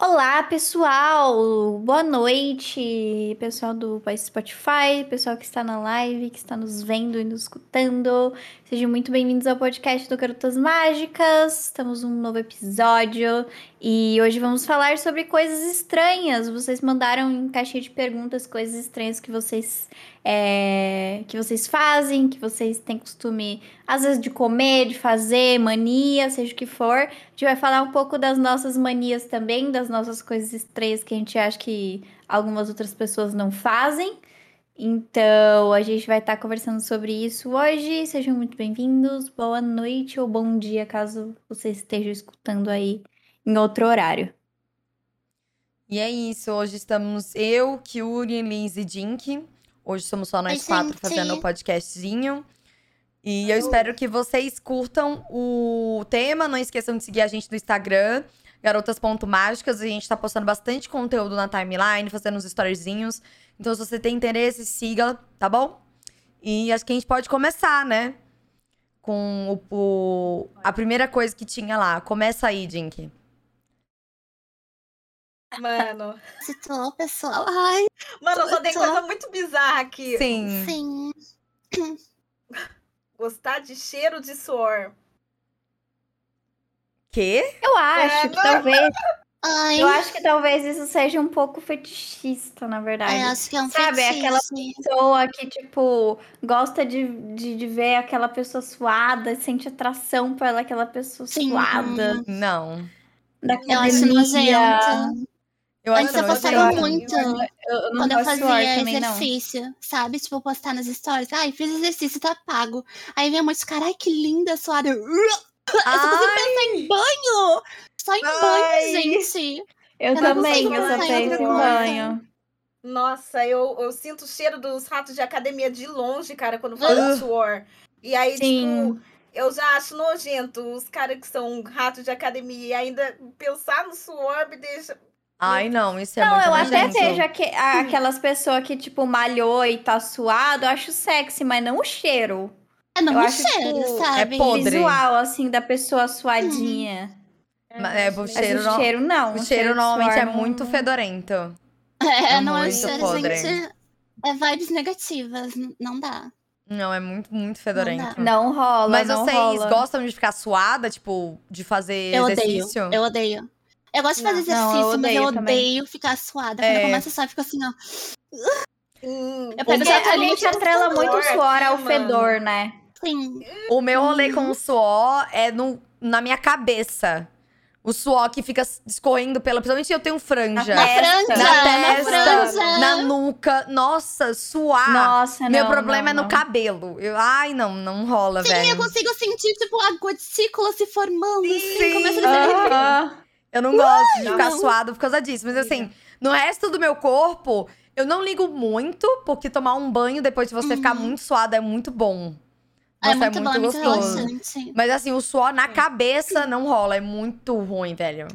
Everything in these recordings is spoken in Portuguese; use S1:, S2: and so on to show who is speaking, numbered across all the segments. S1: Olá, pessoal! Boa noite, pessoal do Spotify, pessoal que está na live, que está nos vendo e nos escutando. Sejam muito bem-vindos ao podcast do Garotas Mágicas. Estamos num novo episódio e hoje vamos falar sobre coisas estranhas. Vocês mandaram em caixinha de perguntas coisas estranhas que vocês é, que vocês fazem, que vocês têm costume, às vezes, de comer, de fazer, mania, seja o que for. A gente vai falar um pouco das nossas manias também, das nossas coisas estranhas que a gente acha que algumas outras pessoas não fazem. Então, a gente vai estar conversando sobre isso hoje. Sejam muito bem-vindos. Boa noite ou bom dia, caso você esteja escutando aí em outro horário.
S2: E é isso, hoje estamos eu, Kyuri, Liz e Jink. Hoje somos só nós
S3: Oi,
S2: quatro
S3: gente.
S2: fazendo o podcastzinho. E eu espero que vocês curtam o tema. Não esqueçam de seguir a gente no Instagram, garotas.mágicas. A gente tá postando bastante conteúdo na timeline, fazendo uns storyzinhos. Então, se você tem interesse, siga, tá bom? E acho que a gente pode começar, né? Com o, o- a primeira coisa que tinha lá. Começa aí, Jink.
S4: Mano,
S3: Citou, pessoal. Ai,
S4: mano, só tem
S3: tô-
S4: coisa muito bizarra aqui.
S2: Sim.
S3: sim.
S4: Gostar de cheiro de suor.
S2: Quê?
S1: Eu acho
S4: É,
S1: que
S4: não.
S1: talvez.
S3: Ai,
S1: Eu acho que talvez isso seja um pouco fetichista, na verdade.
S3: ai, acho que é um
S1: Sabe, é aquela-
S3: fetiche.
S1: pessoa que, tipo, gosta de, de, de ver aquela pessoa suada, sente atração pela aquela pessoa
S3: Sim.
S1: suada.
S2: Não.
S1: Da
S3: Eu acho
S1: academia.
S3: nojento.
S2: Eu
S3: Antes
S2: acho
S3: eu
S2: que
S3: postava
S1: nojento.
S3: muito
S1: Eu, eu não
S3: quando eu
S1: gosto de suor
S3: fazia
S1: também, não.
S3: exercício, sabe? Tipo, postar nas stories. Ai, fiz exercício, tá pago. Aí minha mãe disse, carai, que linda a sua área. Eu só consigo pensar em banho. Só em
S2: Ai.
S3: banho, gente.
S1: Eu
S3: não
S1: também,
S4: consigo
S1: eu só
S4: pensar em
S1: penso
S4: outra
S1: em
S4: coisa.
S1: banho.
S4: Nossa, eu, eu sinto o cheiro dos ratos de academia de longe, cara, quando fala
S2: Ah.
S4: de suor. E aí,
S1: Sim.
S4: tipo, eu já acho nojento os caras que são ratos de academia e ainda pensar no suor me deixa.
S2: Ai, não, isso é
S1: não,
S2: muito
S1: eu até
S2: nojento.
S1: vejo aque- a- aquelas pessoas que, tipo, malhou e tá suado, eu acho sexy, mas não o cheiro.
S3: É não
S1: Eu
S3: um
S1: acho,
S3: cheiro,
S1: tipo, é
S3: sabe?
S1: O
S2: podre.
S1: visual, assim, da pessoa suadinha.
S2: Ma- é,
S4: Nossa,
S2: o
S4: mas-
S1: Mas
S2: Cheiro
S1: o
S2: não-
S1: Hum. cheiro não.
S2: O cheiro normalmente é
S1: suor não-
S2: muito fedorento.
S3: É,
S2: É
S3: não é um
S2: muito
S3: cheiro,
S2: podre.
S3: gente. É vibes negativas, n- não dá.
S2: Não, é muito, muito fedorento.
S1: Não rola,
S2: Mas
S1: não
S2: vocês
S1: rola.
S2: gostam de ficar suada, tipo, de fazer
S3: Eu odeio.
S2: exercício?
S3: Eu odeio. Eu gosto de
S1: Não,
S3: fazer
S1: não, eu
S3: exercício, mas eu
S1: odeio
S3: odeio
S1: também.
S3: ficar suada.
S2: É.
S3: Quando começa só, eu fico assim, ó.
S4: Hum,
S3: Eu
S1: Porque
S3: pego só
S1: a
S3: todo
S1: gente atrela muito o suor ao
S4: mano.
S1: fedor, né?
S3: assim.
S2: O meu rolê com o suor é no, na minha cabeça. O suor que fica escorrendo pela. Principalmente eu tenho franja.
S1: Na
S3: Na
S1: Testa.
S3: franja,
S2: na
S3: na
S2: testa,
S3: franja.
S2: na nuca. Nossa,
S1: Ah,
S2: suar.
S1: Nossa,
S2: meu
S1: não,
S2: problema
S1: não,
S2: é no
S1: não.
S2: cabelo. Eu- ai, não, não rola,
S3: Sim,
S2: velho.
S3: eu consigo sentir, tipo, a gotícula se formando. assim,
S2: sim.
S3: começa a
S1: né?
S3: ser
S1: Aham.
S2: Eu não gosto de
S4: Não.
S2: ficar suado por causa disso. Mas assim, no resto do meu corpo, eu não ligo muito, porque tomar um banho depois de você ficar
S3: Uhum.
S2: muito suado é muito bom.
S3: É
S2: Nossa,
S3: muito bom, é muito relaxante. É
S2: Mas assim, o suor na cabeça não rola, é muito ruim, velho.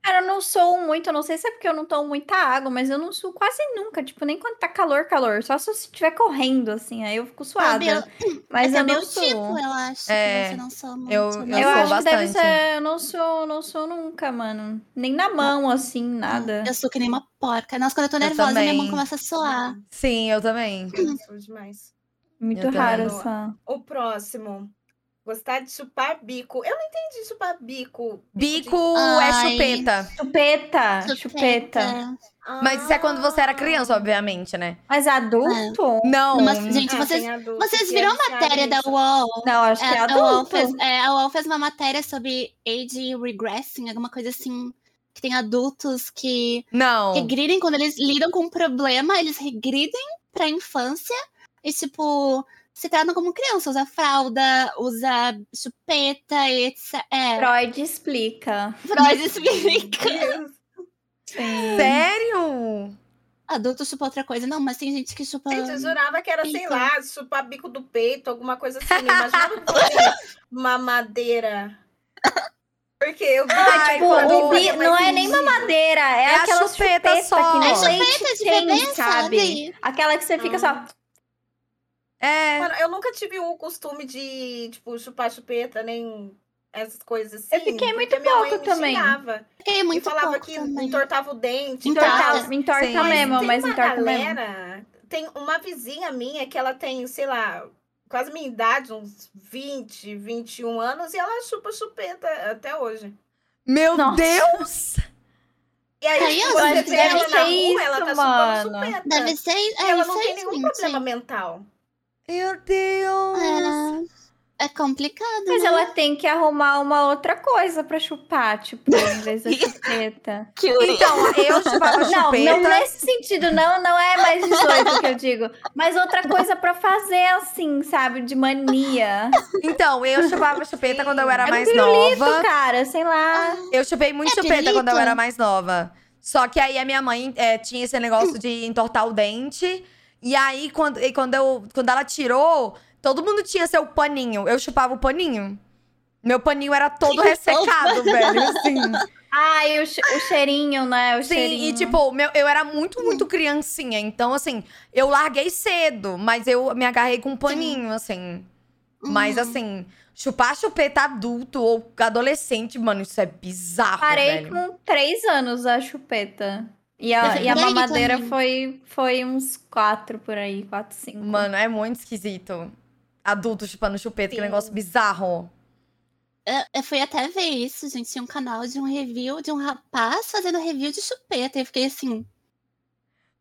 S1: Cara, eu não sou muito, eu não sei se é porque eu não tomo muita água, mas eu não suo quase nunca. Tipo, nem quando tá calor, calor. Só se eu estiver correndo, assim, aí eu fico suada.
S3: Sabe, eu-
S1: mas
S3: Esse é
S1: eu não
S3: meu
S1: sou.
S3: tipo, eu acho.
S2: É,
S3: Mas eu não sou muito.
S2: eu-
S3: não.
S1: eu
S2: sou
S1: acho que deve
S2: bastante.
S1: ser. Eu não sou, não sou nunca, mano. Nem na mão, assim, nada.
S3: Eu sou que nem uma porca. Nossa, quando eu tô nervosa, minha
S2: também.
S3: mão começa a soar.
S2: Sim, eu também.
S4: eu sou demais.
S1: Muito
S2: eu também
S1: raro
S4: não.
S1: essa.
S4: O próximo. Gostar de chupar bico. Eu não entendi chupar bico.
S2: Bico é
S3: Ai.
S2: chupeta.
S1: Chupeta, Ah, chupeta.
S2: Mas isso é quando você
S4: Ah,
S2: era criança, obviamente, né?
S1: Mas
S3: É.
S1: adulto?
S2: Não.
S3: Mas, gente,
S4: Ah,
S3: vocês,
S4: tem adulto
S3: vocês
S4: que
S3: viram
S4: é
S3: a matéria da
S4: viciado
S3: UOL?
S1: Não, acho que é
S3: É, a UOL
S1: adulto.
S3: fez, é, a UOL fez uma matéria sobre age regressing, alguma coisa assim. Que tem adultos que
S2: Não.
S3: regridem quando eles lidam com um problema, eles regridem pra infância e, tipo, se tratam como criança, usa fralda, usa chupeta, etc. É,
S1: Freud explica.
S3: Freud explica.
S4: nisso.
S1: Sim.
S2: Sério?
S3: Adulto chupa outra coisa. Não, mas tem gente que chupa.
S4: Gente, eu jurava que era, sei
S3: Então.
S4: lá, chupar bico do peito, alguma coisa assim. Eu não imaginava que fosse mamadeira. Porque eu vi
S2: Ai,
S1: Tipo,
S2: quando
S1: o
S2: eu
S1: bi- não é nem mamadeira, é,
S2: É a
S1: aquela
S2: chupeta
S1: chupeta,
S2: só.
S1: que nem
S2: É
S3: chupeta
S1: leite
S3: de
S1: tem,
S3: bebê,
S1: sabe?
S3: sabe?
S1: Aquela que você fica
S3: Ah.
S1: só...
S2: É.
S4: Mano, eu nunca tive o costume de, tipo, chupar chupeta, nem essas coisas assim.
S1: Eu fiquei muito
S4: porque minha mãe
S1: pouco
S4: me
S1: também.
S4: xingava.
S3: Fiquei
S4: E
S3: é muito
S4: falava
S3: pouco
S4: que um
S3: também.
S4: entortava o dente.
S3: Entortava.
S1: Entorta, Então, tá, entorta
S2: Sim.
S4: Mas
S1: mesmo,
S4: tem
S1: mas
S4: uma
S1: entorta mesmo.
S4: galera, Tem uma vizinha minha que ela tem, sei lá, quase minha idade, uns 20, 21 anos, e ela chupa chupeta até hoje.
S2: Meu
S1: Nossa.
S2: Deus!
S4: E aí,
S3: Aí,
S4: tipo,
S3: ó,
S4: você
S3: deve
S4: vê ela
S1: ser
S4: na rua,
S1: isso,
S4: ela tá
S1: mano.
S4: chupando chupeta.
S3: Deve ser. É
S4: ela
S3: isso
S4: não tem
S3: aí,
S4: nenhum
S3: gente.
S4: problema mental.
S2: Meu Deus!
S3: É, é complicado.
S1: Mas
S3: né?
S1: ela tem que arrumar uma outra coisa pra chupar, tipo, em vez da chupeta.
S3: É.
S2: Então, eu chupava
S1: Não,
S2: chupeta.
S1: não nesse sentido, não, não é mais 18 que eu digo. Mas outra coisa pra fazer, assim, sabe? De mania.
S2: Então, eu chupava chupeta quando eu era
S1: Era um
S2: mais
S1: pirulito,
S2: nova.
S1: cara, sei lá.
S2: Eu chupei muito
S3: É
S2: chupeta quando eu
S3: pirulito?
S2: era mais nova. Só que aí a minha mãe é, tinha esse negócio de entortar o dente. E aí, quando, e quando, eu, quando ela tirou, todo mundo tinha seu paninho. Eu chupava o paninho. Meu paninho era todo ressecado, velho. Assim.
S1: Ai, o, che- o cheirinho, né? O
S2: Sim,
S1: cheirinho.
S2: e tipo, meu, eu era muito, muito criancinha. Então, assim, eu larguei cedo, mas eu me agarrei com um paninho, assim. Mas,
S3: Uhum.
S2: assim, chupar chupeta adulto ou adolescente, mano, isso é bizarro,
S1: Parei
S2: velho.
S1: com 3 anos a chupeta. E a,
S2: Eu
S1: e a
S3: parei
S1: mamadeira
S3: também.
S1: foi, foi uns 4 por aí, 4, 5.
S2: Mano, é muito esquisito. Adulto chupando chupeta, que
S4: Sim.
S2: negócio bizarro.
S3: Eu, eu fui É, até ver isso, gente. Tinha um canal de um review de um rapaz fazendo review de chupeta. E eu fiquei assim.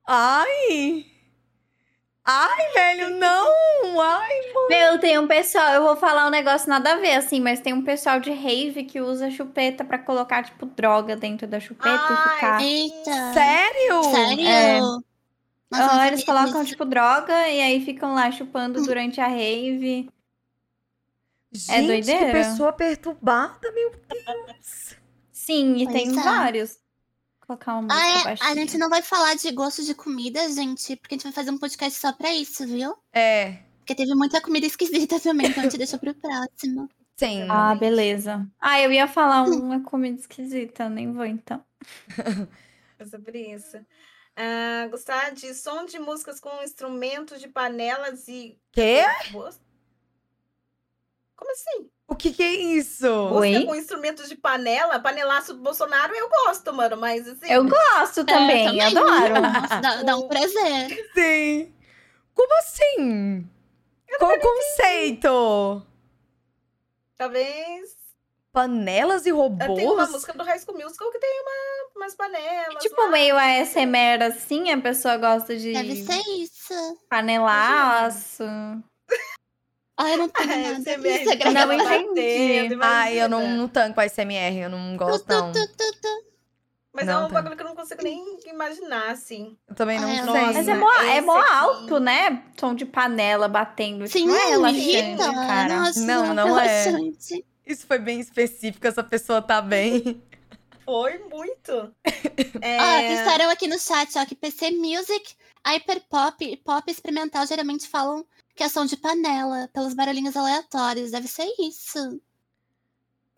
S2: Ai! Ai, velho, não! Ai!
S1: Meu, tem um pessoal, eu vou falar um negócio nada a ver, assim, mas tem um pessoal de rave que usa chupeta pra colocar, tipo, droga dentro da chupeta e
S4: Ai,
S1: ficar.
S3: Eita!
S2: Sério?
S3: É. Sério?
S1: Ah, É.
S3: Nossa, eu não
S1: Aham, eles
S3: sabia
S1: colocam,
S3: disso. Hum.
S1: tipo, droga e aí ficam lá chupando durante a rave. É
S2: Gente, que
S1: doideira?
S2: pessoa perturbada, meu Deus.
S1: Sim, e tem
S3: Pois é.
S1: vários. Colocar uma música
S3: Ah, é, a
S1: baixinha.
S3: gente não vai falar de gosto de comida, gente, porque a gente vai fazer um podcast só pra isso, viu?
S2: É,
S3: Porque teve muita comida esquisita também, então a gente deixa pro próximo.
S2: sim.
S1: Ah, beleza. Ah, eu ia falar
S3: Hum.
S1: uma comida esquisita, nem vou então.
S4: É sobre isso. Ah, gostar de som de músicas com instrumentos de panelas e.
S2: Quê?
S4: Boas? Como assim?
S2: O que que é isso?
S1: Oi?
S4: Música com instrumentos de panela, panelaço do Bolsonaro, eu gosto, mano, mas assim.
S1: Eu gosto também,
S3: É,
S1: adoro.
S3: Nossa, dá, dá um prazer.
S2: Sim. Como assim? Qual o conceito?
S4: Talvez.
S2: Panelas e
S4: eh, Tem uma
S2: robôs?
S4: música do High School Musical que tem uma, umas panelas.
S1: Tipo,
S4: lá.
S1: meio ASMR assim, a pessoa gosta de
S3: Deve ser isso.
S1: panelaço.
S3: Ai, eu não tenho
S4: É,
S3: nada.
S4: você vê,
S3: Isso é
S4: tá
S1: Não
S3: agradável.
S1: entendi.
S4: batendo,
S2: Ai, eu não,
S4: imagina.
S2: não tanco a SMR, eu não
S3: Tu,
S2: gosto, não.
S3: tu, tu, tu, tu.
S4: Mas é
S2: Não,
S4: um
S2: tá.
S4: bagulho que eu não consigo nem imaginar, assim.
S2: Eu também não
S3: Ai,
S2: sei.
S4: nossa.
S1: Mas é mó, é
S4: Esse
S1: mó
S4: aqui.
S1: alto, né? Som de panela batendo. tipo,
S3: Sim,
S1: não é
S3: me
S1: relaxante,
S4: então,
S3: irrita.
S1: cara.
S3: Nossa,
S2: Não,
S3: é
S2: não é.
S3: relaxante.
S2: Isso foi bem específico, essa pessoa tá bem.
S4: Foi muito. É,
S1: Ah, tá
S3: Ó, pensaram aqui no chat, ó, que PC Music, Hyperpop e Pop Experimental geralmente falam que é som de panela, pelos barulhinhos aleatórios. Deve ser isso.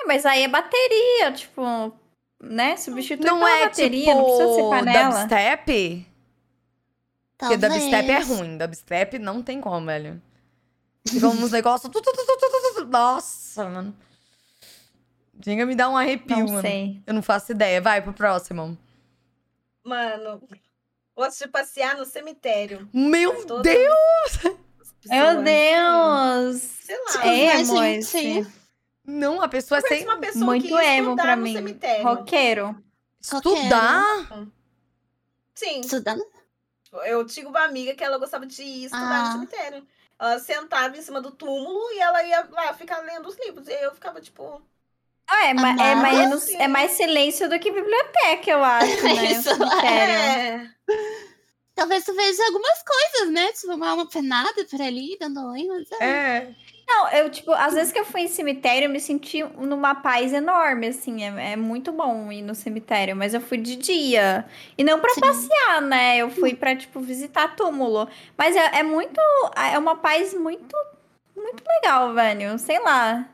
S1: É, Mas aí é bateria, tipo, né? Substitui
S2: não
S1: pela
S2: é
S1: bateria,
S2: tipo
S1: não precisa ser panela.
S2: dubstep? Porque
S3: Talvez.
S2: dubstep é ruim, dubstep não tem como, velho. Ficam uns negócios... tu, tu, tu, tu, tu, tu, tu. Nossa, mano. Diga, me dá um arrepio,
S1: Não
S2: mano.
S1: sei.
S2: Eu não faço ideia. Vai pro próximo.
S4: Mano, gosto de passear no cemitério.
S2: Meu
S4: Todo-
S2: Deus!
S1: Meu
S4: Pessoas,
S1: Deus!
S4: Sei lá.
S1: É,
S3: né,
S1: emo,
S3: gente?
S1: esse.
S2: Não, a pessoa é
S4: Parece
S2: sem
S4: uma pessoa que
S1: Muito
S4: ia
S1: emo
S4: estudar
S1: pra
S4: no
S1: mim.
S4: cemitério.
S1: Roqueiro.
S2: estudar.
S4: Sim, tipo,
S3: Estudando?
S4: eu tinha uma amiga que ela gostava de ir estudar
S3: Ah.
S4: no cemitério. Ela sentava em cima do túmulo e ela ia lá ficar lendo os livros. E eu ficava tipo.
S1: Ah, é, ma- é,
S3: Amado.
S1: mais, é mais silêncio do que biblioteca, eu acho, né?
S3: Isso,
S1: Cemitério.
S4: É.
S3: Talvez tu veja algumas coisas, né? Tipo, uma alma penada por ali, dando oi, mas é.
S2: É.
S1: Não, eu, tipo, às vezes que eu fui em cemitério, eu me senti numa paz enorme, assim. É, é muito bom ir no cemitério, mas eu fui de dia. E não pra
S3: Sim.
S1: passear, né? Eu fui pra, tipo, visitar túmulo. Mas é, é muito. É uma paz muito. Muito legal, velho. Sei lá.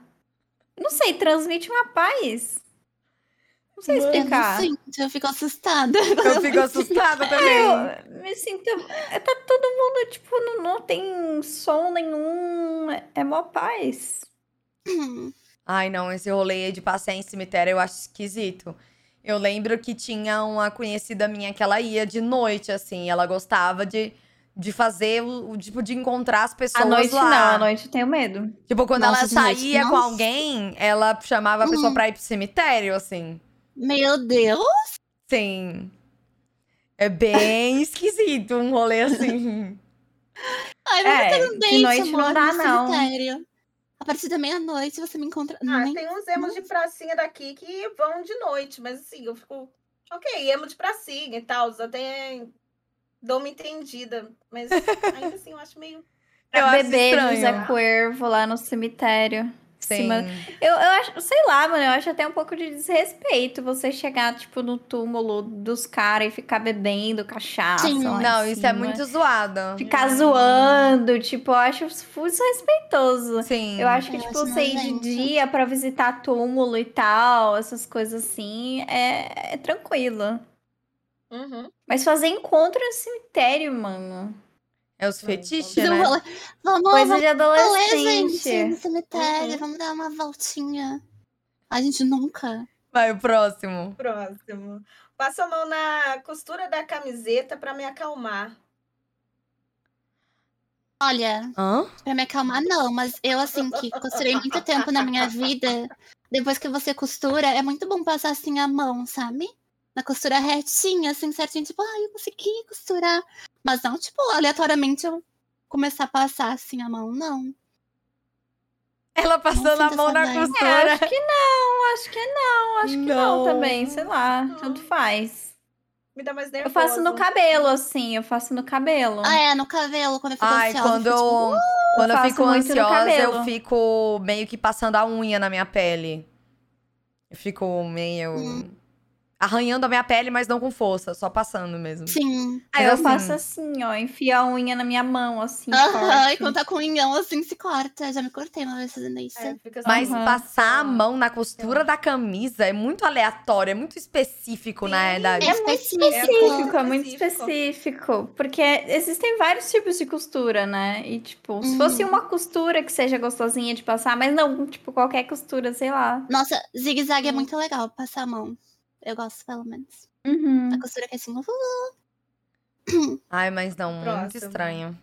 S1: Não sei, transmite uma paz. Não sei
S2: Mano,
S3: Eu
S1: explicar.
S3: não sinto, é eu fico assustada.
S2: Eu fico assustada também.
S1: Eu me sinto. é, Tá todo mundo, tipo, não, não tem som nenhum. É mó paz.
S2: Ai, não, esse rolê de passear em cemitério eu acho esquisito. Eu lembro que tinha uma conhecida minha que ela ia de noite, assim, ela gostava de, de fazer o, o tipo de encontrar as
S1: À
S2: pessoas
S1: noite
S2: lá.
S1: não, à noite eu tenho medo.
S2: Tipo, quando
S3: Nossa,
S2: ela
S3: de noite,
S2: saía com
S3: nossa.
S2: alguém, ela chamava a pessoa
S3: Hum.
S2: pra ir pro cemitério, assim.
S3: Meu Deus!
S2: Sim. É bem esquisito um rolê assim.
S3: Ai, vamos
S1: É,
S3: ter um
S1: de
S3: date,
S1: noite
S3: amor,
S1: não dá,
S3: no
S1: não.
S3: cemitério. A partir da meia-noite você me encontra.
S4: Ah,
S3: Nem-
S4: tem uns emos de pracinha daqui que vão de noite, mas assim, eu fico. Ok, emo de pracinha e tal, até dou uma entendida. Mas ainda assim, eu acho meio.
S2: Eu acho
S1: Beber
S2: estranho.
S1: José Cuervo né? lá no cemitério.
S2: Sim.
S1: Cima- Eu, eu acho, sei lá, mano, eu acho até um pouco de desrespeito você chegar, tipo, no túmulo dos caras e ficar bebendo cachaça.
S3: Sim.
S1: lá em
S2: Não, isso é
S1: cima.
S2: muito zoado.
S1: Ficar zoando, tipo, eu acho full desrespeitoso.
S2: Sim.
S1: Eu acho que,
S3: Eu
S1: tipo,
S3: acho
S1: você ir de
S3: nojento.
S1: dia pra visitar túmulo e tal, essas coisas assim, é, é tranquilo.
S4: Uhum.
S1: Mas fazer encontro no cemitério, mano.
S2: É os fetiches,
S3: Então,
S2: né?
S3: vamos, vamos,
S1: Coisa de
S2: é,
S3: rolê,
S1: adolescente.
S3: gente, no cemitério.
S4: Uhum.
S3: Vamos dar uma voltinha. A gente nunca.
S2: Vai, o próximo.
S4: Próximo. Passo a mão na costura da camiseta pra me acalmar.
S3: Olha,
S2: Hã?
S3: pra me acalmar, não, mas eu, assim, que costurei muito tempo na minha vida, depois que você costura, é muito bom passar assim a mão, sabe? Na costura retinha, assim, certinho, tipo, ai, eu consegui costurar. Mas não, tipo, aleatoriamente eu começar a passar assim a mão, não.
S2: Ela passando a
S3: sinto
S2: mão na
S3: essa daí.
S1: É,
S2: costura.
S1: acho que não, acho que não, acho que não,
S2: Não.
S1: também, sei lá, tanto faz.
S4: Me dá mais
S1: Eu
S4: nervoso.
S1: faço no cabelo, assim, eu faço no cabelo.
S3: Ah, é, no cabelo, quando eu fico
S2: Ai,
S3: ansiosa.
S2: quando
S3: eu
S2: eu,
S3: fico, tipo,
S2: quando eu
S1: faço
S2: fico
S1: "Uh, muito no
S2: ansiosa, eu
S1: cabelo.
S2: fico meio que passando a unha na minha pele. Eu fico meio.
S1: Hum.
S2: arranhando a minha pele, mas não com força, só passando mesmo.
S3: Sim.
S1: Aí eu
S2: assim-
S1: faço assim, ó, enfio a unha na minha mão, assim,
S3: Aham, e
S1: corto.
S3: quando tá com unhão, assim, se corta. Já me cortei uma vez fazendo isso.
S4: É, fica só-
S2: Mas
S1: Aham.
S2: passar a mão na costura da camisa é muito aleatório, é muito específico, na
S4: Sim.
S2: realidade.
S1: É muito específico, é muito específico. Porque existem vários tipos de costura, né? E, tipo, se fosse
S3: Uhum.
S1: uma costura que seja gostosinha de passar, mas não, tipo, qualquer costura, sei lá.
S3: Nossa, zigue-zague é
S4: Sim.
S3: muito legal passar a mão. Eu gosto, pelo menos.
S1: Uhum.
S3: A costura que é assim, uh,
S2: Ai, mas não, muito
S4: Próximo.
S2: estranho.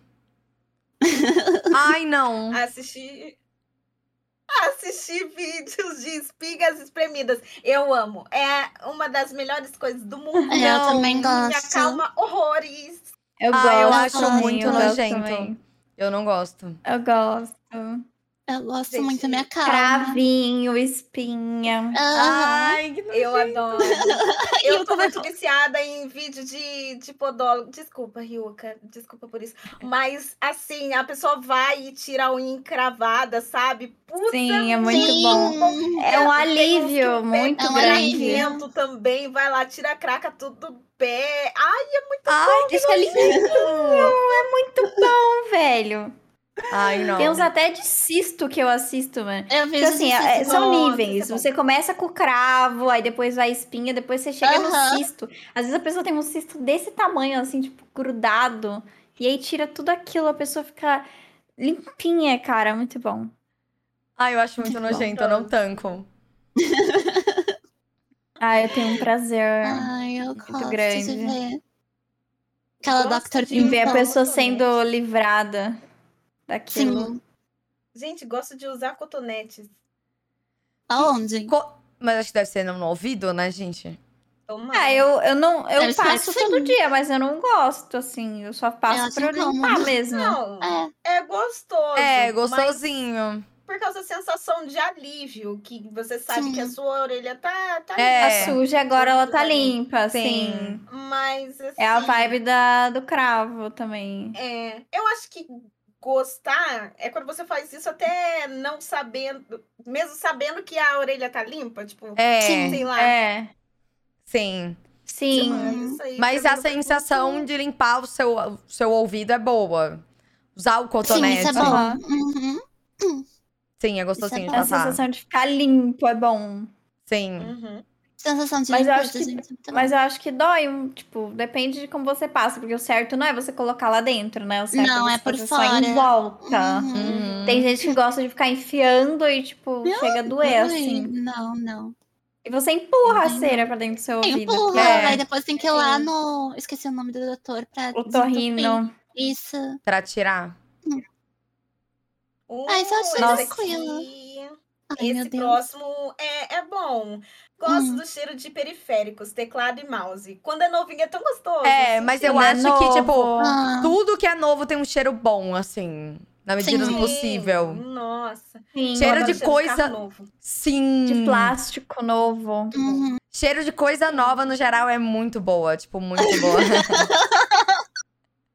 S2: Ai, não.
S4: Assistir. Assistir vídeos de espigas espremidas. Eu amo. É uma das melhores coisas do mundo.
S3: é, eu
S2: Não,
S3: também
S4: Me
S3: gosto.
S4: acalma horrores.
S1: Eu
S2: Ah, eu
S1: gosto
S2: acho
S1: também,
S2: muito
S1: eu gosto
S2: nojento.
S1: também.
S2: Eu não gosto.
S1: Eu gosto.
S3: Eu gosto
S4: Gente,
S3: muito da minha cara.
S1: Cravinho, espinha.
S2: Ai, que nojo.
S4: Eu adoro.
S3: Eu
S4: Eu, tô
S3: também
S4: muito viciada em vídeo de, de podólogo. Desculpa, Ryuka. Desculpa por isso.
S1: É.
S4: Mas, assim, a pessoa vai e tira a unha encravada, sabe? Puta,
S1: Sim, é muito
S3: Sim.
S1: bom. É um alívio muito
S3: É um
S1: grande.
S3: alívio.
S4: Dentro também, vai lá, tira a craca tudo do pé. Ai,
S2: Ai, que
S1: Isso é
S2: lindo.
S1: Muito bom, velho.
S2: Ai, não.
S1: Tem uns até de cisto que eu assisto, mano.
S3: Eu vi
S1: Então, assim, é-
S3: exercício
S1: são
S3: com-
S1: níveis.
S4: isso é bom.
S1: Você começa com o cravo, aí depois vai a espinha, depois você chega
S3: Aham.
S1: no cisto. Às vezes a pessoa tem um cisto desse tamanho, assim, tipo, grudado. E aí tira tudo aquilo, a pessoa fica limpinha, cara. Muito bom.
S2: Ai, eu acho muito
S1: Muito bom.
S2: nojento, eu não tanco.
S1: Ah, eu tenho um prazer
S3: Ai, eu
S1: Muito
S3: gosto
S1: grande.
S3: de ver. Aquela
S4: Gosto
S3: Dr.
S4: de
S1: em ver a
S3: Pimpão.
S1: pessoa
S4: Totalmente.
S1: sendo livrada daquilo.
S3: Sim.
S4: gente, gosto de usar cotonetes.
S3: Aonde?
S2: Co- Mas acho que deve ser no no ouvido, né, gente?
S4: Toma.
S1: Ah, eu, eu não eu
S3: Eu espero
S1: passo
S3: que sim.
S1: todo dia, mas eu não gosto, assim. Eu só
S3: Eu
S1: passo
S3: acho
S1: pra limpar
S3: incômodo.
S1: mesmo.
S4: Não,
S3: É.
S4: é gostoso.
S2: É,
S4: mas-
S2: gostosinho.
S4: por causa da sensação de alívio, que você sabe que a sua orelha tá, tá
S2: É.
S1: Tá suja, agora ela tá
S4: Tá
S1: limpa,
S2: Sim.
S1: assim.
S4: limpa, mas assim,
S1: É a vibe da, do cravo também.
S4: é, eu acho que gostar é quando você faz isso até não sabendo, mesmo sabendo que a orelha tá limpa, tipo,
S2: É,
S3: Sim.
S4: sei lá.
S1: É.
S2: sim.
S1: Sim.
S3: Uhum.
S4: mas isso aí
S2: Mas
S4: pra mim
S2: a
S4: não faz
S2: sensação
S4: muito-
S2: de limpar o seu, o seu ouvido é boa. Usar o
S3: Sim,
S2: cotonete.
S3: isso é
S1: Aham.
S3: bom. Uhum.
S2: Sim, é gostosinho de
S3: Isso é
S1: A
S2: passar.
S1: sensação de ficar limpo é bom.
S2: Sim.
S4: Uhum.
S3: Sensação de
S1: Mas eu acho
S3: limpeza,
S1: que-
S3: gente. é muito
S1: Mas eu acho que dói, um- tipo, depende de como você passa, porque o certo não é você colocar lá dentro, né? O certo
S3: Não,
S1: você
S3: é por
S1: fazer só em
S3: fora.
S1: volta.
S3: Uhum.
S2: Uhum.
S1: Hum, Tem gente que gosta de ficar enfiando e, tipo,
S3: Não,
S1: chega a
S3: bom.
S1: doer,
S3: Ai,
S1: assim.
S3: Não, não.
S1: E você empurra a
S3: Não.
S1: cera pra dentro do seu ouvido.
S3: Uhum. Empurra,
S2: é.
S3: aí depois tem que ir lá no. Esqueci o nome do doutor pra.
S1: O
S3: desentupir.
S1: torrino.
S3: Isso.
S2: Pra tirar.
S4: Uh,
S3: Ai, só achei
S4: esse
S3: tranquilo.
S4: aqui-
S3: Ai, meu
S4: esse
S3: Deus.
S4: próximo é, é bom. Gosto
S3: Hum.
S4: do cheiro de periféricos, teclado e mouse. Quando é novinho é tão gostoso.
S2: É, mas eu
S1: Ainda é
S2: acho que, tipo,
S1: novo.
S3: Ah,
S2: tudo que é novo tem um cheiro bom, assim. Na medida
S3: Sim.
S2: do possível.
S4: Nossa.
S1: Sim,
S4: Eu
S2: Cheiro
S4: adoro
S2: de
S4: carro
S2: coisa-
S4: novo.
S2: Sim.
S1: de plástico novo.
S3: uhum.
S2: Cheiro de coisa nova, no geral, é muito boa. Tipo, muito boa.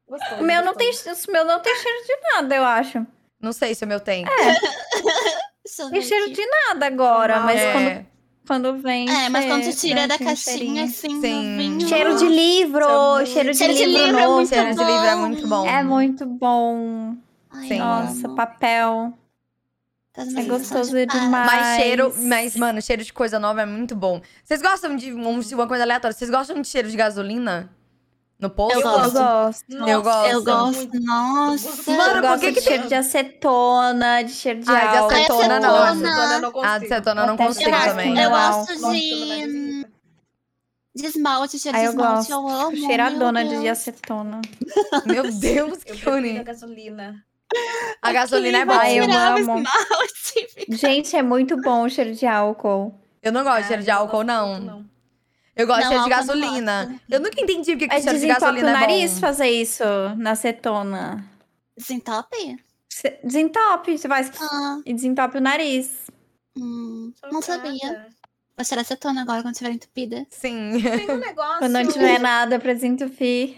S4: Gostoso,
S1: O meu não
S4: gostoso.
S1: tem, o meu não tem cheiro de nada, eu acho.
S2: Não sei se o meu tem.
S3: Deixa eu
S1: Não tem
S3: ver
S1: cheiro
S3: aqui.
S1: de nada agora,
S4: Normal,
S1: mas
S2: É.
S1: quando, quando vem.
S3: É, mas quando
S1: che-
S3: tu tira
S1: vem
S3: da
S1: com
S3: caixinha,
S1: cheirinho.
S3: assim,
S2: Sim.
S3: novinho.
S1: Cheiro de livro!
S2: Nossa,
S1: Cheiro de
S3: Cheiro de
S1: livro,
S3: livro é
S1: novo.
S3: muito
S2: cheiro de livro é muito bom.
S1: É muito bom.
S3: Ai,
S2: Sim.
S3: eu
S1: Nossa,
S3: amo.
S1: papel.
S3: Tá
S1: É
S3: sentindo
S1: gostoso
S3: saudade.
S1: demais.
S2: Mas cheiro, mas mano, cheiro de coisa nova é muito bom. Vocês gostam de um- de uma coisa aleatória? Vocês gostam de cheiro de gasolina no posto?
S3: Eu gosto.
S4: Nossa,
S2: Eu gosto.
S3: Eu gosto, nossa.
S4: Mano,
S1: eu
S2: por
S1: gosto
S2: que que
S1: de cheiro de acetona, de cheiro de
S2: Ah, de
S1: álcool.
S2: acetona não.
S4: Nossa,
S3: Acetona.
S4: Dona, eu não
S2: A
S3: Ah,
S4: consigo.
S2: Ah, de acetona eu não
S1: Até
S2: consigo
S1: cheiro.
S2: também.
S3: Eu
S1: Não.
S3: gosto
S4: Nossa,
S3: de,
S4: Dona Marisa.
S3: de esmalte, cheiro
S1: Ah,
S3: de
S1: eu
S3: esmalte,
S1: gosto.
S3: eu amo. meu
S1: Cheiradona de
S3: Deus.
S1: acetona.
S2: Meu Deus,
S4: Eu
S2: que
S4: prefiro a
S2: bonito.
S4: gasolina.
S2: A gasolina é
S3: Vou
S1: Ai, eu
S2: boa.
S3: tirar o
S1: amo.
S3: esmalte.
S1: Gente, é muito bom o cheiro de álcool.
S2: Eu não gosto de
S3: É,
S2: cheiro de álcool,
S4: não.
S2: não. Eu gosto de
S3: Não,
S2: cheiro de
S3: álcool eu não
S2: gasolina.
S3: gosto.
S2: Eu nunca entendi porque que
S1: Mas
S2: cheiro de
S1: desentope o
S2: gasolina é
S1: nariz
S2: bom.
S1: fazer isso na acetona.
S3: Desentope?
S1: Cê- Desentope, você faz
S3: tá Ah,
S1: e desentope o nariz.
S3: hum, não sabia. Vou tirar acetona agora quando estiver entupida.
S2: Sim.
S4: Tem um negócio.
S1: Quando não tiver nada pra desentupir.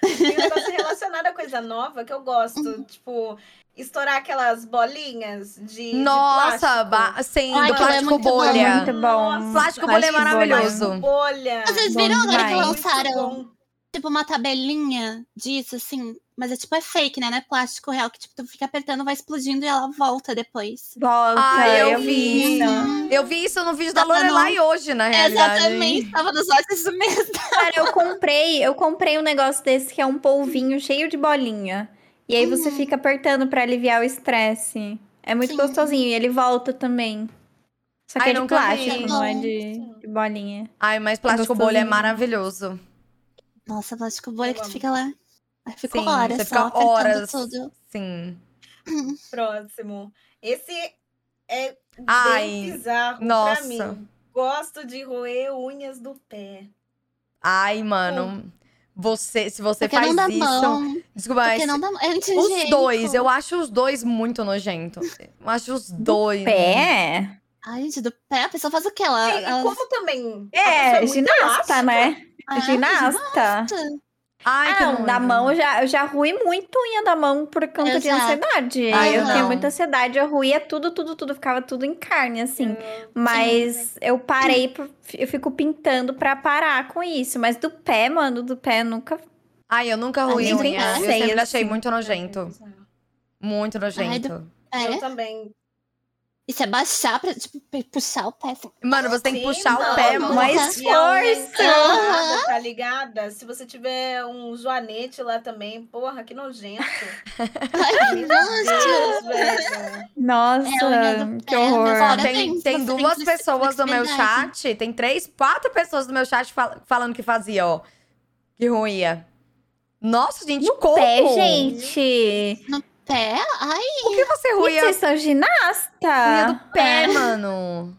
S4: Tem um negócio relacionado a coisa nova que eu gosto. Tipo, estourar aquelas bolinhas de.
S2: Nossa,
S4: de plástico.
S2: ba- sim,
S3: Ai,
S2: do
S3: aquilo é
S2: plástico
S3: muito bom,
S2: bolha.
S1: muito bom.
S4: Nossa,
S2: Plástico bolha é
S1: plástico bolha.
S2: maravilhoso.
S4: Bolha.
S3: Vocês
S1: Ah, Bom
S3: viram agora que
S1: demais.
S3: lançaram,
S4: Muito bom.
S3: tipo, uma tabelinha disso, assim? Mas é tipo, é fake, né? Não é plástico real, que tipo, tu fica apertando, vai explodindo e ela volta depois.
S1: Volta,
S2: Ah, eu
S1: eu
S2: vi.
S1: vi. isso.
S2: Eu vi isso no vídeo da
S3: Tava no-
S2: Lorelai hoje, na realidade.
S3: né? Exatamente, tava nos olhos do mesmo.
S1: Cara, eu comprei, eu comprei um negócio desse que é um polvinho cheio de bolinha. E aí você fica apertando pra aliviar o estresse. É muito
S3: Uhum. Sim.
S1: gostosinho e ele volta também. Só que
S2: Ai,
S1: é de
S2: nunca vi.
S1: plástico, não é de, de bolinha.
S2: Ai, mas plástico bolha é
S1: gostosinho.
S2: maravilhoso.
S3: Nossa, plástico bolha
S4: Eu
S3: que tu
S4: amo.
S3: fica lá. Aí ficou
S2: Sim,
S3: horas
S2: você
S3: só
S2: fica
S3: apertando
S2: horas.
S3: tudo.
S2: Sim.
S4: Próximo. Esse é
S2: Ai,
S4: bem bizarro
S2: nossa.
S4: pra mim. Gosto de roer unhas do pé.
S2: Ai, mano. Você, se você
S3: Porque
S2: faz
S3: não dá
S2: isso.
S3: mão.
S2: Desculpa, mas
S3: Porque não dá mão. É
S2: os
S3: anti-higiênico.
S2: dois, eu acho os dois muito nojento. Eu acho os dois.
S1: Pé?
S3: Ai, gente, do pé, a pessoa faz o quê? Ela,
S4: E, e
S3: ela-
S4: como também. a pessoa
S1: É,
S4: muito
S1: ginasta,
S4: elástica,
S1: né?
S3: Ah,
S2: assim,
S1: ginasta.
S3: gente,
S2: Ai, que
S1: Ah, não, da
S2: nojo.
S1: mão, eu já, eu já ruí muito unha da mão por conta de
S3: Exato.
S1: ansiedade.
S2: Ah,
S1: eu
S3: eu
S1: tinha
S2: não.
S1: muita ansiedade, eu ruía tudo, tudo, tudo, ficava tudo em carne, assim. Mas eu parei, por- eu fico pintando pra parar com isso. Mas do pé, mano, do pé eu nunca.
S2: Ai, eu nunca
S3: Ah,
S2: ruí
S3: nem
S2: unha. Eu
S1: pensei,
S2: sempre achei
S1: assim.
S2: muito nojento. Muito nojento.
S4: Eu
S3: É.
S4: também.
S3: E se abaixar pra, tipo, pe- puxar o pé. assim.
S2: Mano, você tem que
S4: Sim,
S2: puxar
S4: não,
S2: o pé,
S3: não.
S2: mano.
S1: Mas
S4: E a unha
S1: força!
S4: encravada, tá ligada? Se você tiver um joanete lá também, porra, que nojento.
S3: Ai,
S4: Meu
S3: nossa.
S4: Deus, velho.
S1: Nossa,
S3: É, unha do
S1: que
S3: pé, né?
S1: horror.
S2: Ó,
S3: Parabéns,
S2: tem,
S3: você
S2: tem
S3: tem
S2: duas
S3: flex-
S2: pessoas do meu
S3: flexibilidade.
S2: chat, tem três, quatro pessoas do meu chat fal- falando que fazia, ó. Que ruía. Nossa, gente, como?
S1: Pé, gente.
S3: Pé? Ai,
S2: Por que você
S1: Ih,
S2: ruía
S1: Vocês são
S2: a unha
S1: ginasta?
S2: do pé, mano?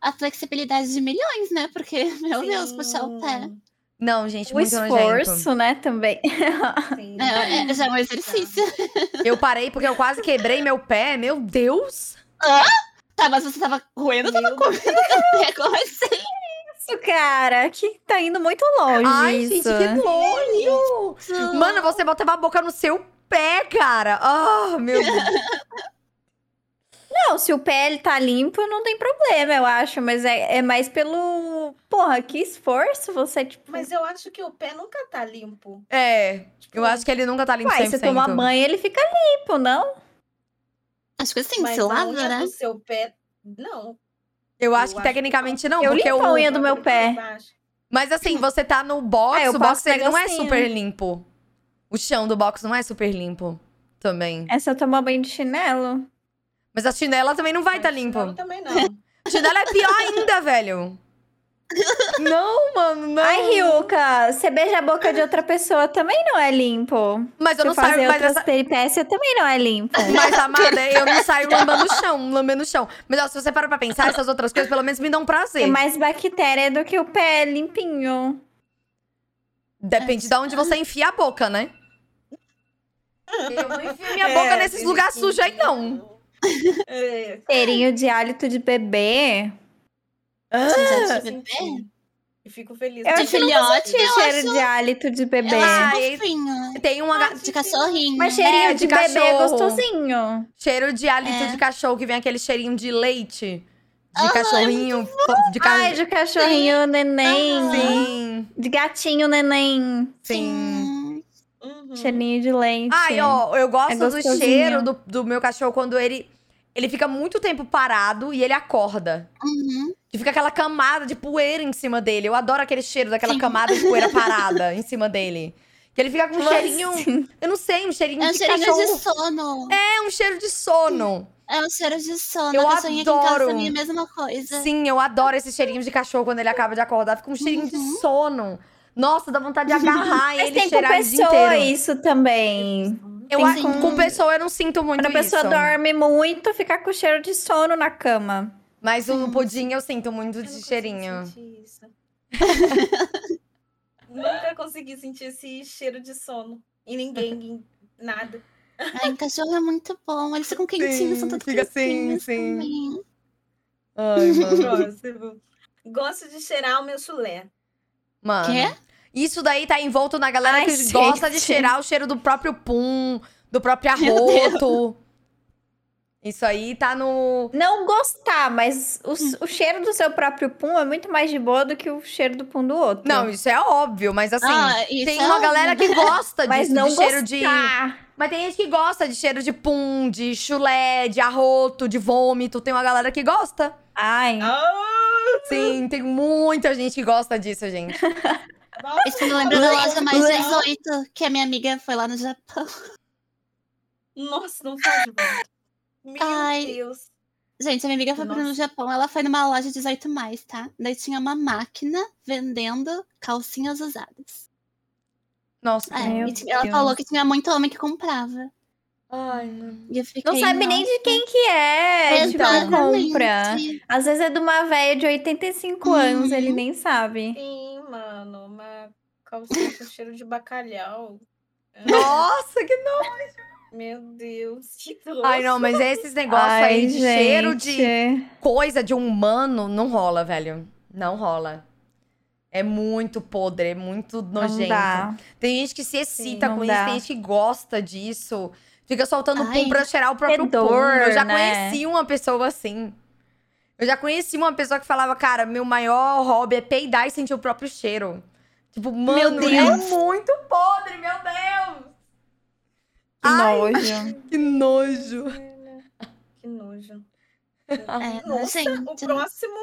S3: a flexibilidade de milhões, né? Porque, meu Deus,
S4: Sim,
S3: puxar o pé.
S2: Não, gente,
S1: O
S2: muito nojento.
S1: esforço, né, também.
S4: sim.
S3: É, é- já é um exercício.
S2: Eu parei porque eu quase quebrei meu pé, meu Deus.
S3: Tá, mas você tava roendo, tava comendo café, como assim?
S1: Isso, cara, que tá indo muito longe.
S2: Ai, gente,
S1: isso.
S2: que nojo. Mano, você botava a boca no seu pé, cara. Ah, meu Deus.
S1: Não, se o pé ele tá limpo, não tem problema, eu acho. Mas é, é mais pelo. Porra, que esforço você, tipo.
S4: Mas eu acho que o pé nunca tá limpo.
S2: É,
S4: Tipo,
S2: eu acho que ele nunca tá limpo
S1: Uai,
S2: 100%.
S1: você toma banho, ele fica limpo, não?
S3: Acho que assim,
S4: mas é
S3: se
S4: a
S3: lava,
S4: unha
S3: né?
S4: do seu pé, não.
S2: Eu acho que
S4: Eu acho que
S2: tecnicamente não,
S1: Eu
S2: porque
S1: limpo a
S2: É o-
S1: unha do meu pé.
S2: Mas assim, você tá no box,
S1: Ah, eu
S2: o box
S1: passo
S2: ele não é
S1: negocinho.
S2: super limpo. O chão do box não é super limpo também.
S1: É se eu tomar banho de chinelo?
S2: Mas a chinela também não vai estar tá
S4: Não,
S2: limpa.
S4: também não.
S2: Chinela é pior ainda, velho. Não, mano, não.
S1: Ai, Ryuka, você beija a boca de outra pessoa também não é limpo.
S2: Mas eu
S1: Se
S2: não
S1: eu
S2: saio,
S1: fazer
S2: mas,
S1: outras
S2: essa,
S1: peripécias também não é limpo.
S2: mas amada, eu não saio lambendo o chão, lambendo o chão. Mas ó, se você para pra pensar, essas outras coisas pelo menos me dão prazer.
S1: Tem mais bactéria do que o pé limpinho.
S2: Depende de onde você enfia a boca, né? Eu não enfio minha
S4: É,
S2: boca nesses
S4: tem
S2: lugares
S4: que-
S2: sujos aí, não.
S4: É,
S1: Cheirinho de hálito de bebê.
S3: Já tive
S4: Ah, sim,
S3: bebê?
S4: sim. E fico feliz.
S1: Eu
S3: De
S1: acho que
S3: filhote, eu
S1: Cheiro
S3: acho...
S1: de hálito de bebê.
S3: Eu acho
S2: Ah, e-
S3: fofinho.
S2: Tem um aga-
S3: é Tá, De cachorrinho.
S1: Mas cheirinho
S2: É,
S1: de,
S2: de
S1: bebê é
S2: cachorro.
S1: gostosinho.
S2: cheiro de hálito
S3: É.
S2: de cachorro, que vem aquele cheirinho de leite. De
S3: Ah, é
S2: cachorrinho. fo- de ca...
S1: Ai, de cachorrinho, neném.
S2: Sim,
S1: De gatinho, neném.
S2: sim.
S4: Uhum.
S1: Cheirinho de leite.
S2: Ai, ó, eu
S1: É
S2: gosto do
S1: gostosinho.
S2: cheiro do, do meu cachorro quando ele... Ele fica muito tempo parado e ele acorda.
S3: Uhum.
S2: E fica aquela camada de poeira em cima dele. Eu adoro aquele cheiro daquela
S3: Sim.
S2: camada de poeira parada em cima dele. Que ele fica com um cheirinho... Eu não sei, um cheirinho
S3: É um
S2: de
S3: cheirinho
S2: cachorro.
S3: de sono.
S2: É um cheiro de sono.
S3: É um cheiro de sono.
S2: Eu
S3: a castanha aqui em casa
S2: adoro.
S3: também é a mesma coisa.
S2: Sim, eu adoro esse cheirinho de cachorro quando ele acaba de acordar. Fica um cheirinho de sono. Nossa, dá vontade de agarrar
S1: Mas
S2: ele e
S1: tem com
S2: cheirar o dia
S1: pessoa
S2: inteiro.
S1: isso também.
S2: Eu,
S1: tem
S2: a-
S3: sim.
S2: com pessoa eu não sinto muito
S1: Quando a pessoa
S2: isso.
S1: dorme muito, fica com cheiro de sono na cama.
S2: Mas o pudim eu sinto muito
S4: Eu
S2: de
S4: não consigo
S2: cheirinho.
S4: sentir isso. Nunca consegui sentir esse cheiro de sono. Em ninguém, em nada.
S3: Ai, cachorro é muito bom. Eles ficam quentinhos, são todos
S2: fica assim,
S3: quentinhos
S2: sim.
S3: também.
S2: Ai, mano.
S4: Próximo. Gosto de cheirar o meu chulé.
S2: Mano,
S3: Quê?
S2: Isso daí tá envolto na galera
S1: Ai,
S2: que
S1: gente.
S2: gosta de cheirar o cheiro do próprio pum, do próprio
S3: Meu Deus.
S2: arroto. Isso aí tá no.
S1: Não gostar, mas o, s- o cheiro do seu próprio pum é muito mais de boa do que o cheiro do pum do outro.
S2: Não, isso é óbvio, mas assim.
S3: Ah, isso
S2: tem
S3: é
S2: uma galera que gosta disso,
S1: mas não
S2: de cheiro
S1: gostar.
S2: de. Mas tem gente que gosta de cheiro de pum, de chulé, de arroto, de vômito. Tem uma galera que gosta.
S1: Ai,
S4: Ah,
S2: Sim, tem muita gente que gosta disso, gente.
S4: nossa,
S3: Isso me lembra é da loja mais 18, que a minha amiga foi lá no Japão.
S4: nossa, não faz volta. Meu
S3: Ai.
S4: Deus.
S3: Gente, a minha amiga foi pro
S4: Nossa.
S3: no Japão, ela foi numa loja 18 mais, tá? Daí tinha uma máquina vendendo calcinhas usadas.
S2: Nossa.
S3: É,
S1: Meu
S3: e tinha- ela
S1: Deus.
S3: falou que tinha muito homem que comprava.
S2: Ai, não.
S3: E eu fiquei,
S1: não sabe nem de quem que é.
S3: nossa,
S1: de quem
S3: exatamente.
S1: compra. Às vezes é de uma velha de 85 anos,
S3: Uhum.
S1: ele nem sabe.
S4: Sim, mano. Uma calcinha com cheiro de bacalhau. Ah,
S2: Nossa, que não.
S4: Meu Deus. Que
S2: Ai, não, mas esses negócios aí de cheiro de
S1: gente.
S2: coisa de humano não rola, velho. Não rola. É muito podre, é muito
S1: Não
S2: nojento.
S1: dá.
S2: Tem gente que se excita
S1: não
S2: com
S1: dá.
S2: isso, tem gente que gosta disso. Fica soltando
S3: Ai,
S2: pum pra cheirar o próprio
S1: fedor,
S2: pum. Eu já
S1: né?
S2: conheci uma pessoa assim. Eu já conheci uma pessoa que falava, cara, meu maior hobby é peidar e sentir o próprio cheiro. Tipo, mano, é
S3: Deus.
S2: muito podre, meu Deus!
S1: Que
S2: Ai,
S1: nojo.
S2: que nojo!
S4: Que nojo.
S3: É,
S4: Nossa, o
S3: gente.
S4: próximo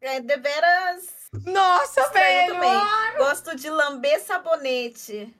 S4: é deveras
S2: Nossa,
S4: estranho
S2: velho!
S4: também. Gosto de lamber sabonete.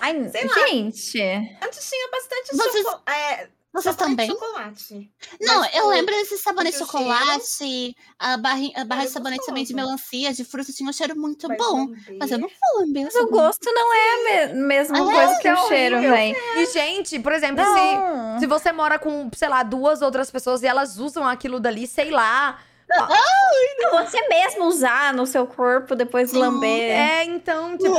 S1: Ai,
S4: Sei
S1: gente.
S4: Antes tinha bastante
S3: Vocês-
S4: choco- é,
S3: Vocês
S4: sabonete
S3: também?
S4: chocolate.
S3: Não,
S4: Mas,
S3: eu
S4: pô,
S3: lembro desse sabonete de
S4: porque o cheiro-
S3: chocolate, a, barri- a barra
S4: Era
S3: de sabonete também de
S4: gostoso.
S3: melancia, de fruta, tinha um cheiro muito
S4: mas é
S3: bom.
S4: lamber-
S3: Mas eu não vou lamber
S1: Mas o
S3: sabonete.
S1: gosto não é a me- mesma
S3: Ah,
S1: coisa que
S2: é
S1: o cheiro, Tipo assim,
S2: horrível.
S1: velho.
S2: E, gente, por exemplo, se,
S1: Não.
S2: Se você mora com, sei lá, duas outras pessoas e elas usam aquilo dali, sei lá.
S1: Se Você mesmo usar no seu corpo, depois
S3: Sim.
S1: lamber.
S2: É, então, tipo.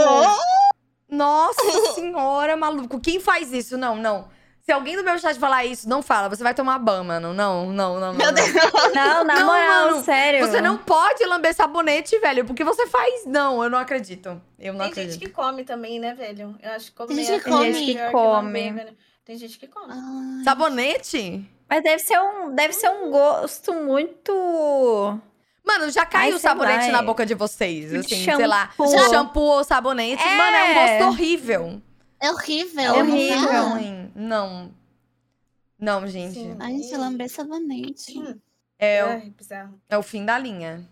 S2: Nossa senhora, maluco. Quem faz isso? Não, não. Se alguém do meu chat falar isso, não fala. Você vai tomar ban, mano. Não, não, não.
S3: Meu
S2: não.
S3: Deus.
S1: Não, na
S2: Não,
S1: moral,
S2: mano,
S1: sério.
S2: Você não pode lamber sabonete, velho. Porque você faz. Não, eu não acredito. Eu não
S4: Tem
S2: acredito.
S4: gente que come também, né, velho? Eu acho que comer
S3: gente que
S4: é
S3: come.
S4: melhor que
S1: come.
S4: lamber, velho. Tem gente que come.
S3: Ah,
S2: Sabonete?
S1: Mas deve ser um, deve ser um gosto muito.
S2: Mano, já
S1: Ai,
S2: caiu o
S1: sei
S2: sabonete
S1: lá,
S2: na
S1: é-
S2: boca de vocês.
S1: de
S2: Assim, sei lá.
S1: shampoo.
S2: Shampoo ou sabonete.
S1: É.
S2: Mano, é um gosto horrível.
S3: é horrível.
S1: É
S3: não
S1: horrível.
S3: dá.
S2: Não, não, gente.
S4: Sim.
S3: Ai, gente, lamber sabonete.
S4: Sim.
S2: É, o-
S4: Ai, bizarro.
S2: é o fim da linha.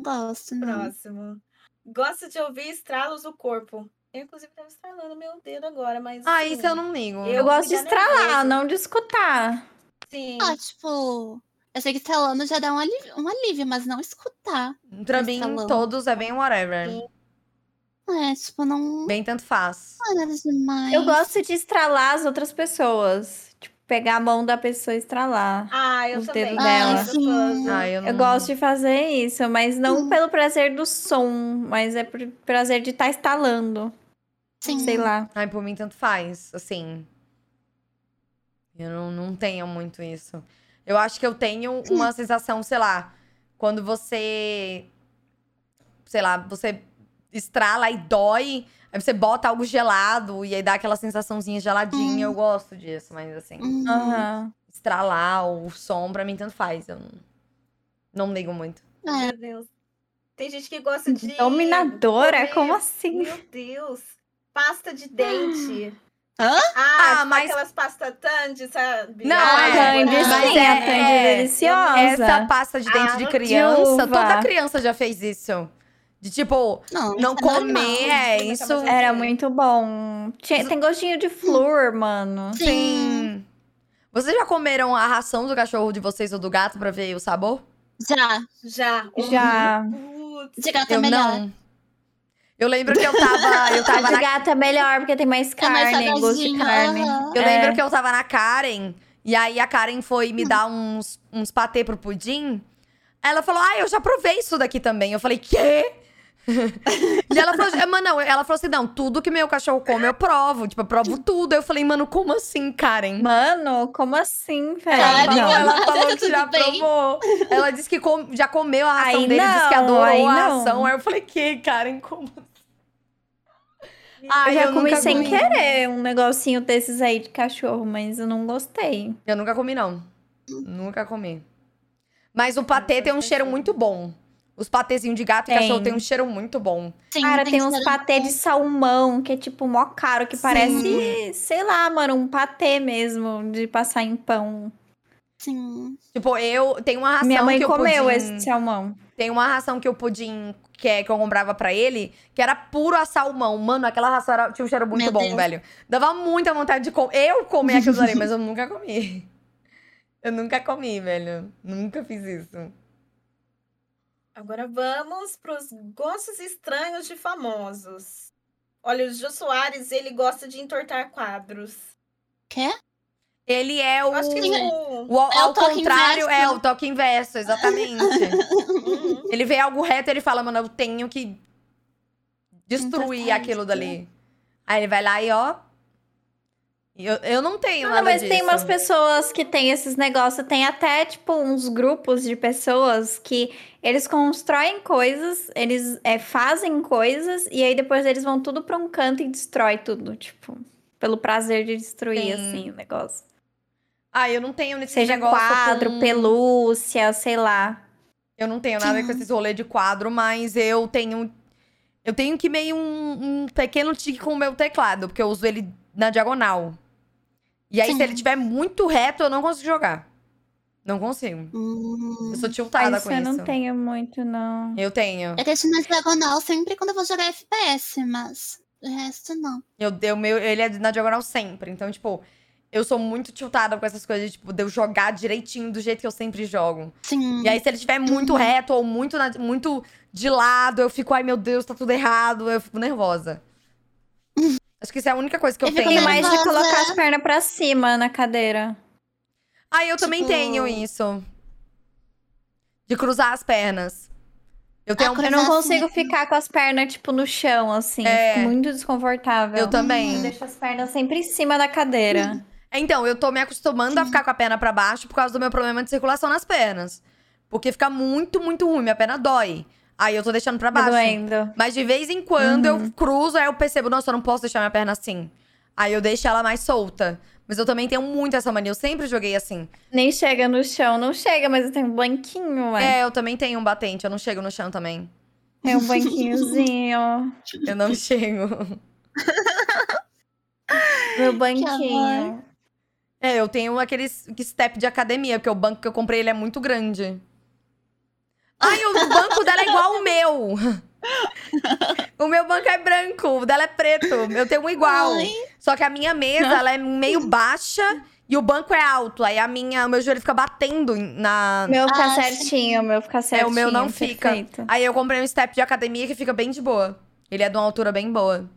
S3: Gosto, né? não.
S4: Próximo. Gosto de ouvir estralos do corpo. Eu, inclusive, tava estralando meu dedo agora, mas.
S2: Ah,
S4: assim,
S2: isso eu não ligo.
S1: Eu,
S4: Eu
S1: gosto de
S4: fico
S1: estralar,
S4: nervosa.
S1: não de escutar.
S4: Sim.
S3: Ah, tipo, eu sei que estralando já dá um alívio, um alívio, mas não escutar.
S2: Pra mim,
S3: Salão.
S2: todos é bem whatever.
S3: É, tipo, não.
S2: Bem tanto faz.
S3: não é Nada demais.
S1: Eu gosto de estralar as outras pessoas. Tipo, pegar a mão da pessoa e estralar.
S4: Ah, eu
S1: Os
S4: também.
S1: dedos
S4: Ah,
S1: dela.
S4: eu sou fã.
S2: Ah, eu,
S1: Eu
S2: não-
S1: gosto de fazer isso, mas não pelo prazer do som, mas é por prazer de estar estalando.
S3: Sim.
S1: Sei lá.
S2: Ai, por mim, tanto faz. Assim. Eu não, não tenho muito isso. Eu acho que eu tenho uma sensação, sei lá, quando você. Sei lá, você estrala e dói, aí você bota algo gelado e aí dá aquela sensaçãozinha geladinha. Eu gosto disso, mas assim,
S3: Uhum.
S1: Aham.
S2: estralar o som, pra mim, tanto faz. Eu não, não ligo muito.
S3: É,
S4: Meu Deus. Tem gente que gosta de.
S1: Dominadora?
S4: comer-
S1: Como assim?
S4: Meu Deus. Pasta de dente.
S3: Hã?
S2: Ah,
S4: Ah, tipo
S2: mas-
S4: aquelas pasta Tandy, sabe? Ah,
S2: Não,
S1: a
S2: é,
S1: Tandy,
S2: mas
S1: sim,
S2: é-
S1: a Tandy
S2: é,
S1: deliciosa.
S2: Essa pasta de dente
S4: Ah,
S2: de criança,
S1: uva.
S2: toda criança já fez isso. De tipo,
S3: não,
S2: não
S3: isso é normal.
S2: comer, é
S4: Sim,
S2: isso.
S4: mas
S1: Era muito bom. Tinha- tem gostinho de flor, mano.
S2: Sim. Vocês já comeram a ração do cachorro de vocês ou do gato pra ver o sabor?
S3: Já.
S4: Já.
S1: Já.
S4: Putz.
S3: De gato é
S2: eu
S3: melhor.
S2: não. Eu lembro que eu tava, eu
S1: A
S2: tava
S1: de
S2: na,
S1: gato é melhor, porque tem mais
S3: É mais
S1: carne, gosto de
S3: salgadinho,
S1: carne.
S3: aham.
S2: eu
S1: É.
S2: lembro que eu tava na Karen e aí a Karen foi me dar uns uns patê pro pudim. Ela falou: "Ah, eu já provei isso daqui também". Eu falei: "Quê?" e ela falou, "É, mano, não, ela falou assim: não, tudo que meu cachorro come eu provo. Tipo, eu provo tudo. Eu falei, mano, como assim, Karen?
S1: Mano, tá como assim, velho?
S2: Ela
S3: Karen,
S2: não,
S1: Não.
S2: ela falou que
S3: tudo
S2: já
S3: bem?
S2: provou. Ela disse que com- já comeu a ração
S1: Aí
S2: dele, disse que
S1: não,
S2: adorou
S1: aí
S2: a
S1: não.
S2: ração. Aí eu falei, que, Karen, como? Ah,
S1: Eu já comi
S2: nunca
S1: sem
S2: comi.
S1: querer um negocinho desses aí de cachorro, mas eu não gostei.
S2: Eu nunca comi, não. Nunca comi. Mas o patê
S4: Nunca
S2: tem um
S4: pensei.
S2: cheiro muito bom. Os patezinhos de gato e
S1: Tem.
S2: cachorro tem um cheiro muito bom.
S3: Sim,
S1: Cara, tem
S3: que
S1: uns
S3: ser-
S1: patê de salmão, que é tipo mó caro, que
S2: Sim.
S1: parece, sei lá, mano, um patê mesmo, de passar em pão.
S3: assim. Sim.
S2: Tipo, eu... Tem uma ração
S1: Minha mãe
S2: um que eu
S1: comeu
S2: pudim...
S1: esse salmão.
S2: Tem uma ração que eu pudim... Que, é, que eu comprava pra ele, que era puro a salmão. Mano, aquela ração era- tinha um cheiro muito
S3: Meu
S2: bom,
S3: Deus.
S2: velho. Dava muita vontade de comer. Eu comer aquilo ali, mas eu nunca comi. Eu nunca comi, velho. Nunca fiz isso.
S4: Agora vamos para os gostos estranhos de famosos. Olha, o Jô Soares, ele gosta de entortar quadros.
S3: Quê?
S2: Ele é o...
S4: Eu acho que tipo,
S2: O, ao-
S3: É o
S2: ao
S3: toque
S2: contrário,
S3: inverso,
S2: é
S3: né?
S2: o toque inverso, exatamente.
S4: hum,
S2: ele vê algo reto e ele fala, mano, eu tenho que destruir
S3: Entortar
S2: aquilo
S3: isso,
S1: né?
S2: dali. Aí ele vai lá e ó. E Eu, eu não tenho
S1: Mano,
S2: nada
S1: Ah, mas
S2: disso.
S1: tem umas pessoas que tem esses negócios, tem até, tipo, uns grupos de pessoas que eles constroem coisas, eles é, fazem coisas, e aí depois eles vão tudo pra um canto e destrói tudo, tipo, pelo prazer de destruir,
S2: Sim.
S1: assim, o negócio.
S2: Ah, eu não tenho nesse
S1: Seja um
S2: negócio
S1: quadro,
S2: com-
S1: pelúcia, sei lá.
S2: Eu não tenho nada com esses rolê de quadro, mas eu tenho... Eu tenho que meio um, um pequeno tique com o meu teclado, porque eu uso ele na diagonal. E aí, se
S3: Sim.
S2: ele tiver muito reto, eu não consigo jogar. Não consigo.
S3: Hum.
S2: Eu sou tiltada
S1: Mas
S2: com
S1: eu
S2: isso.
S1: não tenho muito, não.
S2: Eu tenho.
S3: Eu deixo na diagonal sempre quando eu vou jogar FPS, mas o resto não.
S2: Eu, eu, meu, ele é na diagonal sempre. Então, tipo, eu sou muito tiltada com essas coisas, tipo, de eu jogar direitinho do jeito que eu sempre jogo.
S3: Sim.
S2: E aí, se ele estiver muito
S3: Uhum.
S2: reto ou muito, na- muito de lado, eu fico, ai meu Deus, tá tudo errado. Eu fico nervosa. Acho que isso é a única coisa que eu,
S3: Uhum. Eu fico
S2: tenho.
S1: Tenho mais de
S3: nervosa.
S2: né?
S1: colocar as pernas pra cima na cadeira.
S2: Ah, eu também
S3: Tipo-
S2: tenho isso. De cruzar as pernas. Eu tenho
S3: Ah,
S2: um-
S1: Eu não
S3: Mas,
S1: consigo
S3: assim,
S1: ficar com as pernas, tipo, no chão, assim. eu
S2: É.
S1: Fico muito desconfortável.
S2: Eu também.
S1: Eu deixo as pernas sempre em cima da cadeira.
S2: Então, eu tô me acostumando a ficar com a perna pra baixo por causa do meu problema de circulação nas pernas. Porque fica muito, muito ruim, minha perna dói. Aí eu tô deixando pra
S1: Tá
S2: baixo.
S1: doendo. Uhum.
S2: Mas de vez em quando eu cruzo, aí eu percebo, nossa, eu não posso deixar minha perna assim. Aí eu deixo ela mais solta. Mas eu também tenho muito essa mania, eu sempre joguei assim.
S1: Nem chega no chão, não chega, mas eu tenho um banquinho, ué.
S2: É, eu também tenho um batente, eu não chego no chão também.
S1: Tem um banquinhozinho.
S2: Eu não chego.
S1: Meu
S3: amor.
S1: banquinho.
S2: É, eu tenho aqueles step de academia, porque o banco que eu comprei ele é muito grande. Ai, o banco dela é igual ao meu. O meu banco é branco, o dela é preto. Eu tenho um igual.
S3: Ai.
S2: Só que a minha mesa, ela é meio baixa e o banco é alto. Aí a minha, o meu joelho fica batendo em- na.
S1: O meu fica
S3: Ah, sim.
S1: certinho, o meu fica
S2: é,
S1: certinho.
S2: o meu não fica.
S1: perfeito.
S2: Aí eu comprei um step de academia que fica bem de boa. Ele é de uma altura bem boa.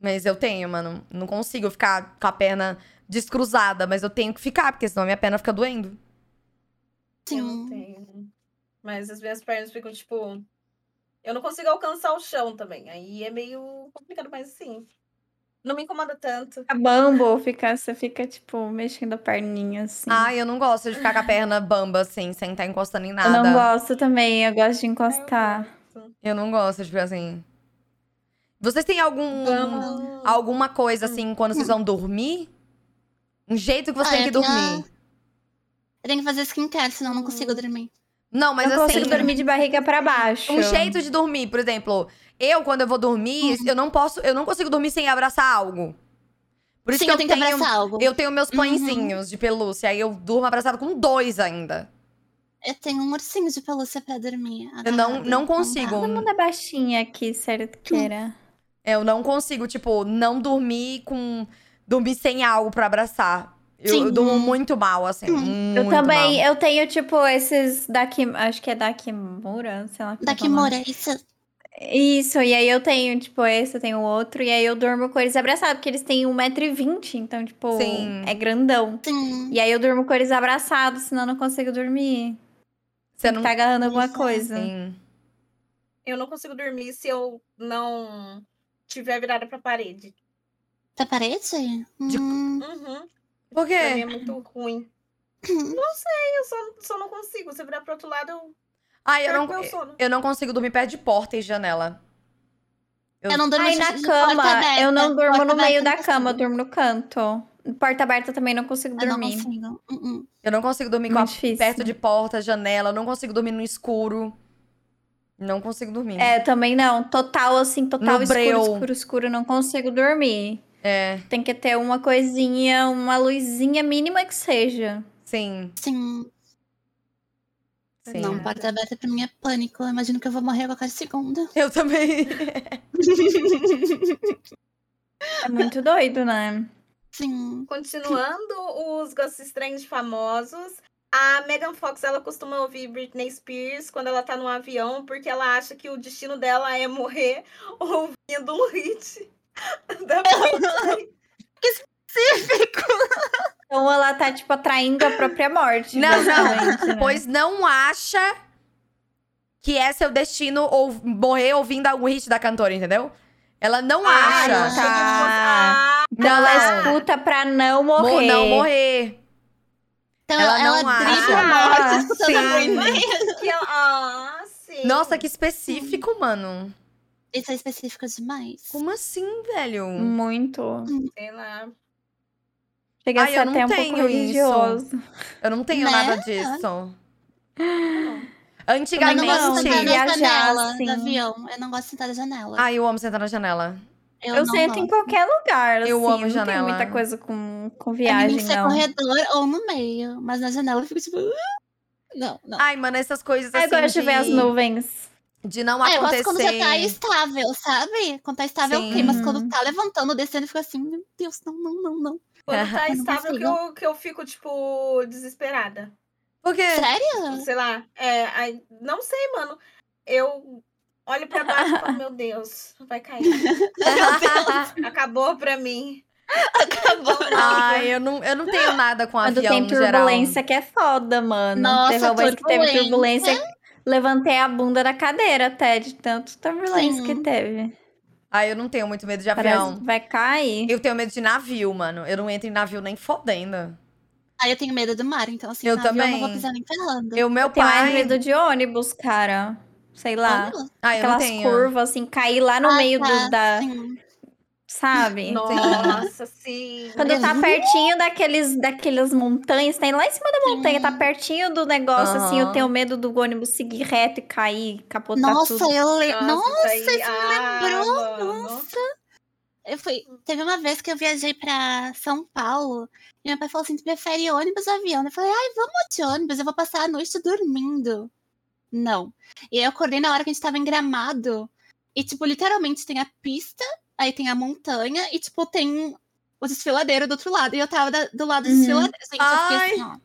S2: Mas eu tenho, mano. Não consigo ficar com a perna descruzada, mas eu tenho que ficar, porque senão a minha perna fica doendo.
S4: Eu não
S3: Sim.
S4: tenho. Mas as minhas pernas ficam, tipo. Eu não consigo alcançar o chão também. Aí é meio complicado, mas assim. Não me incomoda tanto.
S1: A Bumble fica, você fica, tipo, mexendo a perninha, assim.
S2: Ai, eu não gosto de ficar com a perna bamba, assim, sem estar encostando em nada.
S1: eu não gosto também, eu gosto de encostar.
S2: Eu não gosto de ficar assim. Vocês têm algum
S4: Vamos.
S2: alguma coisa
S3: Hum.
S2: assim quando vocês vão dormir? Um jeito que você
S3: Ah,
S2: tem que
S3: eu tenho a-
S2: dormir.
S3: Eu tenho que fazer skincare, senão eu não consigo dormir.
S2: Não, mas
S1: eu
S2: assim,
S1: consigo dormir de barriga pra baixo.
S2: um jeito de dormir, por exemplo, eu quando eu vou dormir,
S3: Uhum.
S2: eu não posso, eu não consigo dormir sem abraçar algo. Por isso
S3: Sim,
S2: que eu,
S3: eu tenho que abraçar algo. Uhum.
S2: Eu tenho meus pãezinhos de pelúcia, aí eu durmo abraçado com dois ainda.
S3: Eu tenho um ursinho de pelúcia pra dormir.
S2: Eu não,
S3: agarrado.
S2: não
S3: dá.
S2: consigo.
S1: Todo mundo é baixinha aqui, certeira.
S2: Eu não consigo, tipo, não dormir com. dormir sem algo pra abraçar. Eu,
S3: Sim.
S2: eu durmo muito mal, assim.
S1: Eu
S2: muito
S1: também,
S2: mal.
S1: eu tenho, tipo, esses daqui, acho que é Dakimura, sei lá. como
S3: Da
S1: é que é o nome.
S3: Kimura, isso.
S1: Isso, e aí eu tenho, tipo, esse, eu tenho outro, e aí eu durmo com eles abraçados, porque eles têm 1,20m, então, tipo,
S2: Sim.
S1: é grandão.
S3: Sim.
S1: E aí eu durmo com eles abraçados, senão eu não consigo dormir.
S2: Você
S1: Tem
S2: não
S1: que tá agarrando alguma
S3: Exato.
S1: coisa.
S2: tem.
S4: Eu não consigo dormir se eu não tiver virada pra parede.
S3: Pra parede?
S2: De-
S3: Hum,
S4: Uhum.
S2: Por
S4: Pra mim é
S2: quê?
S4: muito ruim. Não sei, eu só, só não consigo. Se eu virar pro outro lado, eu
S2: Ai, eu
S4: perco
S2: não,
S4: meu sono.
S2: eu não consigo dormir perto de porta e janela. Eu-
S3: Eu não durmo
S1: Aí
S3: de-
S1: na
S3: de
S1: cama,
S3: porta aberta.
S1: eu não durmo
S3: Porta
S1: no
S3: aberta
S1: meio
S3: eu
S1: da
S3: não
S1: cama, eu
S3: consigo.
S1: durmo no canto. Porta aberta também não consigo
S3: Eu não
S1: dormir.
S3: consigo. Hum, hum.
S2: Eu não consigo dormir com a,
S1: Muito difícil.
S2: perto de porta, janela, eu não consigo dormir no escuro. Não consigo dormir.
S1: É, também não. Total, assim, total
S2: No
S1: escuro,
S2: breu.
S1: escuro, escuro, não consigo dormir.
S2: É,
S1: Tem que ter uma coisinha, uma luzinha mínima que seja.
S2: sim,
S3: Sim.
S2: sim.
S3: Não, porta aberta pra mim é pânico. Eu imagino que eu vou morrer a qualquer segundo.
S2: Eu também.
S1: É muito doido, né?
S3: Sim.
S4: Continuando os gostos estranhos de famosos, a Megan Fox ela costuma ouvir Britney Spears quando ela tá num avião, porque ela acha que o destino dela é morrer ouvindo um hit da Britney.
S1: Então ela tá, tipo, atraindo a própria morte.
S2: Não,
S1: basicamente, né?
S2: não. Pois não acha que é seu destino ou morrer ouvindo algum hit da cantora, entendeu? Ela não
S4: Ah,
S1: ela
S2: acha.
S1: tá-
S3: Ah,
S4: tá.
S1: Então ela escuta pra não morrer.
S2: Mo- não morrer.
S3: Então
S2: Ela
S3: ela,
S2: não
S3: dribla a
S1: acha.
S3: morte escutando a
S2: Sim.
S3: Britney.
S4: Que ela... Ah, sim.
S2: Nossa, que específico, mano.
S3: Isso é específico demais.
S2: Como assim, velho?
S3: Hum.
S1: Muito.
S4: Sei lá.
S1: Chega a
S2: Ai,
S1: ser
S2: eu não
S1: até um pouco
S2: tenho isso.
S1: religioso.
S2: Eu não tenho
S3: Né?
S2: nada disso.
S3: Eu não
S2: Antigamente.
S3: gosto de sentar na
S1: Viajar,
S3: janela
S1: assim.
S3: do avião. Eu não gosto de sentar na janela.
S2: Ai, eu amo sentar na janela.
S1: Eu,
S3: não
S1: sento em
S3: gosto.
S1: qualquer lugar.
S2: Eu
S1: assim,
S2: amo
S1: não
S2: janela.
S1: Tem muita coisa com, com
S3: Pra mim, tem
S1: viagem,
S3: É que ser
S1: não.
S3: corredor ou no meio. Mas na janela eu fico tipo... "Ah". Não, não.
S2: Ai, mano, essas coisas
S1: Ah,
S2: assim.
S1: eu gosto de ver as nuvens.
S2: de não
S3: Ah, eu
S2: acontecer.
S3: gosto quando já tá estável, sabe? Quando tá estável, ok. Mas
S1: Sim.
S3: quando tá levantando, descendo, fica assim... Meu Deus, não, não, não, não.
S4: Quando tá
S3: Eu não
S4: estável que
S3: consigo.
S4: eu, que eu fico, tipo, desesperada.
S2: Por quê?
S3: Sério?
S4: Sei lá. É, ai, não sei, mano. Eu olho pra baixo e falo, meu Deus, vai cair. Acabou pra mim.
S3: Acabou.
S2: Ai, eu não, eu não tenho nada com
S1: Quando
S2: avião
S1: tem
S2: no geral.
S1: turbulência que é foda, mano.
S3: Nossa,
S1: teve uma vez que teve
S3: turbulência.
S1: turbulência. Levantei a bunda da cadeira até de tanto turbulência que
S3: Sim.
S1: teve.
S2: Ai, eu não tenho muito medo de
S1: Parece
S2: avião.
S1: que vai cair.
S2: Eu tenho medo de navio, mano. Eu não entro em navio nem fodendo.
S3: Aí eu tenho medo do mar, então assim,
S2: Eu
S3: no avião eu não vou
S2: também.
S3: pisar nem ferrando.
S2: Eu, meu
S1: Tenho mais
S2: pai.
S1: medo um de ônibus, cara. Sei lá.
S3: Olha,
S2: Ai, eu não
S1: Aquelas
S2: tenho.
S1: curvas, assim, cair lá no
S3: Ah,
S1: meio
S3: tá,
S1: do, da.
S3: assim,
S1: Sabe?
S4: Nossa, sim.
S1: Quando tá
S3: Uhum.
S1: pertinho daqueles, daquelas montanhas, tem lá em cima da montanha, tá pertinho do negócio, assim, eu
S2: Aham.
S1: tenho medo do ônibus seguir reto e cair, capotar
S3: Nossa,
S1: tudo.
S3: eu lembro. Nossa,
S4: isso aí-
S3: isso me
S4: Ah,
S3: lembrou.
S4: mano.
S3: Nossa. eu fui. Teve uma vez que eu viajei pra São Paulo e meu pai falou assim: tu prefere ônibus ou avião? Eu falei, ai, vamos de ônibus, eu vou passar a noite dormindo. Não. E aí eu acordei na hora que a gente tava em gramado. E, tipo, literalmente tem a pista, aí tem a montanha e, tipo, tem o desfiladeiro do outro lado. E eu tava da- do lado do
S1: Uhum.
S3: desfiladeiro. Gente, eu fiquei
S2: Ai.
S3: assim, ó.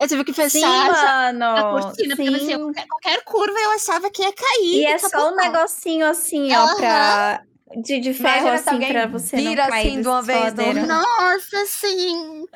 S3: Eu tive que
S1: Sim,
S3: fechar a a
S1: mano.
S3: cortina, porque assim,
S1: Sim.
S3: qualquer, qualquer curva eu achava que ia cair. tá
S1: E é
S3: capotar.
S1: só um negocinho assim, ó,
S3: Aham.
S1: pra. De, de ferro,
S2: Imagina se
S1: assim,
S2: Né, alguém
S1: pra você
S2: vira
S1: não cair
S2: assim de
S1: do
S2: uma vez, não.
S1: escaladeiro.
S3: Nossa, sim!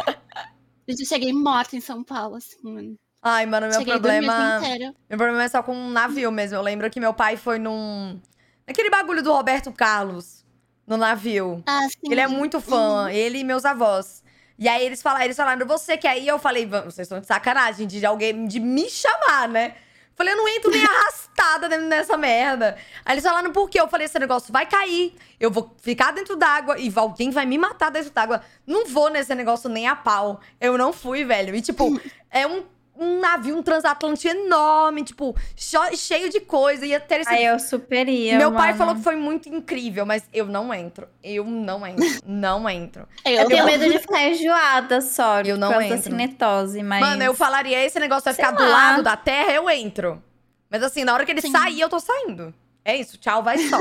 S3: Gente, eu cheguei morta em São Paulo, assim, mano.
S2: Ai, mano, meu
S3: cheguei a dormir o
S2: problema.
S3: dia inteiro.
S2: Meu problema é só com um navio mesmo. Eu lembro que meu pai foi num. Naquele bagulho do Roberto Carlos, no navio.
S3: Ah, sim.
S2: Ele é muito fã, ele e meus avós. E aí eles falaram, eles falaram, você quer ir? Eu falei, "Vamos, vocês estão de sacanagem de alguém de me chamar, né? Falei, eu não entro nem arrastada dentro dessa merda. Aí eles falaram, por quê? Eu falei, esse negócio vai cair, eu vou ficar dentro d'água e alguém vai me matar dentro d'água. Não vou nesse negócio nem a pau. Eu não fui, velho. E tipo, é um, um navio, um transatlântico enorme, tipo, cho- cheio de coisa. E até esse
S1: Aí eu superia.
S2: meu pai
S1: mano.
S2: falou que foi muito incrível, mas eu não entro. Eu não entro. não entro.
S3: Eu,
S1: Eu tenho
S3: eu-
S1: medo de ficar enjoada só.
S2: Eu não
S1: por causa da
S2: entro.
S1: cinetose, mas.
S2: Mano, eu falaria, esse negócio vai
S1: Sei
S2: ficar do
S1: lá.
S2: lado da terra, eu entro. Mas assim, na hora que ele
S3: Sim.
S2: sair, eu tô saindo. É isso, tchau, vai só.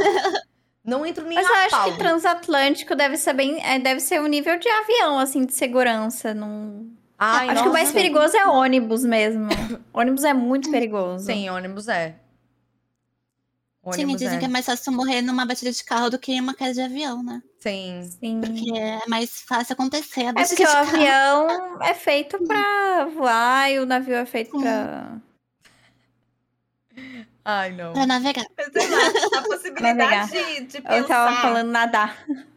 S2: não entro nem
S1: Mas
S2: a
S1: eu acho
S2: pau.
S1: que transatlântico deve ser bem. é, Deve ser um nível de avião, assim, de segurança. Não...
S2: Ai,
S1: acho que o mais
S2: nossa.
S1: perigoso é ônibus mesmo. ônibus é muito perigoso.
S2: Sim, ônibus é.
S3: Sim,
S2: Ônibus
S3: dizem que é
S2: é.
S3: mais fácil tu morrer numa batida de carro do que em uma queda de avião, né?
S1: é-
S2: Sim.
S1: Sim.
S3: Porque é mais fácil acontecer a
S1: É
S3: batida
S1: porque
S3: de
S1: o
S3: carro.
S1: avião é feito pra voar e o navio é feito pra.
S2: Ai, não.
S3: Pra navegar.
S4: Mas, sei lá, a
S1: Navegar.
S4: possibilidade de, de pensar
S1: Eu tava falando nadar.
S4: que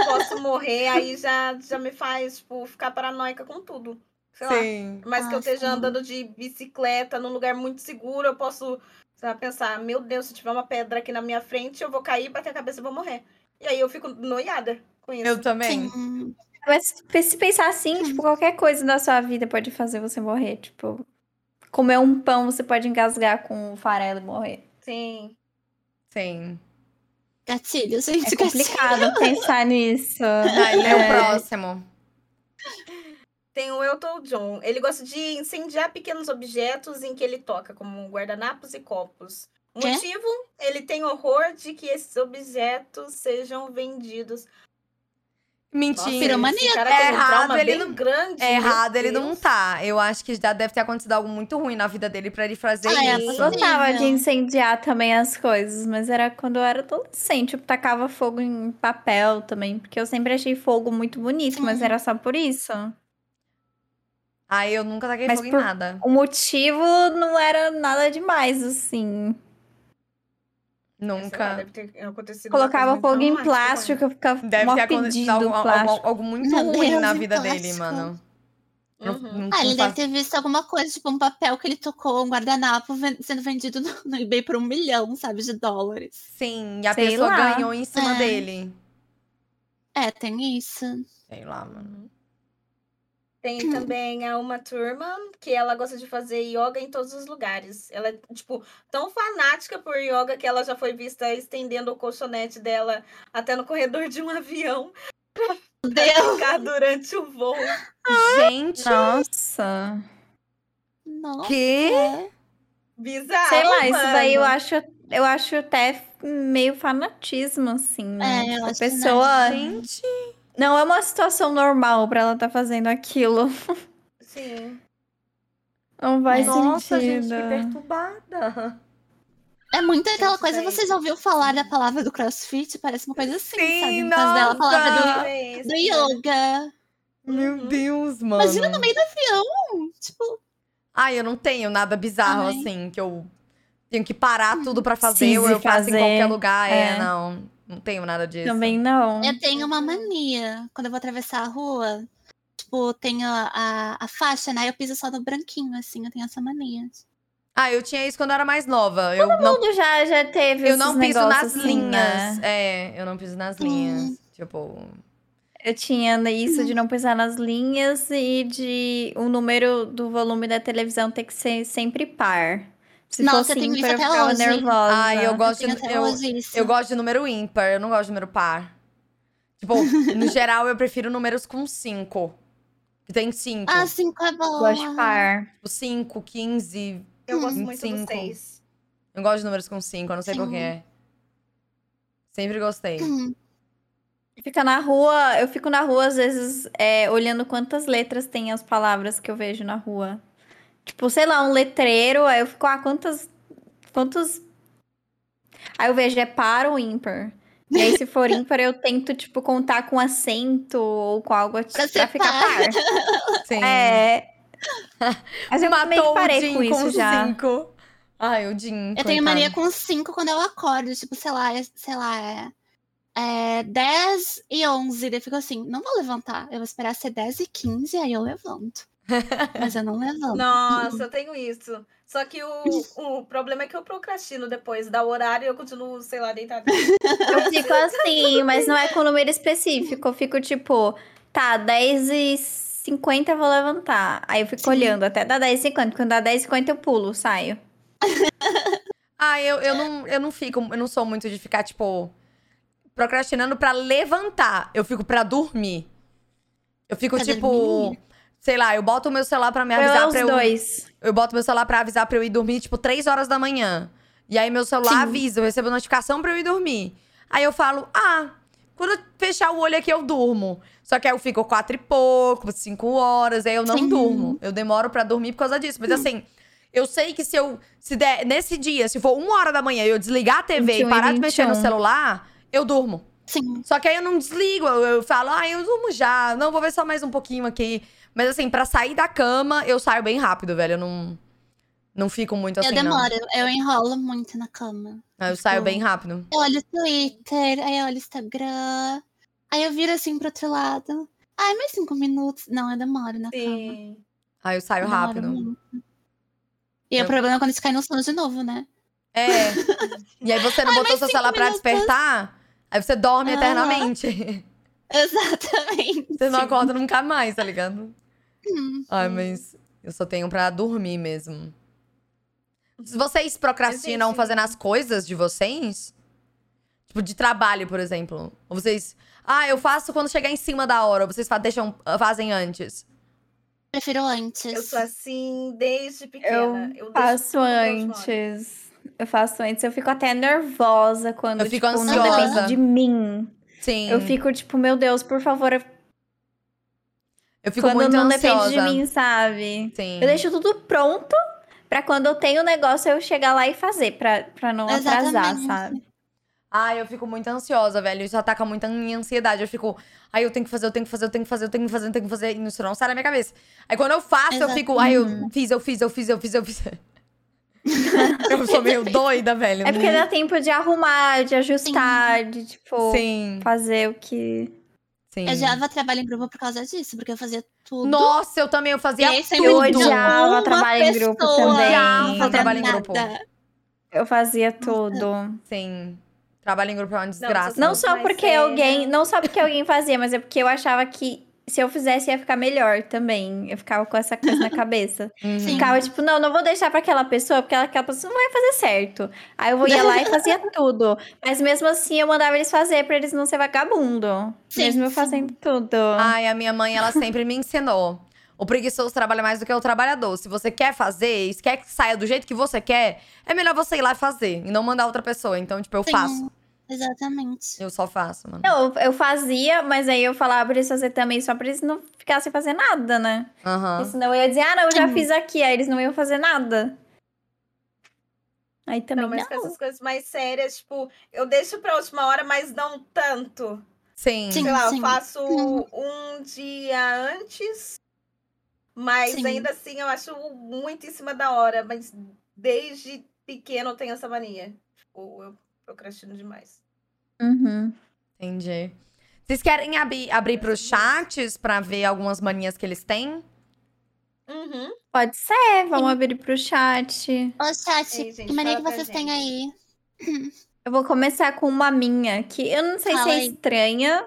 S4: eu posso morrer, aí já, já me faz, tipo, ficar paranoica com tudo. Sei lá.
S2: Sim.
S4: Mas que eu
S3: Ah, sim.
S4: esteja andando de bicicleta num lugar muito seguro, eu posso sei lá, pensar, meu Deus, se tiver uma pedra aqui na minha frente, eu vou cair, bater a cabeça e vou morrer. E aí eu fico noiada com isso.
S2: Eu também.
S3: Sim.
S1: Mas se pensar assim, tipo, qualquer coisa na sua vida pode fazer você morrer. Tipo, comer um pão, você pode engasgar com um farelo e morrer.
S4: Sim.
S2: Sim.
S3: Gatilho, gente.
S1: É
S3: gatilho.
S1: complicado pensar nisso.
S2: Ai, lê
S1: É.
S2: o próximo.
S4: Tem o Elton John. Ele gosta de incendiar pequenos objetos em que ele toca, como guardanapos e copos. O
S3: Quê?
S4: Motivo? Ele tem horror de que esses objetos sejam vendidos. Nossa,
S2: Mentira.
S3: Piromaníaco.
S4: esse cara
S2: É
S4: tem um
S2: errado,
S4: trauma
S2: ele
S4: bem
S2: não-
S4: grande.
S2: É
S4: meu
S2: errado, ele não
S4: Deus.
S2: tá. Eu acho que já deve ter acontecido algo muito ruim na vida dele pra ele fazer
S3: Ah, é,
S1: Eu
S2: isso.
S3: possível.
S1: gostava de incendiar também as coisas, mas era quando eu era adolescente. Eu tacava fogo em papel também, porque eu sempre achei fogo muito bonito, mas
S3: Uhum.
S1: era só por isso.
S2: Aí eu nunca taquei
S1: Mas
S2: fogo
S1: por-
S2: em nada.
S1: O motivo não era nada demais, assim.
S4: Sei lá,
S2: Nunca.
S4: deve ter acontecido uma
S1: Colocava
S4: coisa muito
S1: fogo em
S4: traumática com ele.
S1: plástico, eu ficava
S2: Deve
S1: mó
S2: ter acontecido
S1: pedido
S2: algo, algo-
S1: plástico.
S2: algo muito
S3: Meu
S2: ruim
S3: Deus,
S2: na
S3: em
S2: vida dele,
S3: plástico.
S2: mano. Não-
S4: Uhum.
S2: não-
S3: Ah, ele
S2: não
S3: deve
S2: faz-
S3: ter visto alguma coisa, tipo um papel que ele tocou, um guardanapo ven- sendo vendido no, no eBay por um milhão, sabe, de dólares.
S2: Sim, e a
S1: Sei
S2: pessoa
S1: lá.
S2: ganhou em cima
S3: É.
S2: dele.
S3: É, tem isso.
S2: Sei lá, mano.
S4: Tem também a uma turma que ela gosta de fazer yoga em todos os lugares. Ela é, tipo, tão fanática por yoga que ela já foi vista estendendo o colchonete dela até no corredor de um avião
S3: Meu
S4: pra
S3: Deus!
S4: ficar durante o voo.
S2: Gente,
S1: Nossa.
S3: Nossa.
S2: que?
S4: Bizarro.
S1: Sei lá, isso daí eu
S4: mano.
S1: acho, eu acho até meio fanatismo, assim, né?
S3: É, eu
S1: Tipo,
S3: acho
S1: a
S3: que não.
S1: pessoa.
S2: Gente.
S1: Não é uma situação normal pra ela estar fazendo aquilo.
S4: Sim.
S1: Não faz
S2: Nossa,
S1: sentido.
S2: gente, que perturbada.
S3: É muito
S2: Então,
S3: aquela
S4: Gente,
S3: coisa,
S4: daí-
S3: vocês já ouviram falar da palavra do crossfit? Parece uma coisa assim,
S2: Sim,
S3: sabe? No caso dela, a
S1: é
S2: nossa!
S3: palavra
S4: Fez,
S3: do, do
S4: né?
S3: yoga.
S4: Uhum.
S2: Meu Deus, mano.
S3: Imagina no meio do avião. Tipo,
S2: Ai, eu não tenho nada bizarro,
S3: Ai.
S2: assim, que eu tenho que parar tudo pra fazer,
S1: Sim,
S2: ou
S1: se
S2: eu faço em
S1: fazer,
S2: qualquer lugar. É,
S1: é.
S2: não. Não tenho nada disso.
S1: Também não.
S3: eu tenho uma mania quando eu vou atravessar a rua. Tipo, tenho a, a, a faixa, né? Eu piso só no branquinho, assim, eu tenho essa mania.
S2: Ah, eu tinha isso quando eu era mais nova. Eu não,
S1: Todo mundo já, já teve
S2: eu não
S1: esses
S2: piso
S1: negócios
S2: nas
S1: assim,
S2: linhas.
S1: né?
S2: É, eu não piso nas linhas. Tipo.
S1: Eu tinha isso de não pisar nas linhas e de o número do volume da televisão ter que ser sempre par. Se
S3: Nossa,
S1: fosse
S3: eu tenho isso
S1: ímpar, eu
S3: até
S1: ficava
S3: hoje.
S1: nervosa.
S2: Ai, eu gosto,
S3: Tenho
S2: de,
S3: até
S2: eu,
S3: hoje isso.
S2: eu gosto de número ímpar, eu não gosto de número par. Tipo, no geral, eu prefiro números com 5. Que tem 5.
S3: Ah, cinco é bom.
S1: Gosto de par.
S2: Tipo, 5, 15.
S4: Eu gosto muito dos
S2: Cinco.
S4: seis.
S2: Eu gosto de números com 5, eu não sei
S3: Sim.
S2: porquê. Sempre gostei.
S3: Hum,
S1: Fica na rua, eu fico na rua às vezes é, olhando quantas letras tem as palavras que eu vejo na rua. Tipo, sei lá, um letreiro, aí eu fico, ah, quantas. Quantos. Aí eu vejo, é par ou ímpar? E aí, se for ímpar, eu tento, tipo, contar com acento ou com algo assim
S3: Pra
S1: pra,
S3: ser
S1: ficar
S3: par.
S1: par.
S2: Sim.
S1: É. Mas eu meio que
S2: Matou o
S1: parei
S2: Jim
S1: com isso
S2: com
S1: já.
S2: 5. Ai, o Jim.
S3: Eu tenho
S2: coitado.
S3: mania com cinco quando eu acordo. Tipo, sei lá, é- sei lá, é. É 10 e 11. Daí eu fico assim, não vou levantar. Eu vou esperar ser 10 e 15, aí eu levanto. Mas eu não levanto.
S4: Nossa, eu tenho isso. Só que o, o problema é que eu procrastino depois. Dá o horário e eu continuo, sei lá, deitada.
S1: Eu fico assim, mas não é com número específico. Eu fico tipo, tá, 10 e 50 eu vou levantar. Aí eu fico
S3: Sim.
S1: olhando até dar 10 e 50. Quando dá 10 e 50 eu pulo, saio.
S2: Ah, eu, eu, não, eu não fico, eu não sou muito de ficar, tipo, procrastinando pra levantar. Eu fico pra dormir. Eu fico,
S3: Pra
S2: tipo,
S3: dormir?
S2: sei lá, eu boto o meu celular pra me
S1: Eu é
S2: avisar
S1: os
S2: pra eu.
S1: dois.
S2: Eu boto meu celular pra avisar pra eu ir dormir, tipo, 3 horas da manhã. E aí meu celular
S3: Sim.
S2: avisa, eu recebo notificação pra eu ir dormir. Aí eu falo, ah, quando eu fechar o olho aqui eu durmo. Só que aí eu fico quatro e pouco, cinco horas, aí eu não
S3: Sim.
S2: durmo. Eu demoro pra dormir por causa disso. Mas assim, eu sei que se eu. Se der, nesse dia, se for uma hora da manhã e eu desligar a TV
S1: 21
S2: e
S3: Então,
S1: e
S2: parar de mexer no
S1: 21.
S2: celular, eu durmo.
S3: Sim,
S2: Só que aí eu não desligo, eu, eu falo, ah, eu durmo já, não, vou ver só mais um pouquinho aqui. Mas assim, pra sair da cama, eu saio bem rápido, velho. Eu não, não fico muito assim,
S3: eu demoro. Eu enrolo muito na cama.
S2: não. Eu saio
S3: tipo-
S2: bem rápido.
S3: Eu olho o Twitter, aí eu olho o Instagram. Aí eu viro assim pro outro lado. Ai, mais cinco minutos. Não, eu demoro na cama.
S4: Sim. é
S2: Aí eu saio
S3: Eu demoro
S2: rápido.
S3: muito. E
S2: Eu-
S3: o problema é quando isso cai no sono de novo, né?
S2: É. E aí você não botou seu celular pra despertar, aí você dorme
S3: Ah.
S2: eternamente.
S3: Exatamente.
S2: Você não acorda nunca mais, tá ligado?
S1: Hum,
S2: Ai, mas eu só tenho pra dormir mesmo. Vocês procrastinam
S4: Gente.
S2: fazendo as coisas de vocês? Tipo, de trabalho, por exemplo. Ou vocês. Ah, eu faço quando chegar em cima da hora. Ou vocês fa- deixam, fazem antes.
S3: Prefiro antes.
S4: Eu sou assim desde
S1: Eu
S4: pequena. Eu,
S1: faço
S4: deixo tudo pra última hora.
S1: antes. Eu faço antes. Eu fico até nervosa quando
S2: Eu fico
S1: tipo, não
S2: ansiosa.
S1: depende de mim.
S2: Sim.
S1: Eu fico tipo, meu Deus, por favor,
S2: eu fico
S1: quando
S2: muito
S1: não
S2: ansiosa.
S1: depende de mim, sabe?
S2: Sim.
S1: Eu deixo tudo pronto pra quando eu tenho o negócio eu chegar lá e fazer, pra, pra não atrasar,
S3: Exatamente.
S1: sabe?
S2: Ai, eu fico muito ansiosa, velho. Isso ataca muito a minha ansiedade. Eu fico, ai, eu tenho que fazer, eu tenho que fazer, eu tenho que fazer, eu tenho que fazer, eu tenho que fazer. E isso não sai da minha cabeça. Aí quando eu faço, eu
S3: Exato.
S2: fico, ai, eu fiz, eu fiz, eu fiz, eu fiz, eu fiz. eu sou meio doida, velho.
S1: É porque dá tempo de arrumar, de ajustar, de tipo,
S2: Sim,
S1: fazer o que.
S2: sim.
S3: Eu já trabalho em grupo por causa disso, porque eu fazia tudo.
S2: Nossa, eu também, eu fazia
S3: E aí sempre
S1: Eu
S2: tudo.
S3: tinha
S1: odiava
S3: uma
S1: trabalho em grupo
S3: pessoa
S1: também.
S3: pra
S1: Odiava
S2: trabalho em
S3: nada.
S2: grupo.
S1: Eu fazia tudo.
S2: Sim. Trabalho em grupo é uma desgraça.
S1: Não
S4: Nossa,
S1: só
S4: mas
S1: porque
S4: era-
S1: alguém. Não só porque alguém fazia, mas é porque eu achava que se eu fizesse ia ficar melhor também. Eu ficava com essa coisa na cabeça.
S2: Uhum.
S3: Sim.
S1: Ficava tipo, não, não vou deixar pra aquela pessoa, porque ela- aquela pessoa não vai fazer certo. Aí eu ia lá e fazia tudo. Mas mesmo assim eu mandava eles fazer pra eles não ser vagabundo.
S3: Sim,
S1: mesmo eu
S3: sim.
S1: fazendo tudo.
S2: Ai, a minha mãe, ela sempre me ensinou. O preguiçoso trabalha mais do que o trabalhador. Se você quer fazer, e quer que saia do jeito que você quer, é melhor você ir lá fazer e não mandar outra pessoa. Então, tipo, eu
S3: Sim.
S2: faço.
S3: Exatamente.
S2: Eu só faço, mano.
S1: Não, eu fazia, mas aí eu falava pra eles fazer também, só pra eles não ficarem sem fazer nada, né?
S2: Aham.
S1: Porque senão eu ia dizer, ah, não, eu já
S3: Sim.
S1: fiz aqui, aí eles não iam fazer nada. Aí também
S4: Não,
S1: não.
S4: mas com essas coisas mais sérias, tipo, eu deixo pra última hora, mas não tanto.
S2: Sim.
S3: Sim.
S4: Sei lá,
S3: sim.
S4: eu faço
S3: Uhum.
S4: um dia antes, mas
S3: Sim.
S4: ainda assim eu acho muito em cima da hora. Mas desde pequeno eu tenho essa mania. Ou eu procrastino demais.
S1: Uhum.
S2: Entendi. Vocês querem abrir, abrir pros chats pra ver algumas manias que eles têm?
S4: Uhum.
S1: Pode ser, vamos
S3: Sim.
S1: abrir pro chat.
S3: Ô, chat,
S4: Ei, gente,
S3: que mania que
S4: fala pra
S3: vocês têm
S4: gente.
S3: aí?
S1: Eu vou começar com uma minha, que eu não sei
S3: Fala
S1: se é
S3: aí.
S1: estranha,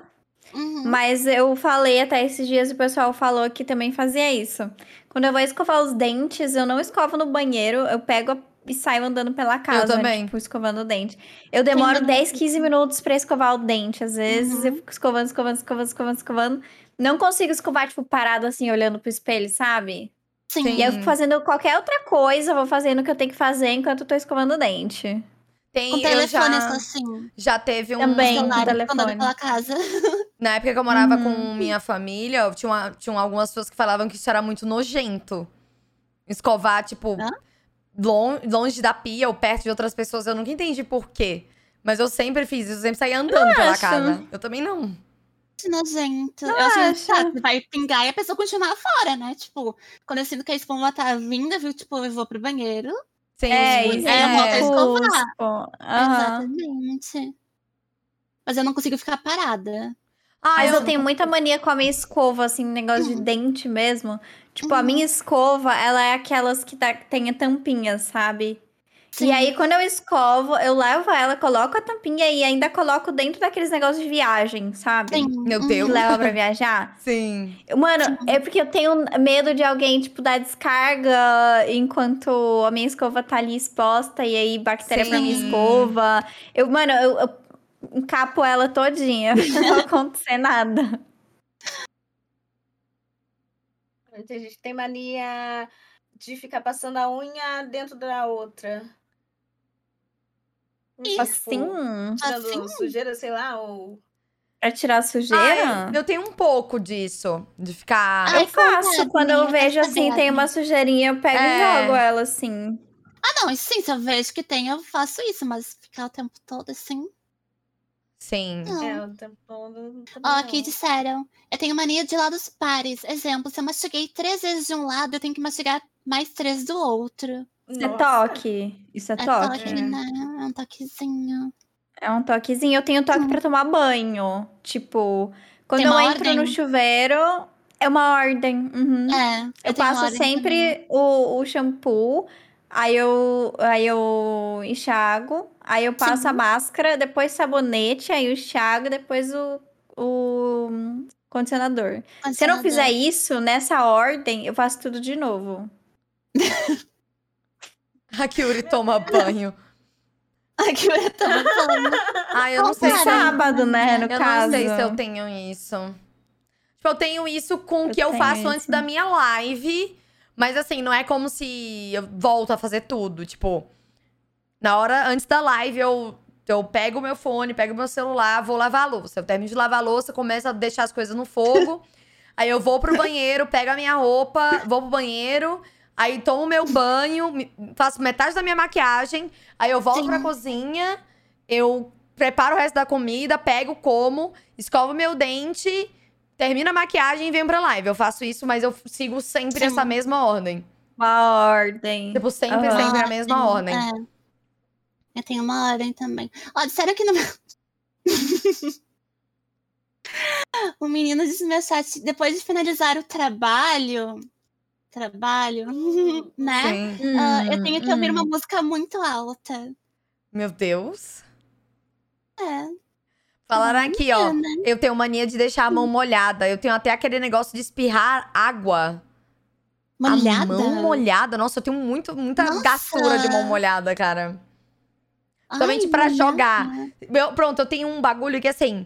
S3: Uhum.
S1: mas eu falei até esses dias e o pessoal falou que também fazia isso. Quando eu vou escovar os dentes, eu não escovo no banheiro, eu pego a- e saio andando pela casa,
S2: também.
S1: tipo, escovando o dente. Eu demoro
S3: Sim.
S1: 10, 15 minutos pra escovar o dente. Às vezes eu fico escovando, escovando, escovando, escovando, escovando. Não consigo escovar, tipo, parado assim, olhando pro espelho, sabe?
S3: Sim.
S2: Sim.
S1: E aí eu fico fazendo qualquer outra coisa, eu vou fazendo o que eu tenho que fazer enquanto eu tô escovando o dente.
S2: Tem,
S3: Com
S2: eu
S3: telefone,
S2: já,
S3: assim.
S2: já teve um...
S1: Também. Tem, com
S3: celular
S1: telefone.
S3: andando pela casa.
S2: Na época que eu morava com
S3: Hum.
S1: Uhum.
S2: minha família, eu tinha, uma- tinha algumas pessoas que falavam que isso era muito nojento. Escovar, tipo,
S3: Hã?
S2: lon- longe da pia ou perto de outras pessoas. Eu nunca entendi por quê. Mas eu sempre fiz isso, eu sempre saía andando pela
S1: acho.
S2: casa. Eu também não.
S3: Que nojento.
S1: Não
S3: eu acho muito
S1: acha?
S3: chato. Vai pingar e a pessoa continuar fora, né? Tipo, quando eu sinto que a espuma tá vindo, viu? Tipo, eu vou pro banheiro.
S2: Sem
S3: isso é uma coisa- escovar.
S1: tipo, aham.
S3: Exatamente. Mas eu não consigo ficar parada.
S2: Ah,
S1: Mas
S2: eu,
S1: eu tenho muita mania com a minha escova, assim, negócio de dente mesmo. Tipo, a minha escova, ela é aquelas que tá, tem a tampinha, sabe? E aí, quando eu escovo, eu levo ela, coloco a tampinha e ainda coloco dentro daqueles negócios de viagem, sabe?
S3: Sim.
S2: Meu
S3: Uhum.
S1: Que
S2: Deus.
S1: leva pra viajar.
S2: Sim.
S1: Mano, é porque eu tenho medo de alguém, tipo, dar descarga enquanto a minha escova tá ali exposta e aí bactéria pra minha
S2: Sim.
S1: escova. Eu, mano, eu, eu encapo ela todinha pra não acontecer nada.
S4: A gente tem mania de ficar passando a unha dentro da outra. Tipo,
S1: Assim,
S4: Tirando
S3: Assim?
S4: sujeira, sei lá, ou...
S1: pra tirar a sujeira?
S2: Ai, eu tenho um pouco disso. De ficar.
S3: Ai,
S1: eu faço.
S3: verdade,
S1: Quando eu
S3: é
S1: vejo assim, tem
S3: verdade.
S1: uma sujeirinha, eu pego
S2: É.
S1: e jogo ela assim.
S3: Ah, não, isso sim, se eu vejo que tem, eu faço isso, mas ficar o tempo todo assim.
S2: Sim.
S3: Não.
S4: É, o tempo todo... também
S3: Ó,
S4: não.
S3: aqui disseram. Eu tenho mania de lados pares. Exemplo, se eu mastiguei três vezes de um lado, eu tenho que mastigar mais três do outro.
S1: Isso é
S4: Nossa.
S1: toque. Isso é,
S3: É
S1: toque.
S3: toque, né? É um toquezinho.
S1: É um toquezinho. Eu tenho toque pra tomar banho. Tipo, quando
S3: Tá. Tem
S1: eu
S3: uma
S1: entro no
S3: ordem?
S1: chuveiro, é uma ordem. Uhum.
S3: É.
S1: Eu,
S3: tenho
S1: passo
S3: ordem também.
S1: sempre o, o shampoo, aí eu, aí eu enxago, aí eu passo a
S3: Sim.
S1: máscara, depois sabonete, aí eu enxago, depois o, o hum, condicionador. Se eu não fizer isso, nessa ordem, eu faço tudo de novo.
S2: A Kyuri toma banho.
S3: Aqui eu tô falando.
S2: Ai, eu não
S3: Qual
S2: sei
S1: No
S2: se
S3: Cara,
S2: é
S1: sábado, né, no
S2: eu
S1: caso.
S2: não sei se eu tenho isso. Tipo, eu tenho isso com o
S1: Eu
S2: que eu
S1: tenho
S2: faço
S1: isso.
S2: antes da minha live. Mas assim, não é como se eu volto a fazer tudo. Tipo, na hora antes da live, eu, eu pego o meu fone, pego o meu celular, vou lavar a louça. Eu termino de lavar a louça, começo a deixar as coisas no fogo. aí eu vou pro banheiro, pego a minha roupa, vou pro banheiro. Aí tomo meu banho, me- faço metade da minha maquiagem. Aí eu volto
S3: Sim.
S2: pra cozinha, eu preparo o resto da comida, pego, como, escovo meu dente, termino a maquiagem e venho pra live. Eu faço isso, mas eu sigo sempre
S3: Sim.
S2: essa mesma ordem.
S1: Uma ordem.
S2: Tipo, sempre,
S1: Aham.
S2: sempre a mesma ordem.
S3: Ah, É. Eu tenho uma ordem também. Ó, disseram que no meu. o menino disse no meu chat, depois de finalizar o trabalho. Trabalho, né?
S2: Sim.
S3: Ah,
S1: Hum,
S3: eu tenho que ouvir
S1: hum.
S3: uma música muito alta.
S2: Meu Deus.
S3: É.
S2: Falaram
S3: Hum,
S2: aqui, ó.
S3: é, né?
S2: Eu tenho mania de deixar a mão molhada. Eu tenho até aquele negócio de espirrar água. A
S3: Molhada.
S2: mão molhada. Nossa, eu tenho muito, muita
S3: Nossa.
S2: gastura de mão molhada, cara.
S3: Ai,
S2: somente pra
S3: molhada.
S2: jogar. Meu- pronto, eu tenho um bagulho que assim.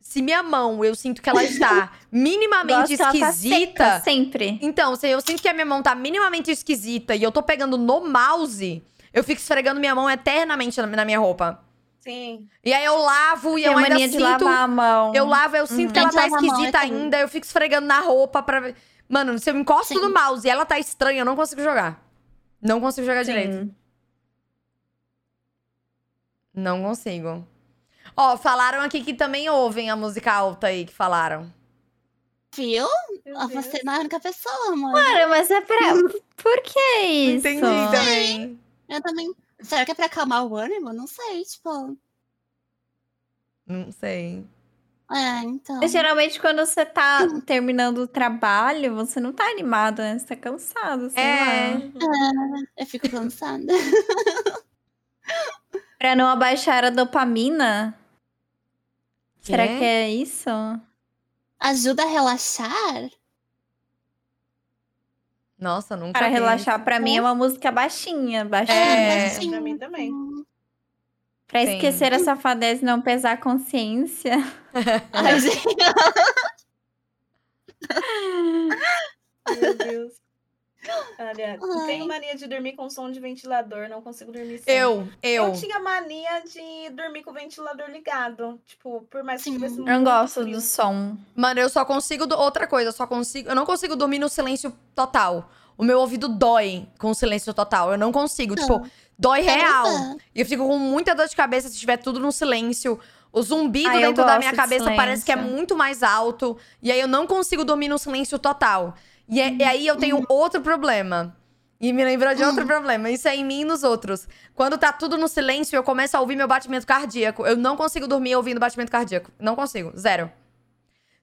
S2: Se minha mão, eu sinto que ela está minimamente
S1: Gosto, ela tá
S2: esquisita.
S1: seca sempre.
S2: Então, se eu sinto que a minha mão tá minimamente esquisita e eu tô pegando no mouse, eu fico esfregando minha mão eternamente na- na minha roupa.
S4: Sim.
S2: E aí eu lavo e
S1: Tenho
S2: eu ainda
S1: mania de
S2: sinto.
S1: lavar a mão. Uhum.
S2: Eu lavo, eu sinto que
S3: Tem
S2: ela
S3: que
S2: tá
S3: lavar a mão,
S2: esquisita
S3: é tudo.
S2: ainda, eu fico esfregando na roupa pra ver. Mano, se eu encosto
S3: Sim.
S2: no mouse e ela tá estranha, eu não consigo jogar. Não consigo jogar
S1: Sim.
S2: direito. Não consigo. Ó, falaram aqui que também ouvem a música alta aí que falaram.
S3: Viu?
S2: Uhum.
S4: Meu
S3: Ó,
S4: Deus.
S3: Você não é a única pessoa, amor.
S1: Cara, mas é pra... Por que isso?
S2: Entendi também.
S3: Eu também. Será que é pra acalmar o ânimo? Não sei, tipo.
S2: Não sei.
S3: É, então.
S1: Mas, Geralmente, quando você tá terminando o trabalho, você não tá animado, né? Você tá cansado, sei
S2: É.
S1: lá.
S3: Eu fico cansada.
S1: Pra não abaixar a dopamina. Será que é isso?
S3: Ajuda a relaxar?
S2: Nossa, nunca.
S1: Pra
S2: vi.
S1: relaxar, pra mim é uma música baixinha, baixinha.
S2: É.
S3: mas assim,
S4: Pra mim também.
S1: Pra
S2: Sim.
S1: esquecer a safadez e não pesar a consciência.
S3: É. ai, gente,
S4: Meu Deus. Olha,
S3: Ai.
S4: tenho mania de dormir com som de ventilador, não consigo dormir sem.
S2: Eu, eu.
S4: Eu tinha mania de dormir com o ventilador ligado. Tipo, por mais que
S3: Sim.
S4: tivesse
S1: Eu não gosto
S4: frio.
S1: do som.
S2: Mano, eu só consigo. do- Outra coisa, eu só consigo. Eu não consigo dormir no silêncio total. O meu ouvido dói com o silêncio total. Eu não consigo. Tipo, dói real.
S3: caramba.
S2: E eu fico com muita dor de cabeça se tiver tudo no silêncio. O zumbido
S1: Ah, eu
S2: dentro da minha
S1: gosto de
S2: cabeça parece que é
S1: silêncio.
S2: muito mais alto. E aí eu não consigo dormir no silêncio total. E, é- e aí eu
S1: Uhum.
S2: tenho outro problema. E me lembrou de outro problema. Isso é em mim e nos outros. Quando tá tudo no silêncio, eu começo a ouvir meu batimento cardíaco. Eu não consigo dormir ouvindo batimento cardíaco. Não consigo. Zero.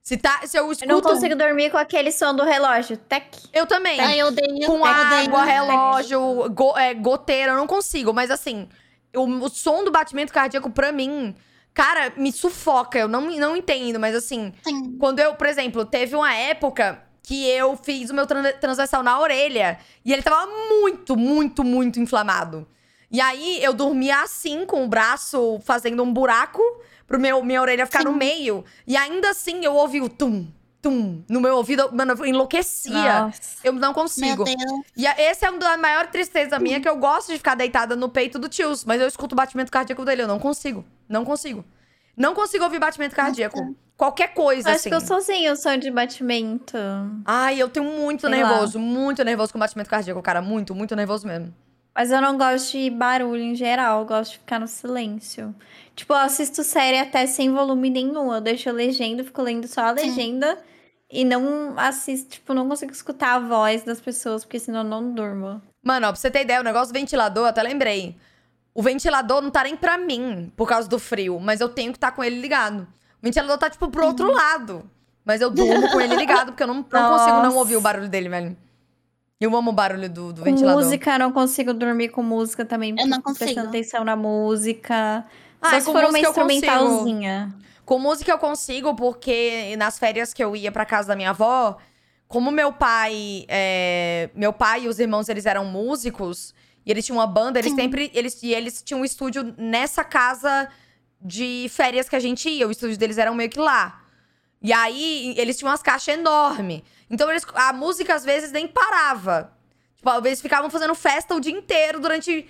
S2: Se, tá, se eu
S1: Eu
S2: escuto.
S1: não consigo Tá dormir com aquele som do relógio. Tec.
S2: Eu também
S3: Ai, eu odeio.
S2: com
S3: eu odeio.
S2: água, relógio, go, é, goteira, eu não consigo. Mas assim, o, o som do batimento cardíaco, pra mim, cara, me sufoca. Eu não, não entendo, mas assim,
S3: Sim.
S2: quando eu, por exemplo, teve uma época que eu fiz o meu tran- transversal na orelha e ele tava muito, muito, muito inflamado. E aí eu dormia assim, com o braço fazendo um buraco pro meu, minha orelha ficar no
S3: Sim.
S2: meio. E ainda assim eu ouvi o tum, tum no meu ouvido, mano, eu enlouquecia.
S1: Nossa.
S2: Eu não
S3: Meu
S2: consigo.
S3: Deus.
S2: E a- esse é uma da maior tristeza minha, que eu gosto de ficar deitada no peito do tios, mas eu escuto o batimento cardíaco dele. Eu não consigo. Não consigo. Não consigo ouvir batimento cardíaco. Qualquer coisa,
S1: Acho
S2: assim.
S1: que eu sozinho o som de batimento.
S2: Ai, eu tenho muito
S1: Sei
S2: nervoso, muito nervoso com batimento cardíaco, cara. Muito, muito nervoso mesmo.
S1: Mas eu não gosto de barulho em geral, eu gosto de ficar no silêncio. Tipo, eu assisto série até sem volume nenhum. Eu deixo a legenda, fico lendo só a legenda e não assisto, tipo, não consigo escutar a voz das pessoas, porque senão eu não durmo.
S2: Mano, ó, pra você ter ideia, o negócio do ventilador, eu até lembrei. O ventilador não tá nem pra mim, por causa do frio, mas eu tenho que estar tá com ele ligado. O ventilador tá, tipo, pro outro lado. Mas eu durmo com ele ligado, porque eu não, não consigo não
S1: Nossa.
S2: ouvir o barulho dele, velho. Eu amo o barulho do, do ventilador.
S1: Música, eu não consigo dormir com música também. porque
S3: não
S1: fico Prestando
S3: consigo.
S1: atenção na música.
S2: Ah,
S1: Só
S2: é
S1: se
S2: com
S1: for uma
S2: música eu consigo.
S1: instrumentalzinha.
S2: Com música eu consigo, porque nas férias que eu ia pra casa da minha avó, como meu pai, é, meu pai e os irmãos eles eram músicos e eles tinham uma banda, eles
S3: Sim.
S2: sempre eles e eles tinham um estúdio nessa casa de férias que a gente ia, o estúdio deles era meio que lá. E aí eles tinham umas caixas enormes. Então eles, a música às vezes nem parava. Tipo, às vezes ficavam fazendo festa o dia inteiro durante,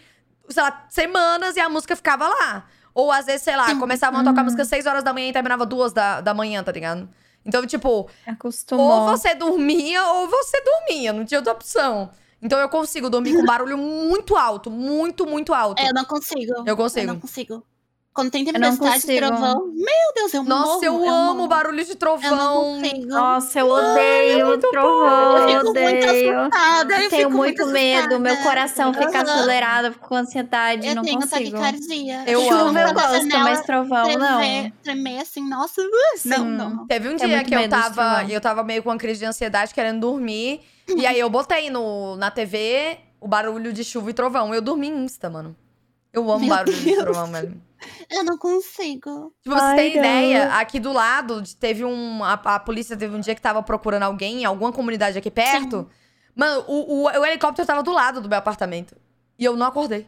S2: sei lá, semanas e a música ficava lá. Ou às vezes, sei lá,
S3: Sim.
S2: começavam a tocar a música
S3: Hum.
S2: às 6 horas da manhã e terminava 2 da, da manhã, tá ligado? Então, tipo, ou
S1: Acostumou.
S2: você dormia ou você dormia, não tinha outra opção. Então eu consigo dormir com barulho muito alto, muito, muito alto.
S3: É, eu não consigo.
S2: eu
S3: Eu
S2: consigo.
S3: não consigo. Quando tem
S1: não
S3: tempestade,
S1: consigo.
S3: trovão. Meu Deus, eu morro.
S2: Nossa, eu, amo
S3: morro.
S2: barulho de trovão.
S3: Eu não consigo.
S1: Nossa, eu
S2: Ah,
S1: odeio o trovão,
S3: eu
S1: eu
S3: fico muito
S1: odeio.
S3: assustada. Eu
S1: tenho
S3: fico
S1: muito medo, meu
S3: assustada.
S1: coração fica
S3: Aham.
S1: acelerado, fico com ansiedade,
S3: Eu
S1: não
S3: tenho
S1: consigo.
S3: taquicardia.
S2: Eu amo.
S1: Chuva eu
S2: Pela
S1: gosto,
S3: janela,
S1: mas trovão
S3: é tremer,
S1: não.
S3: tremer assim, nossa. uh, Não,
S1: Sim.
S3: não, não.
S2: Teve um
S1: Tenho
S2: dia
S1: muito
S2: que eu
S1: medo de
S2: tava,
S1: trovão.
S2: eu tava meio com uma crise de ansiedade, querendo dormir. e aí eu botei no, na TV o barulho de chuva e trovão. Eu dormi insta, mano. Eu amo
S3: Meu
S2: barulho de
S3: Deus.
S2: trovão, velho.
S3: Eu não consigo.
S2: Tipo, pra você
S1: Ai,
S2: ter
S1: garoto.
S2: ideia, aqui do lado de- teve um. A, a polícia teve um dia que tava procurando alguém em alguma comunidade aqui perto. Mano, o, o, o helicóptero tava do lado do meu apartamento. E eu não acordei.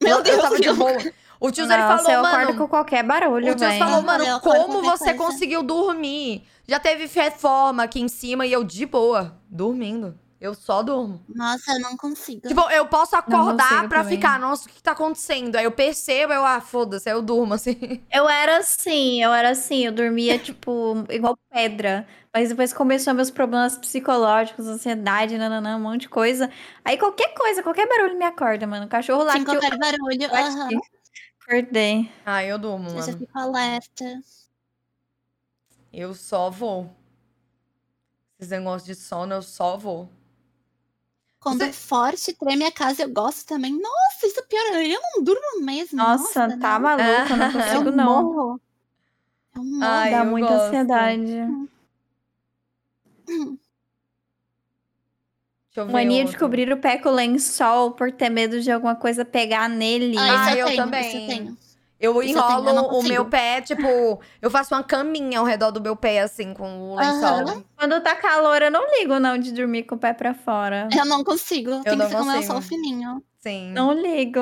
S3: Meu
S2: eu,
S3: Deus,
S2: eu tava de
S3: eu-
S2: boa. O tio ele
S1: Nossa,
S2: falou,
S1: eu
S2: mano.
S1: acordo com qualquer barulho,
S2: O Tios
S1: velho.
S2: falou,
S3: Eu
S2: mano,
S3: acordo
S2: como
S3: qualquer
S2: você
S3: coisa.
S2: conseguiu dormir? Já teve reforma aqui em cima e eu de boa, dormindo. Eu só durmo.
S3: Nossa, eu não consigo.
S2: Tipo, eu posso acordar
S1: consigo
S2: pra
S1: também.
S2: ficar, nossa, o que tá acontecendo? Aí eu percebo, eu, ah, foda-se, aí eu durmo, assim.
S1: Eu era assim, eu era assim, eu dormia, tipo, igual pedra. Mas depois começou meus problemas psicológicos, ansiedade, nananã, um monte de coisa. Aí qualquer coisa, qualquer barulho me acorda, mano. O cachorro lá
S3: Sem
S1: que eu
S3: qualquer barulho. Aham.
S1: acordei.
S2: Ah, eu durmo,
S3: Eu já
S2: mano.
S3: fico alerta.
S2: Eu só vou. Esses negócios de sono, eu só vou.
S3: Quando
S2: Você-
S3: é forte treme a casa, eu gosto também. Nossa, isso é pior. Eu não durmo mesmo.
S1: Nossa, tá maluco, eu não
S2: Ah,
S1: consigo
S3: eu
S1: não.
S3: morro. Eu morro.
S2: Ai,
S1: Dá
S2: eu
S1: muita
S2: gosto.
S1: ansiedade.
S2: Deixa eu ver
S1: Mania de
S2: outro.
S1: cobrir o pé com lençol por ter medo de alguma coisa pegar nele.
S3: Ah,
S2: Ah,
S3: isso eu,
S2: eu
S3: tenho,
S2: também.
S3: Isso eu tenho.
S2: Eu
S3: Isso eu tenho,
S2: enrolo
S3: eu não
S2: o
S3: consigo.
S2: meu pé, tipo, eu faço uma caminha ao redor do meu pé, assim, com o lençol.
S3: Aham.
S1: Quando tá calor, eu não ligo, não, de dormir com o pé pra fora.
S3: Eu não consigo. Tem
S2: não
S3: que ser com o lençol
S2: consigo.
S3: fininho.
S2: Sim.
S1: Não ligo.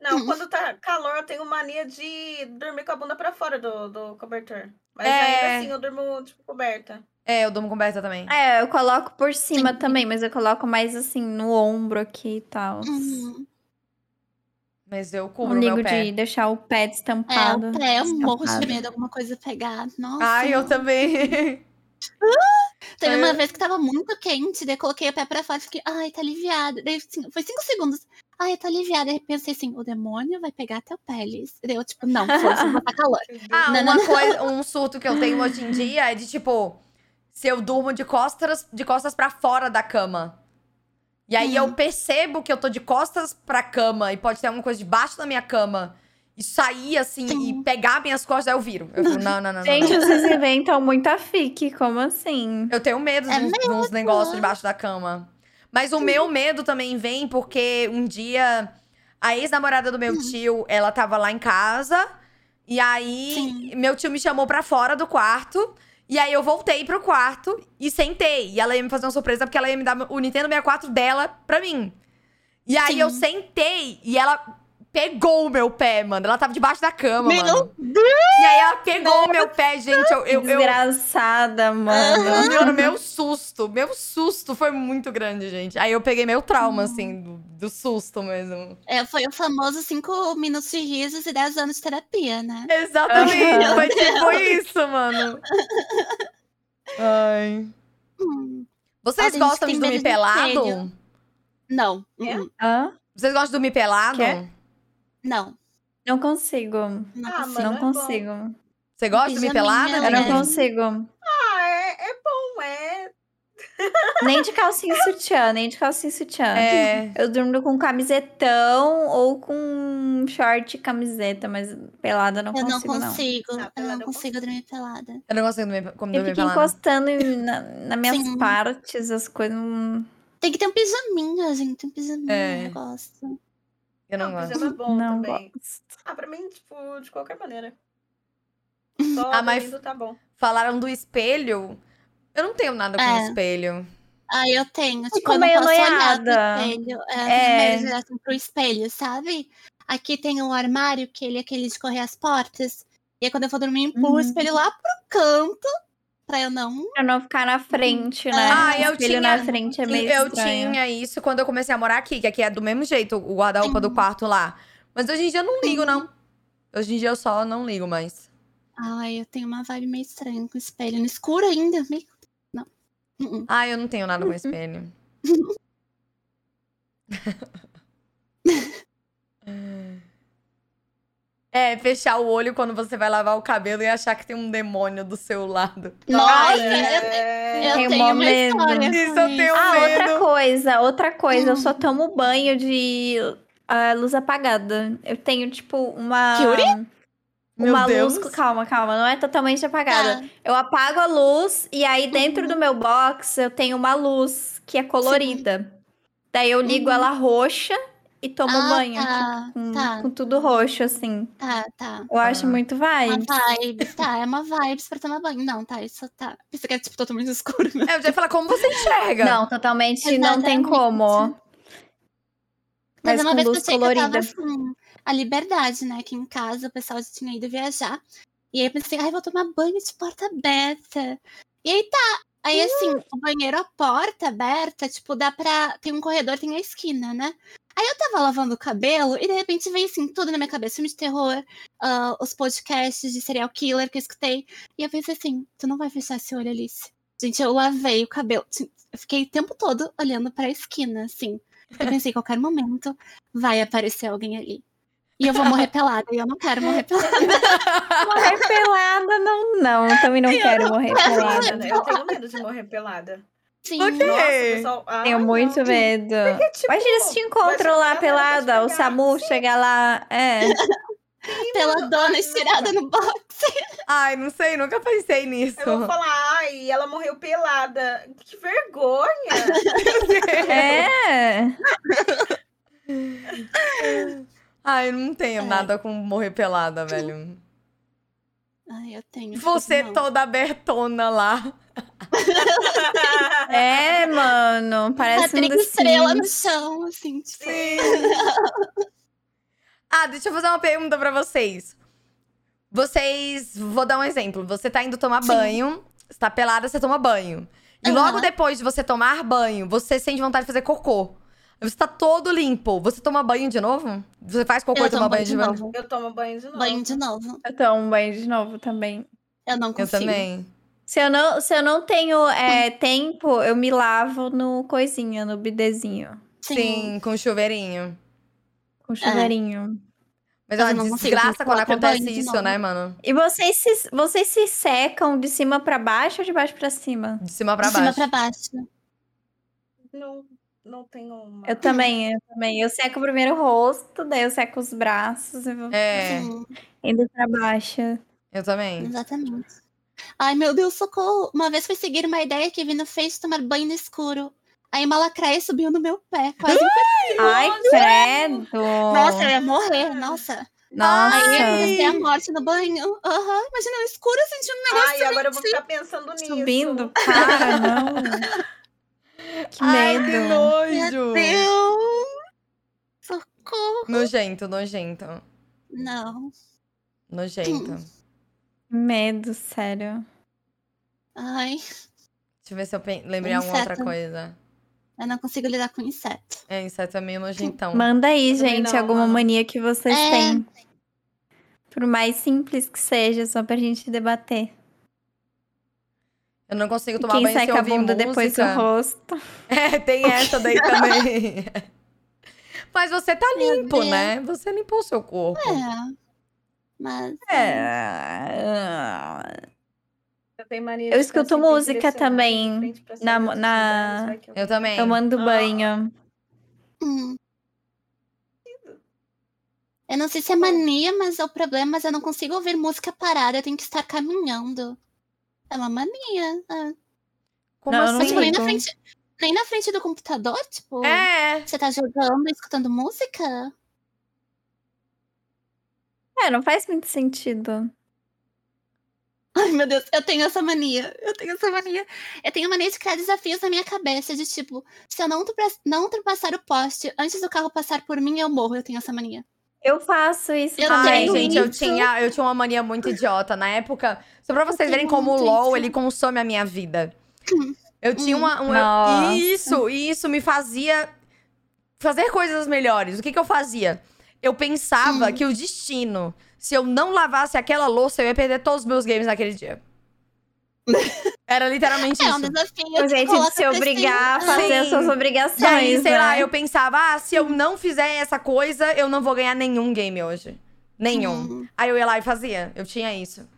S4: Não,
S3: Hum.
S4: quando tá calor, eu tenho mania de dormir com a bunda pra fora do, do cobertor. Mas
S2: É.
S4: ainda assim, eu durmo, tipo, coberta.
S2: É, eu durmo com coberta também.
S1: É, eu coloco por cima
S3: Sim.
S1: também, mas eu coloco mais assim no ombro aqui e tal.
S3: Uhum.
S2: Mas eu cubro
S1: Não
S2: o
S1: ligo
S2: meu pé.
S1: de deixar o pé
S3: É,
S1: destampado.
S3: o pé, eu morro de
S1: Escapado.
S3: medo de alguma coisa pegar. Nossa.
S2: Ai, eu
S3: mano.
S2: também.
S3: Teve uma
S2: eu-
S3: vez que tava muito quente, daí eu coloquei o pé pra fora e fiquei, ai, tá aliviada. Daí, assim, foi cinco segundos. Ai, tá aliviada. Aí pensei assim, o demônio vai pegar teu peles. Daí eu, tipo, não, força, vou tá calor.
S2: Ah,
S3: Não,
S2: uma
S3: não, não.
S2: coisa, um surto que eu tenho hoje em dia é de tipo, se eu durmo de costas, de costas para fora da cama. E aí eu percebo que eu tô de costas pra cama e pode ter alguma coisa debaixo da minha cama. E sair assim e pegar minhas costas, aí eu viro. Eu fico, não, não, não. não,
S1: Gente,
S2: não.
S1: vocês inventam muita fique, como assim?
S2: Eu tenho medo de
S3: É
S2: uns, de uns negócios debaixo da cama. Mas o meu medo também vem porque um dia a ex-namorada do
S3: Hum.
S2: meu tio, ela tava lá em casa. E aí
S3: Sim.
S2: meu tio me chamou pra fora do quarto. E aí eu voltei pro quarto e sentei. E ela ia me fazer uma surpresa porque ela ia me dar o Nintendo 64 dela pra mim. E aí
S3: Sim.
S2: eu sentei e ela pegou o meu pé, mano. Ela tava debaixo da cama,
S3: Meu
S2: mano. E aí ela pegou o meu pé, gente. Eu, eu, eu,
S1: Desgraçada, mano.
S2: meu, meu susto, meu susto foi muito grande, gente. Aí eu peguei meu trauma, assim, do, do susto mesmo.
S3: É, foi o famoso cinco minutos de risos e dez anos de terapia, né?
S2: Exatamente,
S1: Aham.
S2: foi tipo isso, mano. Ai.
S3: Hum,
S2: Vocês
S3: A gente
S2: gostam
S3: tem
S2: de dormir
S3: medo de
S2: pelado?
S3: espelho. não,
S4: É?
S3: hum,
S1: Hã?
S2: Vocês gostam de dormir pelado?
S1: Quê?
S3: não,
S1: Não consigo.
S3: não
S4: Ah,
S3: consigo.
S4: mas
S1: Não
S4: é bom.
S1: consigo. Eu
S2: Você gosta de dormir
S3: Pijaminha,
S2: pelado?
S3: né?
S1: não
S3: É.
S1: consigo.
S4: Ah, é, é bom, é.
S1: Nem de calcinha e sutiã, nem de calcinha e sutiã.
S2: É.
S1: Eu durmo com camisetão ou com short e camiseta, mas pelada eu não
S3: Eu não
S1: consigo, não. Ah,
S3: consigo,
S4: Não,
S3: eu não
S4: pelada eu
S3: consigo dormir pelada.
S2: Eu não consigo dormir, como
S1: Eu
S2: dormir
S1: fico
S2: pelado.
S1: encostando em- na, nas minhas
S3: Sim.
S1: partes, as coisas. hum,
S3: Tem que ter um pijaminha, gente, tem um pijaminha,
S2: É.
S3: eu gosto.
S2: Eu não gosto.
S4: pijama é bom
S1: não
S4: também.
S1: gosto.
S4: Ah, pra mim, tipo, de qualquer maneira. Só
S2: Ah, mas-
S4: dormindo tá bom.
S2: Falaram do espelho. Eu não tenho nada com
S3: É.
S2: espelho.
S3: Ah, eu tenho, tipo,
S1: fico
S3: eu não
S1: meio
S3: posso olhar
S1: é noiada.
S3: pro espelho. É,
S1: É.
S3: é. direto pro espelho, sabe? Aqui tem um armário que ele é aquele de correr as portas. E aí quando eu vou dormir, empurro
S1: Uhum.
S3: o espelho lá pro canto, pra eu não
S1: Pra não ficar na frente, né?
S2: Ah, eu
S1: O espelho
S2: tinha-
S1: na frente é meio
S2: eu
S1: estranho.
S2: tinha um isso quando eu comecei a morar aqui, que aqui é do mesmo jeito o guarda-roupa do quarto lá. Mas hoje em dia eu não ligo,
S1: Uhum.
S2: não. Hoje em dia eu só não ligo mais.
S3: Ai, eu tenho uma vibe meio estranha com espelho no escuro ainda. meio- Não. Uh -uh.
S2: Ah, eu não tenho nada com espelho. é, fechar o olho quando você vai lavar o cabelo e achar que tem um demônio do seu lado.
S3: Nossa, eu, te-
S4: É...
S3: eu
S1: tenho
S3: tenho
S1: mó
S3: uma
S1: medo.
S3: história. com
S2: Isso eu tenho
S1: Ah,
S2: medo.
S1: outra coisa, outra coisa. Eu
S3: Hum.
S1: só tomo banho de ah, luz apagada. Eu tenho, tipo, uma.
S3: Kyuri?
S1: Uma
S2: Meu Deus.
S1: luz. Calma, calma. Não é totalmente apagada.
S3: Tá.
S1: Eu apago a luz e aí dentro do meu box eu tenho uma luz que é colorida. Daí eu ligo
S3: Uhum.
S1: ela roxa e tomo
S3: Ah,
S1: banho.
S3: tá,
S1: com,
S3: tá.
S1: com tudo roxo, assim.
S3: Tá, tá.
S1: Eu acho
S2: Ah.
S1: muito vai.
S3: Uma vibes, tá, é uma vibes pra tomar banho. Não, tá, isso tá. Pensei que era tipo totalmente escuro, né?
S2: É, eu já ia falar, como você enxerga?
S1: Não, totalmente não tem
S3: Exatamente.
S1: como.
S3: Mas
S1: Mas
S3: uma
S1: com
S3: vez que eu
S1: luz
S3: achei que eu tava
S1: colorida.
S3: assim, a liberdade, né? Que em casa o pessoal já tinha ido viajar. E aí eu pensei, ai, vou tomar banho de porta aberta. E aí tá. Aí assim, o banheiro, a porta aberta, tipo, dá pra. Tem um corredor, tem a esquina, né? Aí eu tava lavando o cabelo e de repente veio assim, tudo na minha cabeça: filme de terror, ah, os podcasts de serial killer que eu escutei. E eu pensei assim: tu não vai fechar esse olho, Alice. Gente, eu lavei o cabelo. assim, Eu fiquei o tempo todo olhando pra esquina, assim. Eu pensei, em qualquer momento, vai aparecer alguém ali. E eu vou morrer pelada, e eu não quero morrer pelada.
S1: Morrer pelada, não, não. Eu Também não quero morrer
S4: Eu tenho
S1: pelada.
S4: medo, né? Eu tenho medo de morrer pelada.
S3: Sim.
S2: Por quê?
S4: Nossa, pessoal. ai,
S1: É. Tenho
S4: não.
S1: muito medo.
S4: Porque, tipo,
S1: Imagina se te encontram lá
S4: vai chegar, ela vai te
S1: pelada, o
S4: pegar.
S1: Samu chegar lá. É.
S3: Peladona estirada no box.
S2: Ai, não sei, nunca pensei nisso.
S4: Eu vou falar, ai, ela morreu pelada. Que vergonha!
S1: É.
S2: Ai, eu não tenho
S3: É.
S2: nada com morrer pelada, velho.
S3: Ai, eu tenho.
S2: Você
S3: não.
S2: toda abertona lá.
S1: É, mano, parece um
S3: Patrick
S1: The
S3: Estrela no
S1: Sims.
S3: chão, assim, tipo.
S4: Sim.
S2: Ah, deixa eu fazer uma pergunta pra vocês. Vocês. Vou dar um exemplo. Você tá indo tomar
S3: Sim.
S2: banho, você tá pelada, você toma banho. E
S3: Aham.
S2: logo depois de você tomar banho, você sente vontade de fazer cocô. Você tá todo limpo. Você toma banho de novo? Você faz cocô
S3: Eu
S2: e toma
S3: tomo
S2: banho de novo?
S4: Eu tomo banho de novo.
S3: Banho de novo.
S1: Eu tomo banho de novo também.
S3: Eu não
S2: Eu
S3: consigo.
S2: também.
S1: Se eu não, se eu não tenho é, tempo, eu me lavo no coisinha, no bidezinho.
S3: Sim.
S2: Sim, com chuveirinho. É.
S1: Com chuveirinho.
S2: Mas é uma
S3: Mas eu não consigo, tem
S2: desgraça
S3: que
S2: quando
S3: colocar banho
S2: acontece
S3: de
S2: isso,
S3: novo.
S2: né, mano?
S1: E vocês se, vocês se secam de cima pra baixo ou de baixo pra cima?
S2: De cima pra
S3: de cima
S2: baixo.
S3: pra baixo.
S4: Não, não tenho uma.
S1: Eu também, eu também. Eu seco primeiro o rosto, daí eu seco os braços e vou
S2: É,
S3: Sim,
S1: indo pra baixo.
S2: eu também.
S3: exatamente. Ai, meu Deus, socorro. Uma vez fui seguir uma ideia que vi no Face tomar banho no escuro. Aí uma lacraia subiu no meu pé. Quase me
S1: Ai,
S4: nojo!
S1: credo!
S3: Nossa, eu ia morrer, nossa. Aí ia
S1: Nossa.
S3: acontecer a morte no banho. Aham, imagina eu escuro sentindo um negócio.
S4: Ai, agora eu vou ficar pensando nisso.
S1: Subindo, para, não. Que
S2: Ai, que
S1: medo.
S2: nojo!
S3: Meu Deus! Socorro!
S2: Nojento, nojento.
S3: Não.
S2: Nojento.
S3: Hum.
S2: Deixa
S1: Que medo, sério.
S3: Ai,
S2: eu ver se eu pe- lembrei alguma outra
S3: Inseto.
S2: coisa.
S3: eu não consigo lidar com inseto.
S2: É, inseto é meio nojentão.
S1: Manda aí,
S4: Eu também
S1: gente,
S4: não,
S1: alguma
S4: mano.
S1: mania que vocês
S3: É.
S1: têm. Por mais simples que seja, só pra gente debater.
S2: Eu não consigo tomar
S1: Quem
S2: banho sem
S1: seca a
S2: ouvir
S1: bunda
S2: música.
S1: depois do rosto.
S2: É, tem essa daí também. Mas você tá limpo,
S3: Deus.
S2: né? Você limpou o seu corpo.
S3: É. Mas.
S1: É.
S4: Eu, tenho mania
S1: Eu
S4: de
S1: escuto
S4: ficar sempre
S1: música
S4: direcionada de
S1: também,
S4: frente pra
S1: na-
S4: cima, de
S1: na-
S4: trás, vai que eu-
S2: Eu também.
S1: Tomando
S4: Ah.
S1: banho.
S3: hum. Eu não sei se é mania, mas é o problema, mas eu não consigo ouvir música parada, eu tenho que estar caminhando. É uma mania. ah.
S2: Como
S1: Não, eu não
S3: Mas,
S2: assim?
S3: tipo, nem na
S1: Muito.
S3: frente. Nem na frente do computador, tipo.
S2: É.
S3: Você tá jogando, escutando música?
S1: É, não faz muito sentido.
S3: Ai, meu Deus, eu tenho essa mania. Eu tenho essa mania. Eu tenho a mania de criar desafios na minha cabeça, de tipo, se eu não, ultrapass- não ultrapassar o poste antes do carro passar por mim, eu morro. Eu tenho essa mania.
S1: Eu faço isso
S3: Eu
S1: também.
S2: Ai,
S3: tenho
S2: gente, eu
S3: isso.
S2: tinha, eu tinha uma mania muito idiota. Na época, só pra vocês
S3: tenho
S2: verem como o
S3: muito
S2: LOL,
S3: isso.
S2: ele consome a minha vida. Eu tinha
S3: Hum.
S2: uma... Um, eu-
S1: Nossa.
S2: isso, e isso me fazia fazer coisas melhores. O que que eu fazia? Eu pensava que o destino, se eu não lavasse aquela louça, eu ia perder todos os meus games naquele dia. Era literalmente
S3: É
S2: isso.
S3: um desafio.
S1: O
S3: que
S1: jeito de
S3: coloca
S1: se
S3: pressão.
S1: obrigar a
S3: Ah,
S1: fazer as
S2: Sim.
S1: suas
S2: E aí,
S1: obrigações.
S2: sei lá,
S1: né?
S2: eu pensava, ah, se eu não fizer essa coisa, eu não vou ganhar nenhum game hoje.
S1: um,
S2: Nenhum.
S3: hum.
S2: Aí eu ia lá e fazia. Eu tinha isso.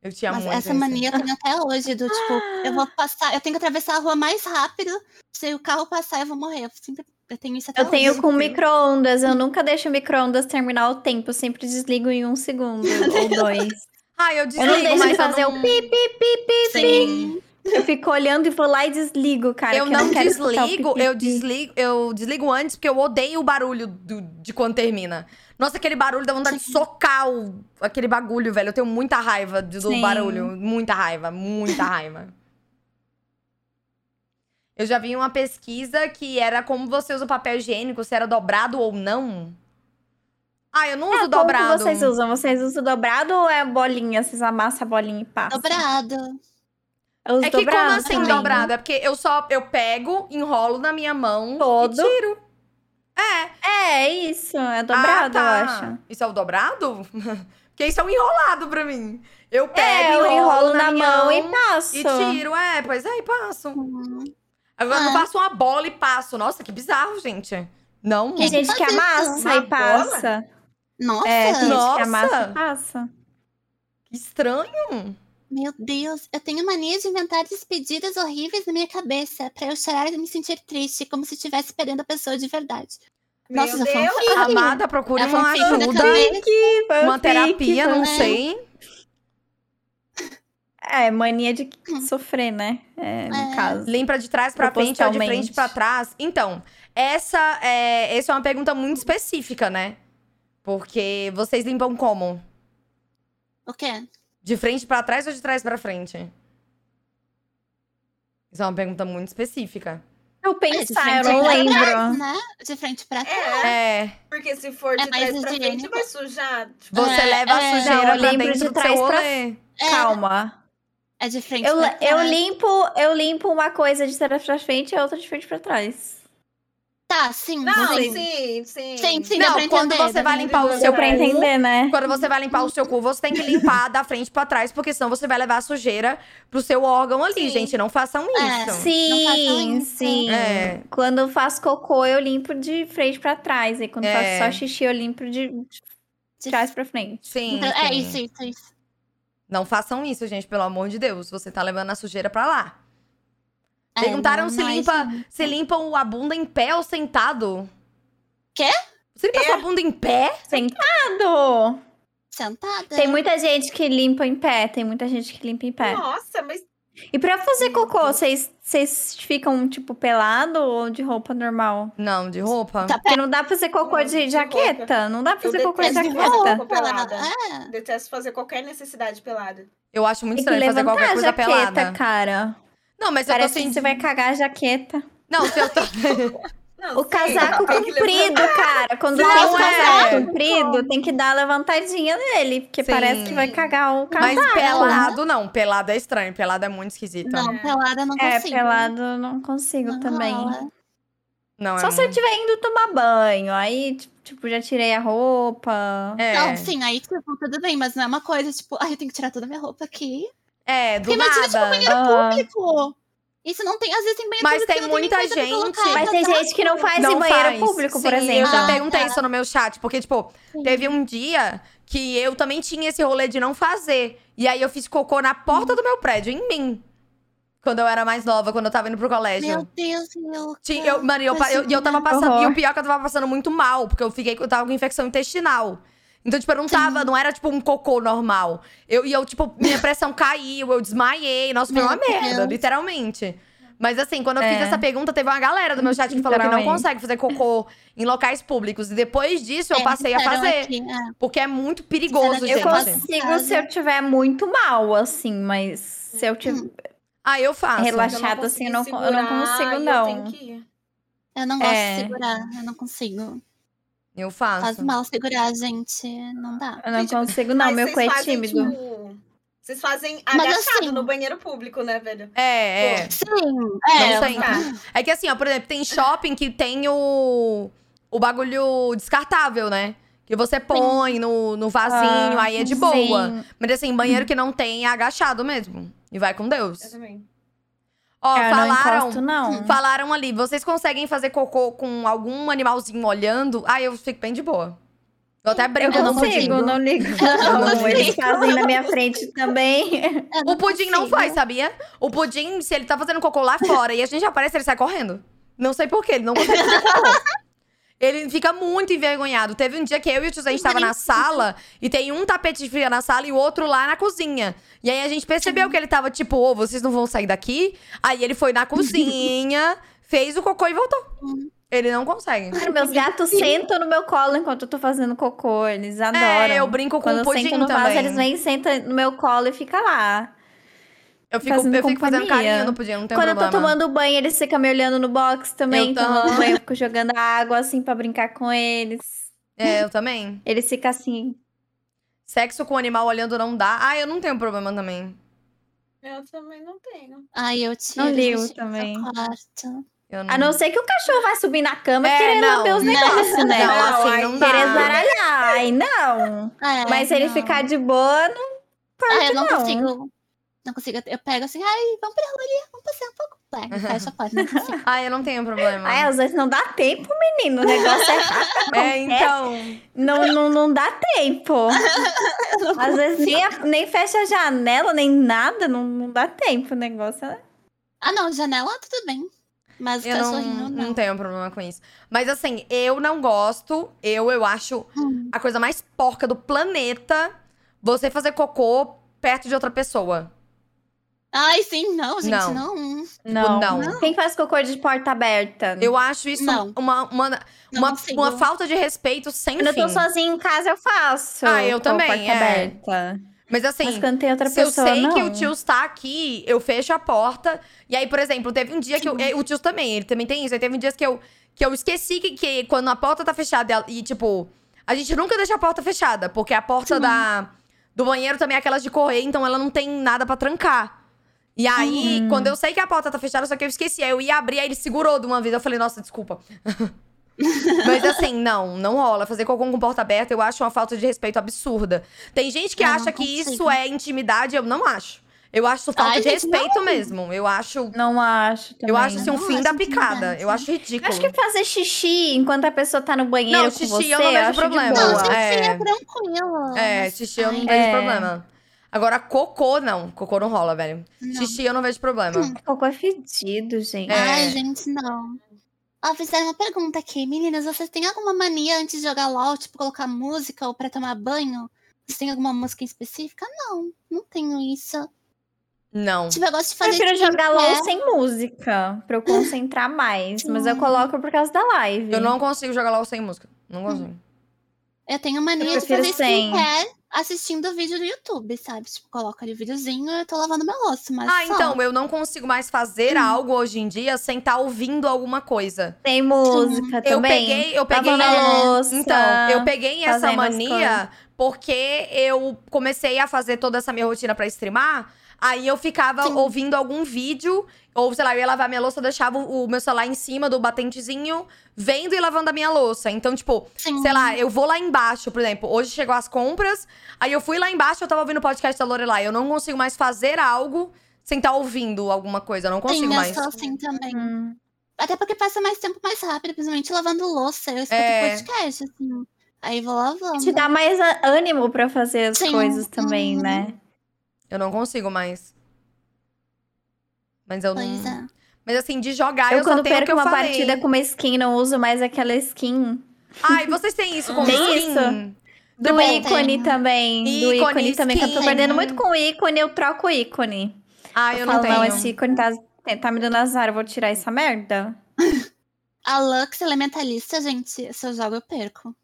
S2: Eu tinha
S3: Mas
S2: muito.
S3: essa
S2: isso.
S3: mania eu tenho até hoje, do tipo, eu vou passar, eu tenho que atravessar a rua mais rápido. Se o carro passar, eu vou morrer. Eu sempre eu tenho isso até
S1: Eu tenho
S3: hoje.
S1: com micro-ondas, eu nunca deixo o micro-ondas terminar o tempo, eu sempre desligo em um segundo ou dois.
S2: Ah, eu
S1: Eu
S2: desligo,
S1: não deixo
S2: mas
S1: de fazer
S2: eu
S1: o
S2: não...
S1: pi, pi, pi, pi,
S3: Sim.
S1: pi. Eu fico olhando e vou lá e desligo, cara.
S2: eu
S1: que eu
S2: não
S1: quero escutar o pi,
S2: desligo,
S1: pi,
S2: eu
S1: pi.
S2: desligo, eu desligo antes porque eu odeio o barulho do- de quando termina. Nossa, aquele barulho dá vontade de socar o- aquele bagulho, velho. Eu tenho muita raiva do, do
S1: Sim.
S2: barulho, muita raiva, muita raiva. Eu já vi uma pesquisa que era como você usa o papel higiênico, se era dobrado ou não. Ah, eu não uso
S1: Ah, como que
S2: dobrado.
S1: vocês usam? Vocês usam dobrado ou é bolinha? Vocês amassam a bolinha e passam?
S3: Dobrado.
S1: Eu uso
S2: É que como
S1: dobrado
S2: assim
S1: também. né?
S2: dobrado? É porque eu só eu pego, enrolo na minha mão
S1: Todo.
S2: e tiro. É.
S1: É, é isso. É dobrado,
S2: Ah, tá.
S1: eu acho.
S2: Isso é o dobrado? porque isso é um enrolado pra mim. Eu pego,
S1: É, eu enrolo na mão e passo.
S2: e tiro. É, pois é, e passo. Agora eu não
S3: Ah.
S2: passo uma bola e passo. Nossa, que bizarro, gente. Não.
S1: Tem gente que
S3: Fazer isso.
S1: amassa
S4: Uma
S1: e
S4: bola?
S1: passa.
S3: Nossa!
S1: É, tem gente
S2: Nossa!
S1: que amassa e passa.
S2: Que estranho.
S3: Meu Deus, eu tenho mania de inventar despedidas horríveis na minha cabeça pra eu chorar e me sentir triste, como se estivesse perdendo a pessoa de verdade.
S4: Meu
S3: Nossa,
S4: Deus,
S3: fanfic.
S2: Amada, procura
S3: É
S2: uma
S3: fanfic da
S2: ajuda.
S3: cabeça.
S1: né?
S2: Uma terapia, não
S3: né?
S2: sei.
S1: É, mania de sofrer, né? É, no
S3: É.
S1: caso.
S2: Limpa de trás pra frente ou de
S1: Propositalmente.
S2: frente pra trás? Então, essa é, essa é uma pergunta muito específica, né? Porque vocês limpam como?
S3: O quê?
S2: De frente pra trás ou de trás pra frente? Isso é uma pergunta muito específica.
S1: Eu
S3: É,
S1: pensar, eu
S3: de
S1: não
S3: frente pra trás,
S1: lembro.
S3: né? De frente pra trás.
S4: É,
S2: É,
S4: porque se for
S3: É
S4: de
S3: mais
S4: trás pra frente,
S3: higiênico.
S4: vai sujar. Tipo,
S2: você
S3: É,
S2: leva a
S3: é.
S1: Não,
S2: sujeira
S1: eu
S2: pra
S1: lembro
S2: dentro
S1: de
S2: do seu
S1: trás pra-
S2: rolê.
S3: É,
S1: Calma.
S3: é de frente
S1: Eu,
S3: pra trás.
S1: eu limpo, eu limpo uma coisa de trás pra frente e a outra de frente pra trás.
S3: Tá, sim.
S4: Não,
S3: sim.
S4: sim, sim.
S3: Sim, sim, dá pra
S2: Não,
S3: entender.
S2: quando você
S3: dá
S2: vai
S3: pra
S2: limpar o
S4: entender.
S2: seu
S1: Deu pra
S4: Caralho.
S2: cu,
S1: entender, né?
S2: Quando você vai limpar o seu cu, você tem que limpar da frente pra trás, porque senão você vai levar a sujeira pro seu órgão ali,
S4: Sim.
S2: gente. Não façam
S3: É.
S2: isso.
S1: Sim,
S3: isso.
S1: sim.
S2: É.
S1: Quando eu faço cocô, eu limpo de frente pra trás. E quando eu
S2: É.
S1: faço só xixi, eu limpo de de trás pra frente.
S2: Sim.
S3: Então, é
S2: sim.
S3: isso, isso, isso.
S2: Não façam isso, gente, pelo amor de Deus. Você tá levando a sujeira pra lá.
S3: É,
S2: Perguntaram
S3: não,
S2: se
S3: não é
S2: limpa,
S3: isso, não.
S2: se limpam a bunda em pé ou sentado.
S3: Quê?
S2: Você limpa
S1: É.
S2: sua bunda em pé?
S1: Sentado!
S3: Sentada.
S1: Tem muita gente que limpa em pé, tem muita gente que limpa em pé.
S4: Nossa, mas
S1: E pra fazer cocô, vocês, vocês ficam, tipo, pelado ou de roupa normal?
S2: Não, de roupa.
S3: Tá
S1: Porque não dá pra fazer cocô
S4: Não,
S1: de
S4: de
S1: jaqueta. Não dá pra
S4: Eu
S1: fazer cocô de
S4: detesto
S3: de
S1: jaqueta.
S4: roupa. pelada.
S3: É.
S4: detesto fazer qualquer necessidade pelada.
S2: Eu acho muito
S1: Tem que
S2: estranho é fazer
S1: levantar
S2: qualquer
S1: a
S2: coisa
S1: jaqueta,
S2: pelada.
S1: cara.
S2: Não, mas eu tô
S1: Parece que
S2: sentindo.
S1: você vai cagar a jaqueta.
S2: Não, se eu tô.
S4: Não,
S1: O
S4: sim,
S1: casaco
S4: tem que
S1: comprido, cara. Quando
S2: Não,
S1: tem o
S2: é.
S1: casaco comprido, tem que dar a levantadinha nele. Porque
S2: Sim.
S1: parece que vai cagar o casaco.
S2: Mas pelado não. Pelado é estranho. Pelado é muito esquisito. Não, né?
S3: Não, pelada eu não
S1: É,
S3: consigo.
S1: pelado eu não consigo
S3: Não
S1: também.
S3: rola.
S2: é.
S1: Só se eu estiver indo tomar banho. Aí, ti- tipo, já tirei a roupa.
S2: É,
S3: Não, sim, aí tipo, tudo bem, mas não é uma coisa, tipo, ai, eu tenho que tirar toda a minha roupa aqui.
S2: é né? do
S3: Porque imagina se
S2: nada.
S1: Ah.
S3: Público! Isso não tem, às vezes tem banheiro
S2: Mas
S3: público
S2: tem
S3: que não
S2: muita
S3: nem coisa pra
S2: gente.
S3: colocar,
S1: Mas tem
S3: tá?
S1: gente que não faz
S2: Não
S1: em banheiro
S2: faz.
S1: público, por
S2: Sim, Eu
S1: exemplo. Então,
S2: já
S3: Ah,
S2: perguntei
S3: tá.
S2: isso no meu chat, porque, tipo, teve um dia que eu também tinha esse rolê de não fazer. E aí eu fiz cocô na
S1: Uhum.
S2: porta do meu prédio, em mim. Quando eu era mais nova, quando eu tava indo pro colégio.
S3: Meu Deus, meu.
S2: Tinha, eu, mano, eu, pa- eu, e eu
S3: né?
S2: tava passando.
S1: Horror.
S2: E o pior é que eu tava passando muito mal, porque eu fiquei, eu tava com infecção intestinal. Então, tipo, eu não tava, não era tipo um cocô normal. Eu, e eu, tipo, minha pressão caiu, eu desmaiei. Nossa, foi
S3: Meu
S2: uma merda,
S3: Deus.
S2: literalmente. Mas assim, quando eu fiz
S1: É.
S2: essa pergunta, teve uma galera do meu chat que falou que não
S1: Literalmente.
S2: consegue fazer cocô em locais públicos. E depois disso eu
S3: É,
S2: passei a
S3: disseram
S2: fazer.
S3: aqui, é.
S2: Porque é muito perigoso,
S1: Eu
S3: Disseram
S2: gente.
S3: que eu faço.
S1: consigo se eu tiver muito mal, assim, mas se eu tiver.
S2: Ah, eu faço.
S4: Eu não
S1: Relaxa- Chato, assim, eu não-
S4: consigo
S1: eu não
S4: segurar,
S1: consigo,
S4: eu
S1: não.
S4: tenho que ir.
S3: Eu não gosto
S1: É.
S3: de segurar, eu não consigo.
S2: Eu faço.
S3: Faz mal segurar, gente. Não dá.
S1: Eu não
S4: Gente,
S1: consigo, não.
S4: Mas
S1: Meu
S4: vocês
S1: cu é
S4: fazem,
S1: tímido.
S4: tipo, vocês fazem
S3: Mas
S4: agachado
S3: assim-
S4: no banheiro público, né, velho?
S2: É, é.
S3: Sim, é.
S2: não sei. É que assim, ó, por exemplo, tem shopping que tem o, o bagulho descartável, né? Que você põe no, no vasinho,
S1: Ah,
S2: aí é de boa.
S1: sim.
S2: Mas assim, banheiro que não tem é agachado mesmo. E vai com
S4: Eu
S2: Deus.
S4: também.
S2: Ó,
S1: É, eu não
S2: falaram.
S1: encosto, não.
S2: Falaram ali, vocês conseguem fazer cocô com algum animalzinho olhando? Ah, eu fico bem de boa. Eu até
S1: Eu
S2: brinco, eu, não
S1: consigo,
S2: pudim.
S1: não ligo.
S3: não
S1: Não, eles
S3: consigo.
S1: fazem na minha frente também.
S3: Eu
S2: O pudim não
S3: consigo.
S2: faz, sabia? O pudim, se ele tá fazendo cocô lá fora e a gente aparece, ele sai correndo. Não sei porquê, ele não consegue fazer cocô. Ele fica muito envergonhado. Teve um dia que eu e o Tio, a gente tava na sala e tem um tapete frio na sala e o outro lá na cozinha. E aí a gente percebeu que ele tava tipo, ô, vocês não vão sair daqui? Aí ele foi na cozinha, fez o cocô e voltou. Ele não consegue.
S1: Cara, meus gatos sentam no meu colo enquanto eu tô fazendo cocô. Eles adoram.
S2: É, eu brinco com
S1: Quando
S2: o
S1: eu
S2: pudim
S1: sento no vaso,
S2: também.
S1: eles vêm, sentam no meu colo e fica lá.
S2: eu fico,
S1: fazendo
S2: eu fico fazendo
S1: companhia.
S2: carinho no pudim, não tem
S1: Quando eu
S2: Então, problema.
S1: tô tomando banho, eles ficam me olhando no box também.
S2: Eu
S1: tomando
S2: tô.
S1: banho, eu fico jogando água, assim, pra brincar com eles.
S2: É, eu também.
S1: Eles ficam assim.
S2: Sexo com animal olhando não dá. Ah, eu não tenho problema também.
S4: Eu também não tenho.
S3: Ai, eu tiro.
S1: Não ligo
S3: gente, do
S1: também.
S3: quarto.
S2: Eu não...
S1: A não ser que o cachorro vai subir na cama
S2: É,
S1: querendo
S2: não.
S1: lamber os
S3: Não.
S1: negócios, né?
S2: Não,
S4: Não,
S2: assim,
S4: aí
S2: não dá.
S1: Querer esbaralhar, ai, não.
S3: É,
S1: Mas se ele
S3: não.
S1: ficar de boa, não
S3: Ah,
S1: parte
S3: eu não,
S1: não.
S3: consigo. Não consigo. Eu pego assim, ai, vamos pra rua ali, vamos passear um pouco. Pega, fecha a porta. não consigo.
S2: Ah, eu não tenho problema.
S1: Ai, às vezes não dá tempo, menino. O negócio é rápido.
S2: É, então.
S1: Não, não, não dá tempo. Às vezes nem, a- nem fecha a janela, nem nada, não, não dá tempo. O negócio é.
S3: Ah, não, janela tudo bem. Mas
S2: Eu não,
S3: cachorrinho não.
S2: não tenho problema com isso. Mas assim, eu não gosto. Eu, eu acho
S3: Hum.
S2: a coisa mais porca do planeta você fazer cocô perto de outra pessoa.
S3: Ai, sim, não, gente,
S2: Não.
S3: não. Não,
S1: tipo, Não.
S2: não.
S1: Quem faz cocô de porta aberta?
S2: Eu acho isso
S3: Não.
S2: uma, uma, uma,
S3: consigo.
S2: uma falta de respeito sem
S1: Quando eu
S2: fim.
S1: tô sozinha em casa, eu faço.
S2: Ah, eu
S1: com
S2: também,
S1: Porta
S2: é.
S1: aberta.
S2: Mas assim,
S1: Mas quando tem outra
S2: se eu
S1: pessoa,
S2: sei que
S1: não.
S2: o tio está aqui, eu fecho a porta. E aí, por exemplo, teve um dia que
S1: Tipo
S2: eu. é, O tio também, ele também tem isso. Aí teve um dia que eu, que eu esqueci que, que quando a porta tá fechada ela- e, tipo, a gente nunca deixa a porta fechada, porque a porta
S1: Tipo,
S2: da, do banheiro também é aquelas de correr, então ela não tem nada pra trancar. E aí,
S1: Uhum.
S2: quando eu sei que a porta tá fechada, só que eu esqueci. Aí eu ia abrir, aí ele segurou de uma vez. Eu falei, nossa, desculpa. Mas assim, não, não rola. Fazer cocô com porta aberta, eu acho uma falta de respeito absurda. Tem gente que
S3: Eu não
S2: acha que
S3: consigo.
S2: isso é intimidade, eu não acho. Eu acho falta
S3: Ai,
S2: de
S3: gente,
S2: respeito mesmo. Eu acho.
S1: Não acho também.
S2: Eu acho assim,
S3: Eu
S2: um
S3: não
S2: fim
S3: acho
S2: da picada.
S3: intimidade.
S2: Eu acho ridículo. É,
S1: Acho que fazer xixi enquanto a pessoa tá no banheiro
S2: Não,
S1: com
S2: xixi eu
S1: você,
S2: não vejo
S1: acho de
S2: problema.
S1: boa.
S2: Não,
S3: gente,
S2: é.
S3: é tranquilo.
S2: É,
S3: Mas,
S2: xixi eu não
S3: ai,
S2: vejo
S1: É.
S2: problema. Agora, cocô, não. Cocô não rola, velho.
S3: não. Hum.
S2: Xixi eu não vejo problema.
S1: Cocô é fedido, gente.
S2: É.
S3: Ai, gente, não. Ó, fizeram uma pergunta aqui. Meninas, vocês têm alguma mania antes de jogar LOL, tipo, colocar música ou pra tomar banho? Vocês têm alguma música em específica? Não, não tenho isso.
S2: Não.
S3: Tipo, eu gosto de
S1: Eu
S3: fazer
S1: prefiro
S2: né?
S1: jogar
S3: skincare.
S1: LOL sem música, pra eu concentrar mais. Mas eu coloco por causa da live.
S2: Eu não consigo jogar LOL sem música. Não consigo.
S3: Eu tenho mania
S1: Eu
S3: de
S1: prefiro
S3: fazer
S1: sem.
S3: skincare assistindo vídeo do YouTube, sabe? Tipo, coloca ali o videozinho e eu tô lavando meu osso, mas
S2: Ah,
S3: só.
S2: então, eu não consigo mais fazer
S1: Hum.
S2: algo hoje em dia sem estar ouvindo alguma coisa.
S1: Tem música
S2: Eu
S1: também.
S2: peguei, eu peguei.
S1: Lavando
S3: é,
S1: a louça.
S2: Então, eu peguei essa
S1: fazendo as
S2: mania porque eu comecei a fazer toda essa minha rotina pra streamar. Aí eu ficava
S3: Sim.
S2: ouvindo algum vídeo, ou sei lá, eu ia lavar minha louça, eu deixava o o meu celular em cima do batentezinho, vendo e lavando a minha louça. Então, tipo,
S3: Sim.
S2: sei lá, eu vou lá embaixo, por exemplo, hoje chegou as compras, aí eu fui lá embaixo, eu tava ouvindo o podcast da Lorelai. Eu não consigo mais fazer algo sem estar ouvindo alguma coisa, eu não consigo
S3: Sim, eu
S2: mais.
S3: sou assim também.
S1: Hum.
S3: Até porque passa mais tempo mais rápido, principalmente lavando louça. Eu escuto
S2: É.
S3: podcast, assim. Aí vou lavando.
S1: Te dá mais a- ânimo pra fazer as
S3: Sim.
S1: coisas também, né?
S2: Eu não consigo mais. Mas eu não.
S3: Pois é.
S2: Mas assim, de jogar, eu,
S1: eu,
S2: só
S1: quando
S2: tenho o
S1: perco
S2: que eu
S1: uma
S2: falei.
S1: partida com uma skin, não uso mais aquela skin.
S2: Ai, vocês têm isso com
S1: Tem
S2: skin?
S1: isso? Do
S2: Também
S1: ícone
S3: tenho.
S1: também. do
S2: Ícone,
S1: ícone também, que eu tô
S2: skin.
S1: perdendo muito com o ícone, eu troco o ícone.
S2: Ai, eu não
S1: falo,
S2: tenho.
S1: não, esse ícone tá, tá me dando azar, eu vou tirar essa merda.
S3: A Lux Elementalista, gente, se eu jogo, eu perco.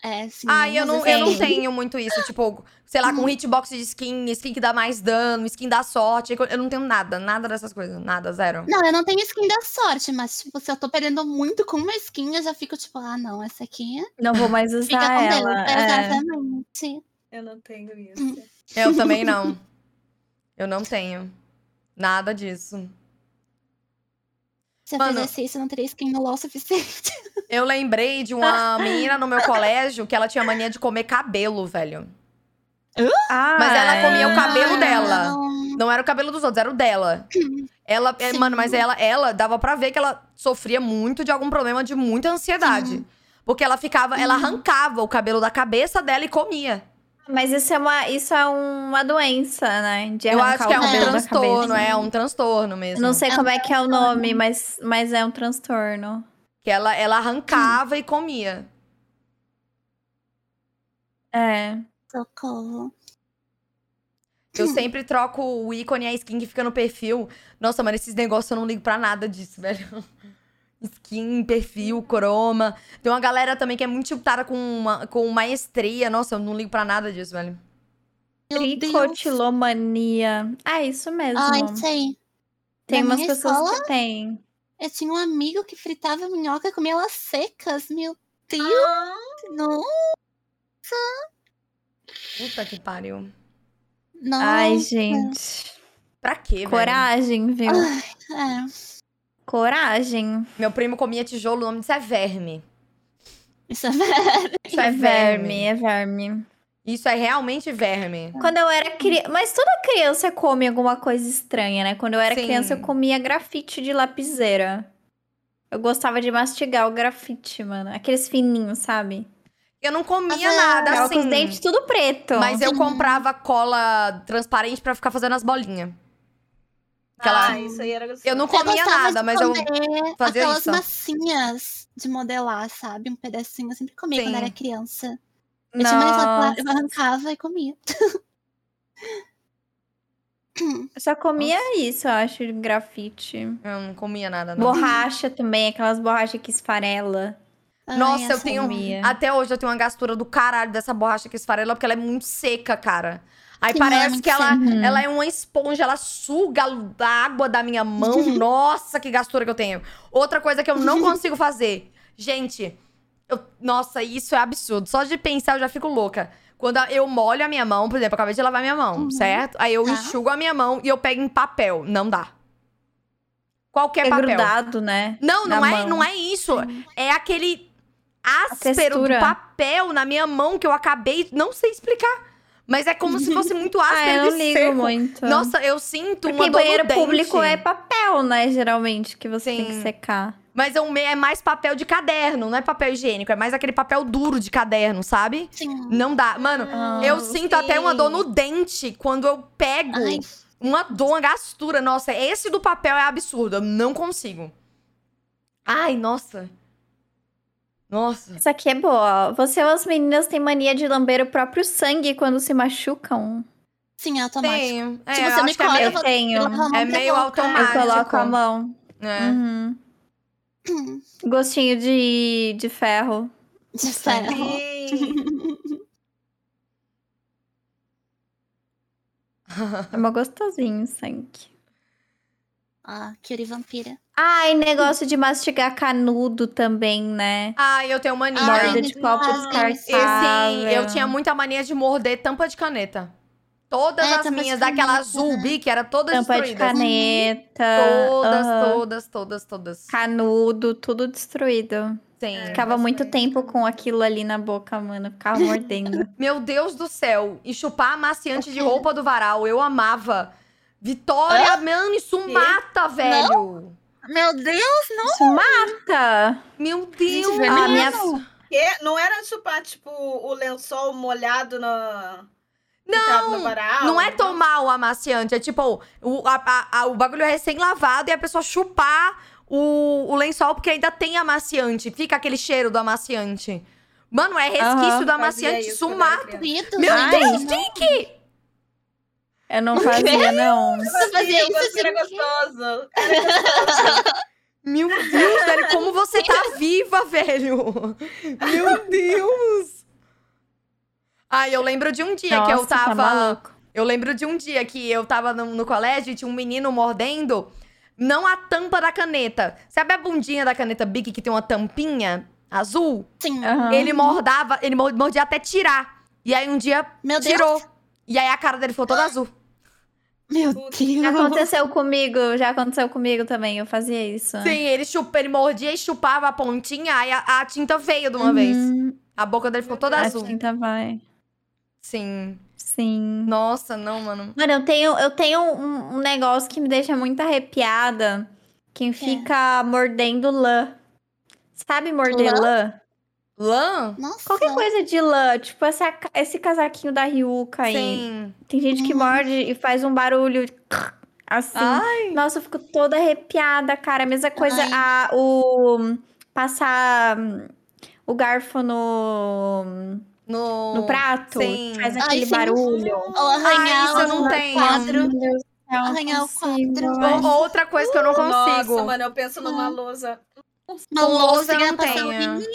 S3: É, assim.
S2: Ai, Ah, eu
S3: mas
S2: não, eu não
S3: assim,
S2: tenho muito isso. Tipo, sei lá,
S1: Hum.
S2: com hitbox de skin, skin que dá mais dano, skin da sorte. Eu não tenho nada, nada dessas coisas. Nada, zero.
S3: Não, eu não tenho skin da sorte, mas, tipo, se eu tô perdendo muito com uma skin, eu já fico tipo, ah, não, essa aqui
S1: Não vou mais
S3: fica
S1: usar
S3: com
S1: ela.
S3: Deus.
S1: é.
S3: Exatamente.
S4: Eu não tenho isso.
S2: Eu também não. Eu não tenho. Nada didisso.
S3: Se eu
S2: Mano.
S3: fizesse isso, eu não teria skin no LOL suficiente.
S2: Eu lembrei de uma menina no meu colégio que ela tinha mania de comer cabelo, velho.
S1: Ah,
S2: Mas ela comia o cabelo
S3: Ah,
S2: dela.
S3: não.
S2: Não era o cabelo dos outros, era o dela. Ela, é,
S3: Sim.
S2: mano, mas ela, ela dava pra ver que ela sofria muito de algum problema de muita ansiedade. Porque ela ficava, ela arrancava o cabelo da cabeça dela e comia.
S1: Mas isso é uma, isso é uma doença, né? De
S2: Eu
S1: arrancar
S2: acho que é
S1: o
S2: um
S1: cabelo da
S2: transtorno,
S1: cabeça.
S2: é um transtorno
S1: Eu
S2: mesmo.
S1: não sei
S3: É um
S1: como é que é o nome, mas, mas é um transtorno.
S2: Que ela, ela arrancava e comia.
S1: É.
S3: Socorro.
S2: Eu sempre troco o ícone e a skin que fica no perfil. Nossa, mano, esses negócios eu não ligo pra nada disso, velho. Skin, perfil, croma. Tem uma galera também que é muito chutada com, uma, com maestria. Nossa, eu não ligo pra nada disso, velho.
S3: Meu Deus.
S1: Tricotilomania. Ah, isso mesmo.
S3: Ai, sei.
S1: Tem
S3: na
S1: umas
S3: minha
S1: pessoas
S3: escola-
S1: que tem.
S3: Eu tinha um amigo que fritava minhoca e comia elas secas. Meu Deus.
S4: Ah,
S3: Não.
S2: Puta que pariu.
S3: não.
S1: Ai, gente.
S2: Pra quê, velho?
S1: Coragem, viu?
S3: É.
S1: Coragem.
S2: Meu primo comia tijolo, o nome disso é verme.
S3: Isso é verdade.
S2: Isso é verme.
S1: é verme.
S2: Isso é realmente verme.
S1: Quando eu era criança. Mas toda criança come alguma coisa estranha, né? Quando eu era
S2: Sim.
S1: criança, eu comia grafite de lapiseira. Eu gostava de mastigar o grafite, mano. Aqueles fininhos, sabe?
S2: Eu não comia
S3: Mas é-
S2: nada
S1: Tava com os
S2: assim.
S1: dentes tudo preto.
S2: Mas eu comprava cola transparente pra ficar fazendo as bolinhas. Aquela...
S4: Ah, isso aí era gostoso.
S2: eu não comia
S3: gostava
S2: nada,
S3: de
S2: mas eu
S3: comer
S2: fazia
S3: Aquelas
S2: isso.
S3: massinhas de modelar, sabe? Um pedacinho. Eu sempre comia quando
S2: Sim.
S3: era criança. Eu tinha mania de falar,
S1: Nossa.
S3: eu arrancava e comia.
S1: Eu só comia isso, eu acho, grafite.
S2: Eu não comia nada, não.
S1: Borracha também, aquelas borrachas que esfarela.
S3: Ai,
S2: Nossa, eu
S3: essa-
S2: tenho-
S1: Comia.
S2: Até hoje eu tenho uma gastura do caralho dessa borracha que esfarela, porque ela é muito seca, cara. Aí
S3: Sim, ela é
S2: parece
S3: muito
S2: que ela,
S1: seca.
S2: ela é uma esponja, ela suga a água da minha mão. Nossa, que gastura que eu tenho. Outra coisa que eu não consigo fazer. Gente, eu- nossa, isso é absurdo. Só de pensar eu já fico louca. Quando eu molho a minha mão, por exemplo, eu acabei de lavar minha mão, certo? Aí eu
S3: Tá.
S2: enxugo a minha mão e eu pego em papel. Não dá. Qualquer
S1: É
S2: papel.
S1: grudado, né?
S2: Não, não
S1: na
S2: é,
S1: mão.
S2: não é isso. É aquele áspero do
S1: textura.
S2: papel na minha mão que eu acabei, não sei explicar. Mas é como se fosse muito
S1: Ah,
S2: áspero
S1: eu
S2: e
S1: não ligo
S2: seco.
S1: muito.
S2: Nossa, eu sinto uma
S1: Porque
S2: dor no
S1: banheiro
S2: dente.
S1: público é papel, né? Geralmente, que você tem
S2: Sim.
S1: que secar.
S2: Mas é, um, é mais papel de caderno, não é papel higiênico. É mais aquele papel duro de caderno, sabe?
S3: Sim.
S2: Não dá. Mano,
S1: Ah,
S2: eu sinto até uma dor
S4: dona
S2: no dente quando eu pego
S3: Ai,
S2: uma dor, uma gastura. Nossa, esse do papel é absurdo. Eu não consigo. Ai, nossa. Nossa.
S1: Isso aqui é boa. ó. Você ou as meninas têm mania de lamber o próprio sangue quando se machucam?
S3: sim, é automático.
S2: Tenho. É,
S3: Se
S2: eu
S3: você me
S2: acho que é
S3: coloca,
S2: meio-
S1: eu
S3: vou-
S1: tenho.
S3: lavar a mão
S2: É
S3: até
S2: meio
S3: a boca.
S1: Eu
S2: automático.
S1: coloco a mão.
S2: tipo, É.
S1: Uhum. Gostinho de, de ferro.
S3: De ferro.
S4: Sim.
S1: É uma gostosinho, sangue.
S3: Ah, Kyuri Vampira.
S1: Ai, negócio de mastigar canudo também, né?
S2: Ah, eu tenho mania.
S3: Ai,
S1: Borda de copo
S3: ah,
S2: E sim,
S1: descartável.
S2: eu tinha muita mania de morder tampa de caneta. Todas
S3: É,
S2: as
S3: tampa de
S2: minhas,
S3: caneta,
S2: daquela azul
S3: né?
S2: bique, era todas
S1: Tampa de
S2: destruídas.
S1: caneta.
S2: Todas,
S1: aham.
S2: todas, todas, todas.
S1: Canudo, tudo destruído.
S2: Sim.
S4: É.
S1: Ficava
S4: mas
S1: muito
S4: foi-
S1: tempo com aquilo ali na boca, mano. Ficava mordendo.
S2: Meu Deus do céu. E chupar amaciante de roupa do varal, eu amava. Vitória, mano, isso mata, velho.
S3: Meu Deus!
S1: Isso mata!
S2: Meu Deus. Ah,
S3: Gente, é
S1: A
S3: vermelho.
S1: minha...
S4: Que? Não era chupar, tipo, o lençol molhado na. que tava no
S2: Não,
S4: varal?
S2: Não é tomar o amaciante, é tipo, o, a- a- a- o bagulho é recém-lavado e a pessoa chupar o, o lençol porque ainda tem amaciante. Fica aquele cheiro do amaciante. Mano, é resquício
S1: Aham.
S2: do
S4: Fazia
S2: amaciante
S4: isso né? quando era
S2: sumar.
S4: criança.
S3: Cuido,
S2: Meu
S3: ai,
S2: Deus,
S3: não.
S2: Kiki!
S1: Eu não fazia, não.
S3: Você fazia isso,
S4: Gostoso, Era
S3: gente?
S4: gostoso.
S2: Meu Deus, velho, como você tá viva, velho! Meu Deus! Ai, eu lembro de um dia que eu
S1: Nossa, tá
S2: tava.
S1: maluco.
S2: Eu lembro de um dia que eu tava no, no colégio e tinha um menino mordendo, não a tampa da caneta. Sabe a bundinha da caneta Bic que tem uma tampinha azul?
S3: Sim.
S1: Aham.
S2: Ele mordava, ele mor- mordia até tirar. E aí um dia
S3: Meu Deus!
S2: tirou. E aí a cara dele ficou toda azul.
S3: Meu
S1: Já
S2: Uhum.
S3: Deus!
S1: aconteceu comigo, já aconteceu comigo também. Eu fazia isso. né?
S2: Sim, ele chupa, ele mordia e chupava a pontinha, aí a, a tinta veio de uma
S1: Uhum.
S2: vez. A boca dele ficou toda
S1: A
S2: azul.
S1: tinta vai.
S2: Sim.
S1: Sim.
S2: Nossa, não, mano.
S1: Mano, eu tenho, eu tenho um, um negócio que me deixa muito arrepiada. Quem fica mordendo lã. Sabe morder
S3: Lã?
S1: lã?
S2: Lã?
S3: Nossa!
S1: Qualquer coisa de lã, tipo essa, ca- esse casaquinho da Ryuka aí.
S2: Sim. Uhum.
S1: Tem gente que
S3: Hum.
S1: morde e faz um barulho assim.
S2: Ai.
S1: Nossa, eu fico toda arrepiada, cara. A mesma coisa,
S3: Ai.
S1: a, o passar hum, o garfo no,
S2: No,
S1: no prato,
S2: Oh, sim. é
S1: faz
S3: Ai,
S1: aquele
S3: sim.
S1: barulho.
S3: Ou arranhar
S2: Ah, isso eu não
S3: o
S2: tenho.
S3: quadro.
S1: Meu Deus do céu,
S3: Arranhar o
S1: consigo.
S3: quadro.
S2: Ou- Outra coisa que eu não consigo.
S4: Nossa, mano, eu penso numa lousa.
S3: Uma
S2: Com louça
S3: louça
S2: eu
S3: que
S2: não
S3: ia passar o
S2: tenho.
S3: vinho.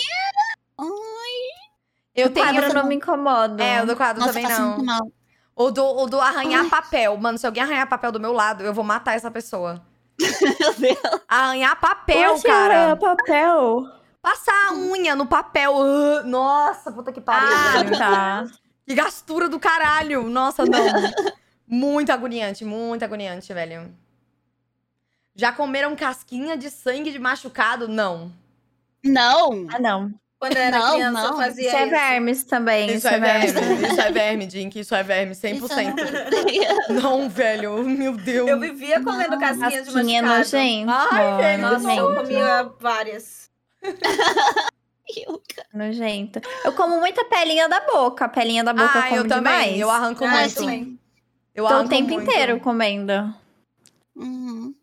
S2: Eu
S1: O
S2: tenho.
S1: quadro eu não me incomodo.
S2: É, o do quadro
S3: Nossa,
S2: também
S3: passa muito
S2: não.
S3: mal.
S2: Ou do, ou do arranhar papel. Mano, se alguém arranhar papel do meu lado, eu vou matar essa pessoa.
S3: Meu Deus!
S2: Arranhar papel,
S1: Poxa, é
S2: cara.
S1: papel.
S2: Passar a unha no papel. Ah, Nossa, puta que
S1: Ah,
S2: pariu.
S1: tá.
S2: Que gastura do caralho. Nossa, não. muito agoniante, muito agoniante, velho. Já comeram casquinha de sangue de machucado? Não.
S3: Não!
S1: Ah, não.
S4: Quando eu era
S2: Oh,
S3: Não,
S4: criança, eu
S3: não.
S4: fazia
S1: Isso é vermes também. Isso, é vermes.
S2: Isso é verme, Jink. Isso é verme,
S3: Isso é
S2: 100%.
S3: eu não-
S2: Não, velho. Meu Deus.
S4: Eu vivia comendo casquinha de
S1: Casquinha
S4: machucado.
S1: nojenta.
S2: Ai, velho,
S1: mano,
S4: Nossa, eu
S1: nojento.
S4: comia várias.
S1: Nojento. Eu como muita pelinha da boca. A pelinha da boca eu
S2: Ah,
S1: como
S2: eu também.
S1: demais.
S2: Eu arranco
S4: Ah,
S2: muito.
S4: eu também.
S2: Eu
S1: Tô Então,
S2: arranco
S1: o tempo
S2: muito.
S1: inteiro comendo.
S3: Uhum.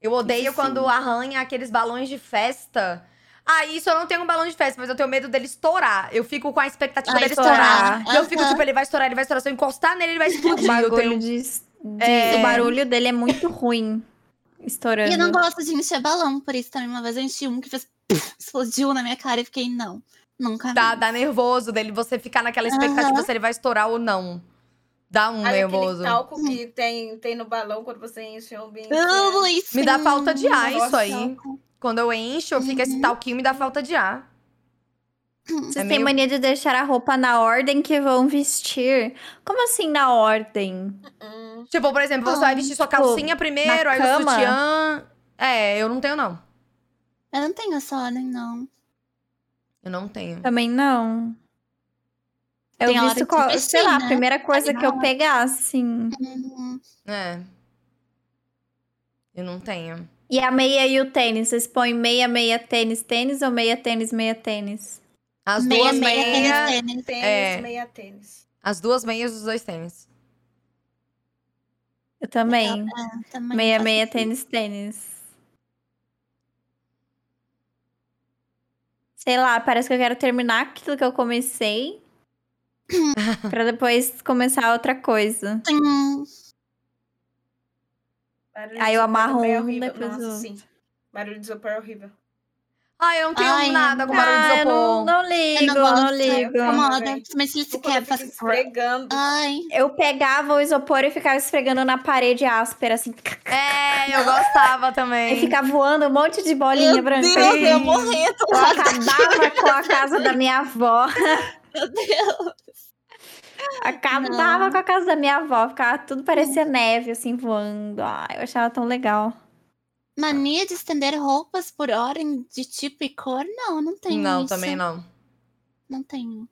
S2: Eu odeio
S3: Isso
S2: quando
S3: sim.
S2: arranha aqueles balões de festa. Ah, isso eu não tenho um balão de festa, mas eu tenho medo dele estourar. Eu fico com a expectativa
S3: Ah,
S2: dele estourar.
S1: estourar.
S2: E eu fico
S3: Aham.
S2: tipo, ele vai estourar, ele vai estourar. Se eu encostar nele, ele vai explodir. Eu
S1: Bagulho
S2: tenho
S1: de de- O barulho dele é muito ruim. Estourando.
S3: E eu não gosto de encher balão, por isso também uma vez eu enchi um que fez explodiu na minha cara e fiquei, não, nunca
S2: Dá,
S3: mais.
S2: dá nervoso dele, você ficar naquela expectativa se ele vai estourar ou não. Dá um
S4: Olha
S2: nervoso.
S4: aquele
S3: Tá
S4: talco que tem, tem no balão quando você enche um ambiente.
S3: Ah, Luiz,
S2: Me dá
S3: sim.
S2: falta de ar
S4: Nossa.
S2: isso aí. Quando eu encho, eu fico esse talquinho me dá falta de ar.
S1: Uhum. Vocês
S2: É
S1: têm
S2: meio-
S1: mania de deixar a roupa na ordem que vão vestir. Como assim na ordem?
S4: Hum.
S2: Tipo, por exemplo, você
S3: Ah,
S2: vai vestir sua
S1: tipo,
S2: calcinha primeiro,
S1: na
S2: aí o
S1: cama?
S2: sutiã. É, eu não tenho, não.
S3: Eu não tenho essa ordem, não.
S2: Eu não tenho.
S1: Também não. Eu
S3: Tem a hora
S1: visto
S3: de
S1: qual,
S3: vestir,
S1: sei lá, a
S3: né?
S1: primeira coisa
S3: na
S1: que eu
S3: hora.
S1: pegar, assim.
S3: Uhum.
S2: É. Eu não tenho.
S1: E a meia e o tênis, vocês põem meia, meia, tênis, tênis ou meia, tênis, meia, tênis?
S2: As
S3: Meia,
S2: duas
S3: meia,
S2: meias.
S3: tênis, tênis.
S4: Tênis,
S2: É.
S4: meia tênis.
S2: As duas meias dos dois tênis.
S1: Eu também.
S3: É, também
S1: Meia,
S3: faz
S1: meia,
S3: sentido.
S1: tênis, tênis. Sei lá, parece que eu quero terminar aquilo que eu comecei. pra depois começar outra coisa.
S3: Sim.
S4: Barulho
S1: Aí
S4: de
S1: eu
S4: isopor
S1: amarro
S4: também é
S1: um,
S4: horrível.
S1: depois
S4: Nossa,
S1: o
S4: sim. Barulho de isopor é horrível.
S2: Ah, eu não tenho
S3: Ai,
S2: nada com barulho de
S1: Ah, eu não,
S2: isopor.
S1: não
S3: Eu
S1: ligo,
S3: não
S1: não,
S3: gosto.
S1: ligo.
S3: Incomoda.
S4: também.
S3: Principalmente se
S4: Tipo,
S3: ele
S4: quando
S3: quer
S4: fica
S3: fazer...
S4: esfregando.
S3: Ai,
S1: Eu pegava o isopor e ficava esfregando na parede áspera, assim.
S2: É, eu gostava
S1: E
S2: também.
S1: ficava voando um monte de bolinha
S3: meu
S1: branca.
S3: Deus, eu ia
S1: assim.
S3: morrer tá do
S1: Eu
S3: lado
S1: acabava com a casa da minha avó.
S3: meu Deus.
S1: Acabava
S3: Não. Hum.
S1: com a casa da minha avó. Ficava tudo parecia neve, assim, voando. Ai, eu achava tão legal.
S3: Mania de estender roupas por ordem de tipo e cor? Não, não tenho
S2: Não,
S3: isso.
S2: também não.
S3: Não tenho.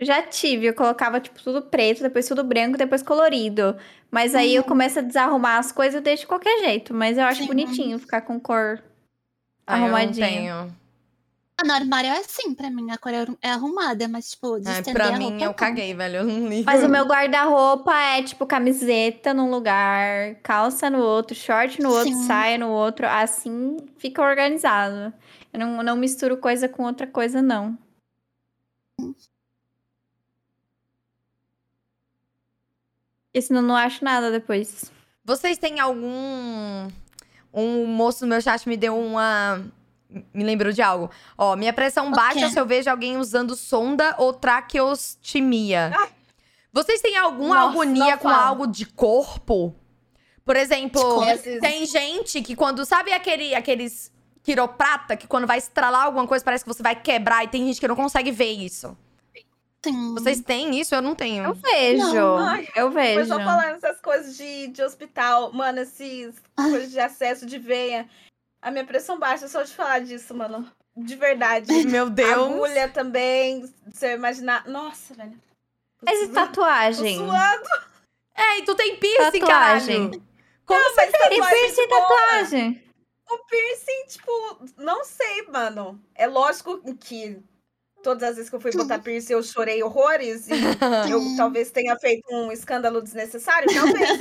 S1: Já tive, eu colocava, tipo, tudo preto, depois tudo branco, depois colorido. Mas aí eu começo a desarrumar as coisas, eu deixo de qualquer jeito. Mas eu acho
S3: Uhum. Sim.
S1: bonitinho ficar com cor
S2: Ah, eu não
S1: arrumadinha.
S2: tenho.
S3: Ah, no armário é assim, pra mim. A cor é arru- é arrumada, mas, tipo, de
S2: É,
S3: estender a
S2: pra
S3: roupa.
S2: mim, eu
S3: não.
S2: caguei, velho. Eu não ligo.
S1: Mas o meu guarda-roupa é tipo camiseta num lugar, calça no outro, short no outro,
S3: Sim.
S1: saia no outro. Assim fica organizado. Eu não, não misturo coisa com outra coisa, não. Porque senão eu não acho nada depois.
S2: Vocês têm algum. Um moço no meu chat me deu uma. Me lembrou de algo. Ó, minha pressão baixa
S3: quê?
S2: se eu vejo alguém usando sonda ou traqueostimia.
S4: Ah.
S2: Vocês têm alguma
S1: Nossa, não
S2: agonia com
S1: fala.
S2: algo de corpo? Por exemplo,
S4: corpo?
S2: tem gente que quando. Sabe aquele, aqueles quiroprata que quando vai estralar alguma coisa parece que você vai quebrar e tem gente que não consegue ver isso?
S3: Sim.
S2: Vocês têm isso? Eu não tenho.
S1: Eu vejo.
S4: Ai,
S1: eu
S4: Mas
S1: vejo.
S4: só falando essas coisas de, de hospital, mano, esses coisas de acesso de veia. A minha pressão baixa só de falar disso, mano. De verdade.
S2: Meu
S4: Agulha também, se eu imaginar. Nossa, velho.
S1: Mas tá e
S4: Tô
S1: tatuagem?
S4: suando,
S2: Ei, É, tu tem piercing,
S1: Tatuagem.
S2: caralho. Como você
S4: mas tá
S1: E
S4: tatuagem
S1: piercing e
S4: de boa.
S1: tatuagem?
S4: O piercing, tipo, não sei, mano. É lógico que todas as vezes que eu fui botar piercing eu chorei horrores. E eu
S3: Hum.
S4: talvez tenha feito um escândalo desnecessário, talvez.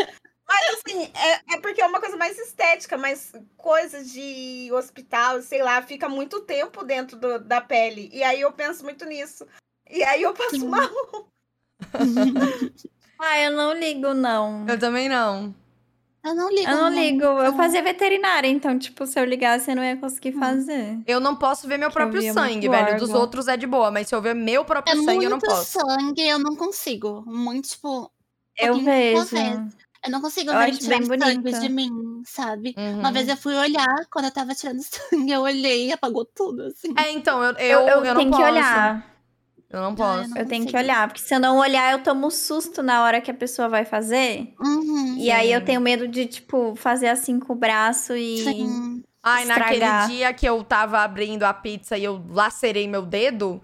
S4: mas assim, é, é porque é uma coisa mais estética, mas coisas de hospital, sei lá, fica muito tempo dentro do- da pele. E aí eu penso muito nisso. E aí eu passo
S3: Sim.
S4: mal.
S1: Ah, eu não ligo, não.
S2: Eu também não.
S3: Eu não ligo.
S1: Eu não
S3: muito.
S1: ligo. Eu
S3: não.
S1: fazia veterinária, então, tipo, se eu ligasse, eu não ia conseguir
S2: Hum.
S1: fazer.
S2: Eu não posso ver meu
S1: Que eu
S2: próprio
S1: via muito
S2: sangue, velho. Dos
S1: órgão.
S2: outros é de boa, mas se eu ver meu próprio
S3: É
S2: sangue,
S3: muito
S2: eu não posso.
S3: sangue, eu não consigo. Muito, tipo...
S2: É
S1: Eu
S3: pouquinho de uma
S1: vejo.
S3: vez. Eu não consigo
S1: Eu
S3: ver
S1: acho
S3: tirar
S1: bem
S3: sangue
S1: bonita.
S3: de mim, sabe?
S2: Uhum.
S3: Uma vez eu fui olhar, quando eu tava tirando sangue, eu olhei e apagou tudo, assim.
S2: É, então, eu,
S1: Eu,
S2: eu,
S1: eu,
S2: eu não
S1: tenho
S2: posso.
S1: que olhar.
S2: Eu não posso.
S3: não
S1: Eu tenho que
S3: consigo.
S1: olhar. Porque se eu não olhar, eu tomo um susto na hora que a pessoa vai fazer.
S3: Uhum.
S1: E aí eu
S2: Sim.
S1: tenho medo de, tipo, fazer assim com o braço e.
S3: Sim.
S2: Ai,
S1: estragar.
S2: naquele dia que eu tava abrindo a pizza e eu lacerei meu dedo,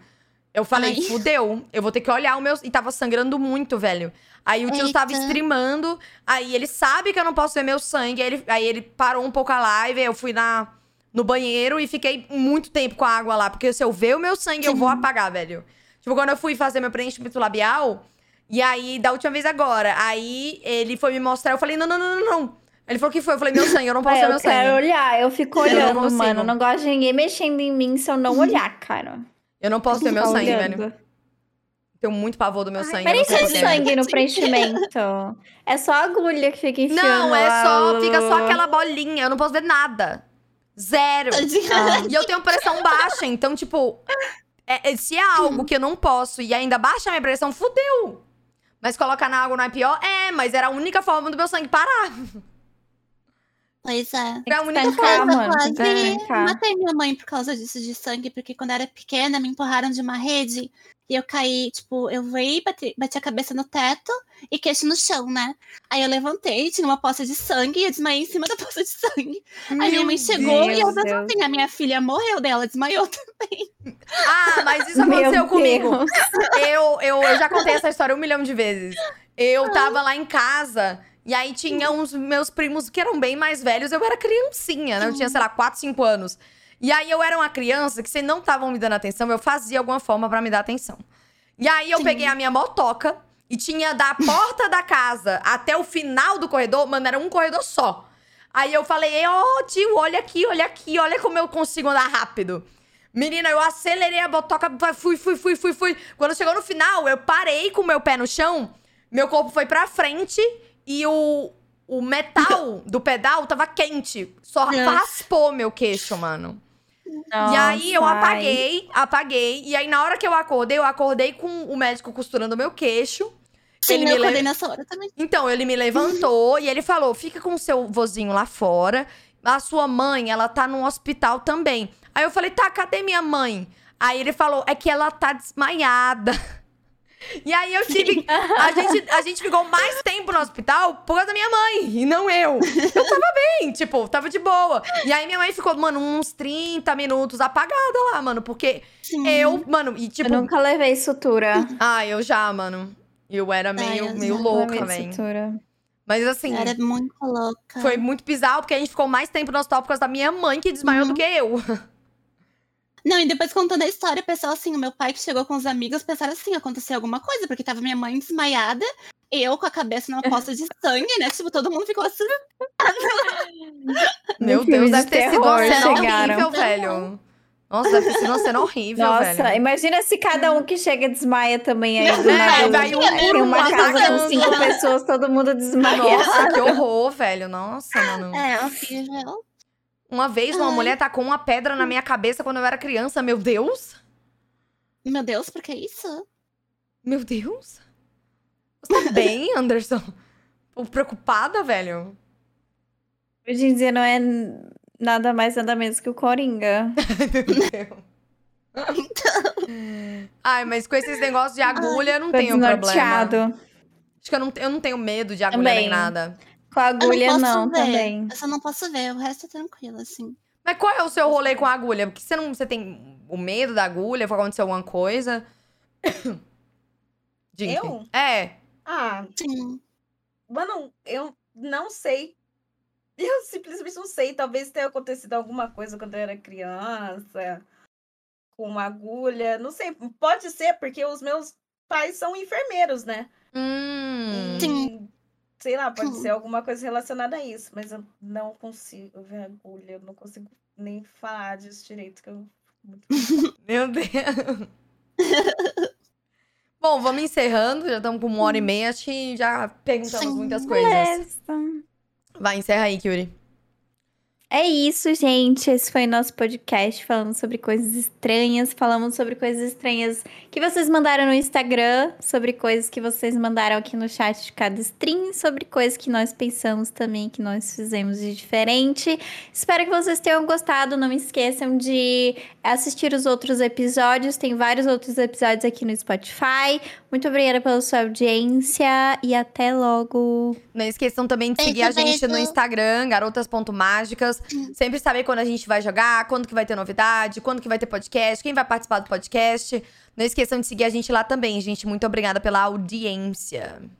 S2: eu falei,
S3: Ai.
S2: fudeu, eu vou ter que olhar o meu. E tava sangrando muito, velho. Aí o tio tava
S3: Eita.
S2: streamando, aí ele sabe que eu não posso ver meu sangue, aí ele, aí ele parou um pouco a live, aí eu fui na, no banheiro e fiquei muito tempo com a água lá, porque se eu ver o meu sangue, eu vou apagar, velho. Tipo, quando eu fui fazer meu preenchimento labial, e aí, da última vez agora, aí ele foi me mostrar, eu falei, não, não, não, não, não. Ele falou, o que foi? Eu falei, meu sangue, eu não posso
S1: É,
S2: ver
S1: eu
S2: meu sangue.
S1: quero olhar, eu fico
S2: Eu não
S1: olhando,
S2: consigo.
S1: mano. Não gosto de ninguém mexendo em mim se eu não olhar, cara.
S2: Eu não posso ter é meu
S1: Ficar
S2: sangue,
S1: olhando.
S2: velho. Tenho muito pavor do meu sangue.
S1: Mas
S2: eu
S1: nem
S2: não sei
S1: tem
S2: por quê.
S1: sangue no preenchimento. É só a agulha que fica enfiando
S2: Não, é
S1: lá
S2: só.
S1: o-
S2: Fica só aquela bolinha. Eu não posso ver nada. Zero.
S1: Ah.
S2: E eu tenho pressão baixa, então, tipo, é- é- se é algo que eu não posso e ainda baixa a minha pressão, fudeu! Mas colocar na água não é pior? É, mas era a única forma do meu sangue parar.
S3: Pois é.
S2: Era a
S1: Tem
S2: única
S1: que ficar,
S3: casa,
S2: forma.
S1: mano. Tem que
S3: quase
S1: ficar.
S3: Matei minha mãe por causa disso de sangue, porque quando eu era pequena me empurraram de uma rede e eu caí, tipo, eu voei, bati, bati a cabeça no teto e queixo no chão, né? Aí eu levantei, tinha uma poça de sangue e eu desmaiei em cima da poça de sangue. Aí minha mãe chegou e eu
S1: Deus.
S3: levantei, a minha filha morreu dela, desmaiou.
S2: Ah, mas isso
S1: Meu
S2: aconteceu comigo.
S1: Deus.
S2: Eu, eu, eu já contei essa história um milhão de vezes. Eu tava lá em casa e aí tinha uns meus primos que eram bem mais velhos. Eu era criancinha, né? Eu tinha, sei lá, 4, 5 anos. E aí eu era uma criança que se não estavam me dando atenção, eu fazia alguma forma pra me dar atenção. E aí eu
S3: Sim.
S2: peguei a minha motoca e tinha da porta da casa até o final do corredor, mano, era um corredor só. Aí eu falei, ô tio, olha aqui, olha aqui, olha como eu consigo andar rápido. Menina, eu acelerei a botoca, fui, fui, fui, fui, fui. Quando chegou no final, eu parei com o meu pé no chão, meu corpo foi pra frente e o, o metal do pedal tava quente. Só
S3: Nossa.
S2: raspou meu queixo, mano. E aí eu
S1: Nossa,
S2: apaguei, apaguei. E aí na hora que eu acordei, eu acordei com o médico costurando meu queixo.
S3: Sim,
S2: Ele
S3: eu
S2: me
S3: acordei
S2: leva-
S3: nessa hora também.
S2: Então ele me levantou e ele falou: "Fica com o seu vozinho lá fora. A sua mãe, ela tá num hospital também". Aí eu falei: "Tá, cadê minha mãe?". Aí ele falou: "É que ela tá desmaiada". E aí eu tive a gente a gente ficou mais tempo no hospital por causa da minha mãe e não eu. Eu tava bem, tipo, tava de boa. E aí minha mãe ficou, mano, uns 30 minutos apagada lá, mano, porque
S3: Sim.
S2: eu, mano, e
S1: Eu
S2: tipo,
S1: nunca levei sutura.
S2: ah, eu já, mano. Eu era meio,
S3: eu
S2: meio
S3: já
S1: Nunca
S2: louca,
S1: levei
S2: velho.
S1: sutura.
S2: Mas assim,
S3: Era muito louca.
S2: foi muito bizarro, porque a gente ficou mais tempo no hospital por causa da minha mãe, que desmaiou do que eu.
S3: Não, e depois contando a história, o pessoal, assim, o meu pai que chegou com os amigos, pensaram assim, aconteceu alguma coisa, porque tava minha mãe desmaiada, eu com a cabeça numa poça de sangue, né? Tipo, todo mundo ficou assim.
S2: Meu
S1: Um filme
S2: Deus,
S1: de
S2: deve ter sido uma
S1: terror,
S2: cena
S1: chegaram.
S2: horrível, velho. Nossa, deve ter sido uma cena horrível,
S1: Nossa,
S2: velho.
S1: imagina se cada um que chega desmaia também aí do
S3: Não,
S1: nada.
S2: é, vai um por
S1: Tem
S2: um
S1: uma casa
S2: atacando.
S1: com cinco pessoas, todo mundo desmaia.
S2: Nossa, que horror, velho. Nossa, mano.
S3: É, horrível.
S2: Uma vez uma
S3: Ai.
S2: mulher tacou uma pedra na minha cabeça quando eu era criança. Meu Deus!
S3: Meu Deus, por que isso?
S2: Meu Deus! Você tá bem, Anderson? Tô preocupada, velho.
S1: Hoje em dia não é nada mais, nada menos que o Coringa.
S2: Meu Deus. Então. Ai, mas com esses negócios de agulha, eu não
S1: Tô
S2: tenho problema.
S1: desnorteado.
S2: Acho que eu não, eu não tenho medo de agulha
S1: Também.
S2: nem nada.
S1: Com a agulha,
S3: eu
S1: não,
S3: posso ver.
S1: também.
S3: Eu só não posso ver, o resto é tranquilo, assim.
S2: Mas qual é o seu rolê com a agulha? Porque você não você tem o medo da agulha, vai acontecer alguma coisa? Gente,
S4: Eu?
S2: É.
S4: Ah,
S3: Sim.
S4: mano, eu não sei. Eu simplesmente não sei. Talvez tenha acontecido alguma coisa quando eu era criança, com uma agulha. Não sei. Pode ser, porque os meus pais são enfermeiros, né?
S2: Hum.
S3: Sim.
S4: Sei lá, pode
S3: Sim.
S4: ser alguma coisa relacionada a isso, mas eu não consigo ver agulha, eu não consigo nem falar disso direito, que eu
S2: Meu Deus. Bom, vamos encerrando. Já estamos com uma hora e meia. Acho que já perguntamos
S3: Hum. Sim. É.
S2: muitas coisas. Vai, encerra aí, Kyuri.
S1: É isso, gente. Esse foi o nosso podcast falando sobre coisas estranhas. Falamos sobre coisas estranhas que vocês mandaram no Instagram, sobre coisas que vocês mandaram aqui no chat de cada stream, sobre coisas que nós pensamos também, que nós fizemos de diferente. Espero que vocês tenham gostado. Não esqueçam de assistir os outros episódios. Tem vários outros episódios aqui no Spotify. Muito obrigada pela sua audiência e até logo.
S2: Não esqueçam também de
S3: Beijo,
S2: seguir a gente no
S3: beijo.
S2: Instagram, garotas.mágicas. Sempre saber quando a gente vai jogar, quando que vai ter novidade, quando que vai ter podcast, quem vai participar do podcast. Não esqueçam de seguir a gente lá também, gente. Muito obrigada pela audiência.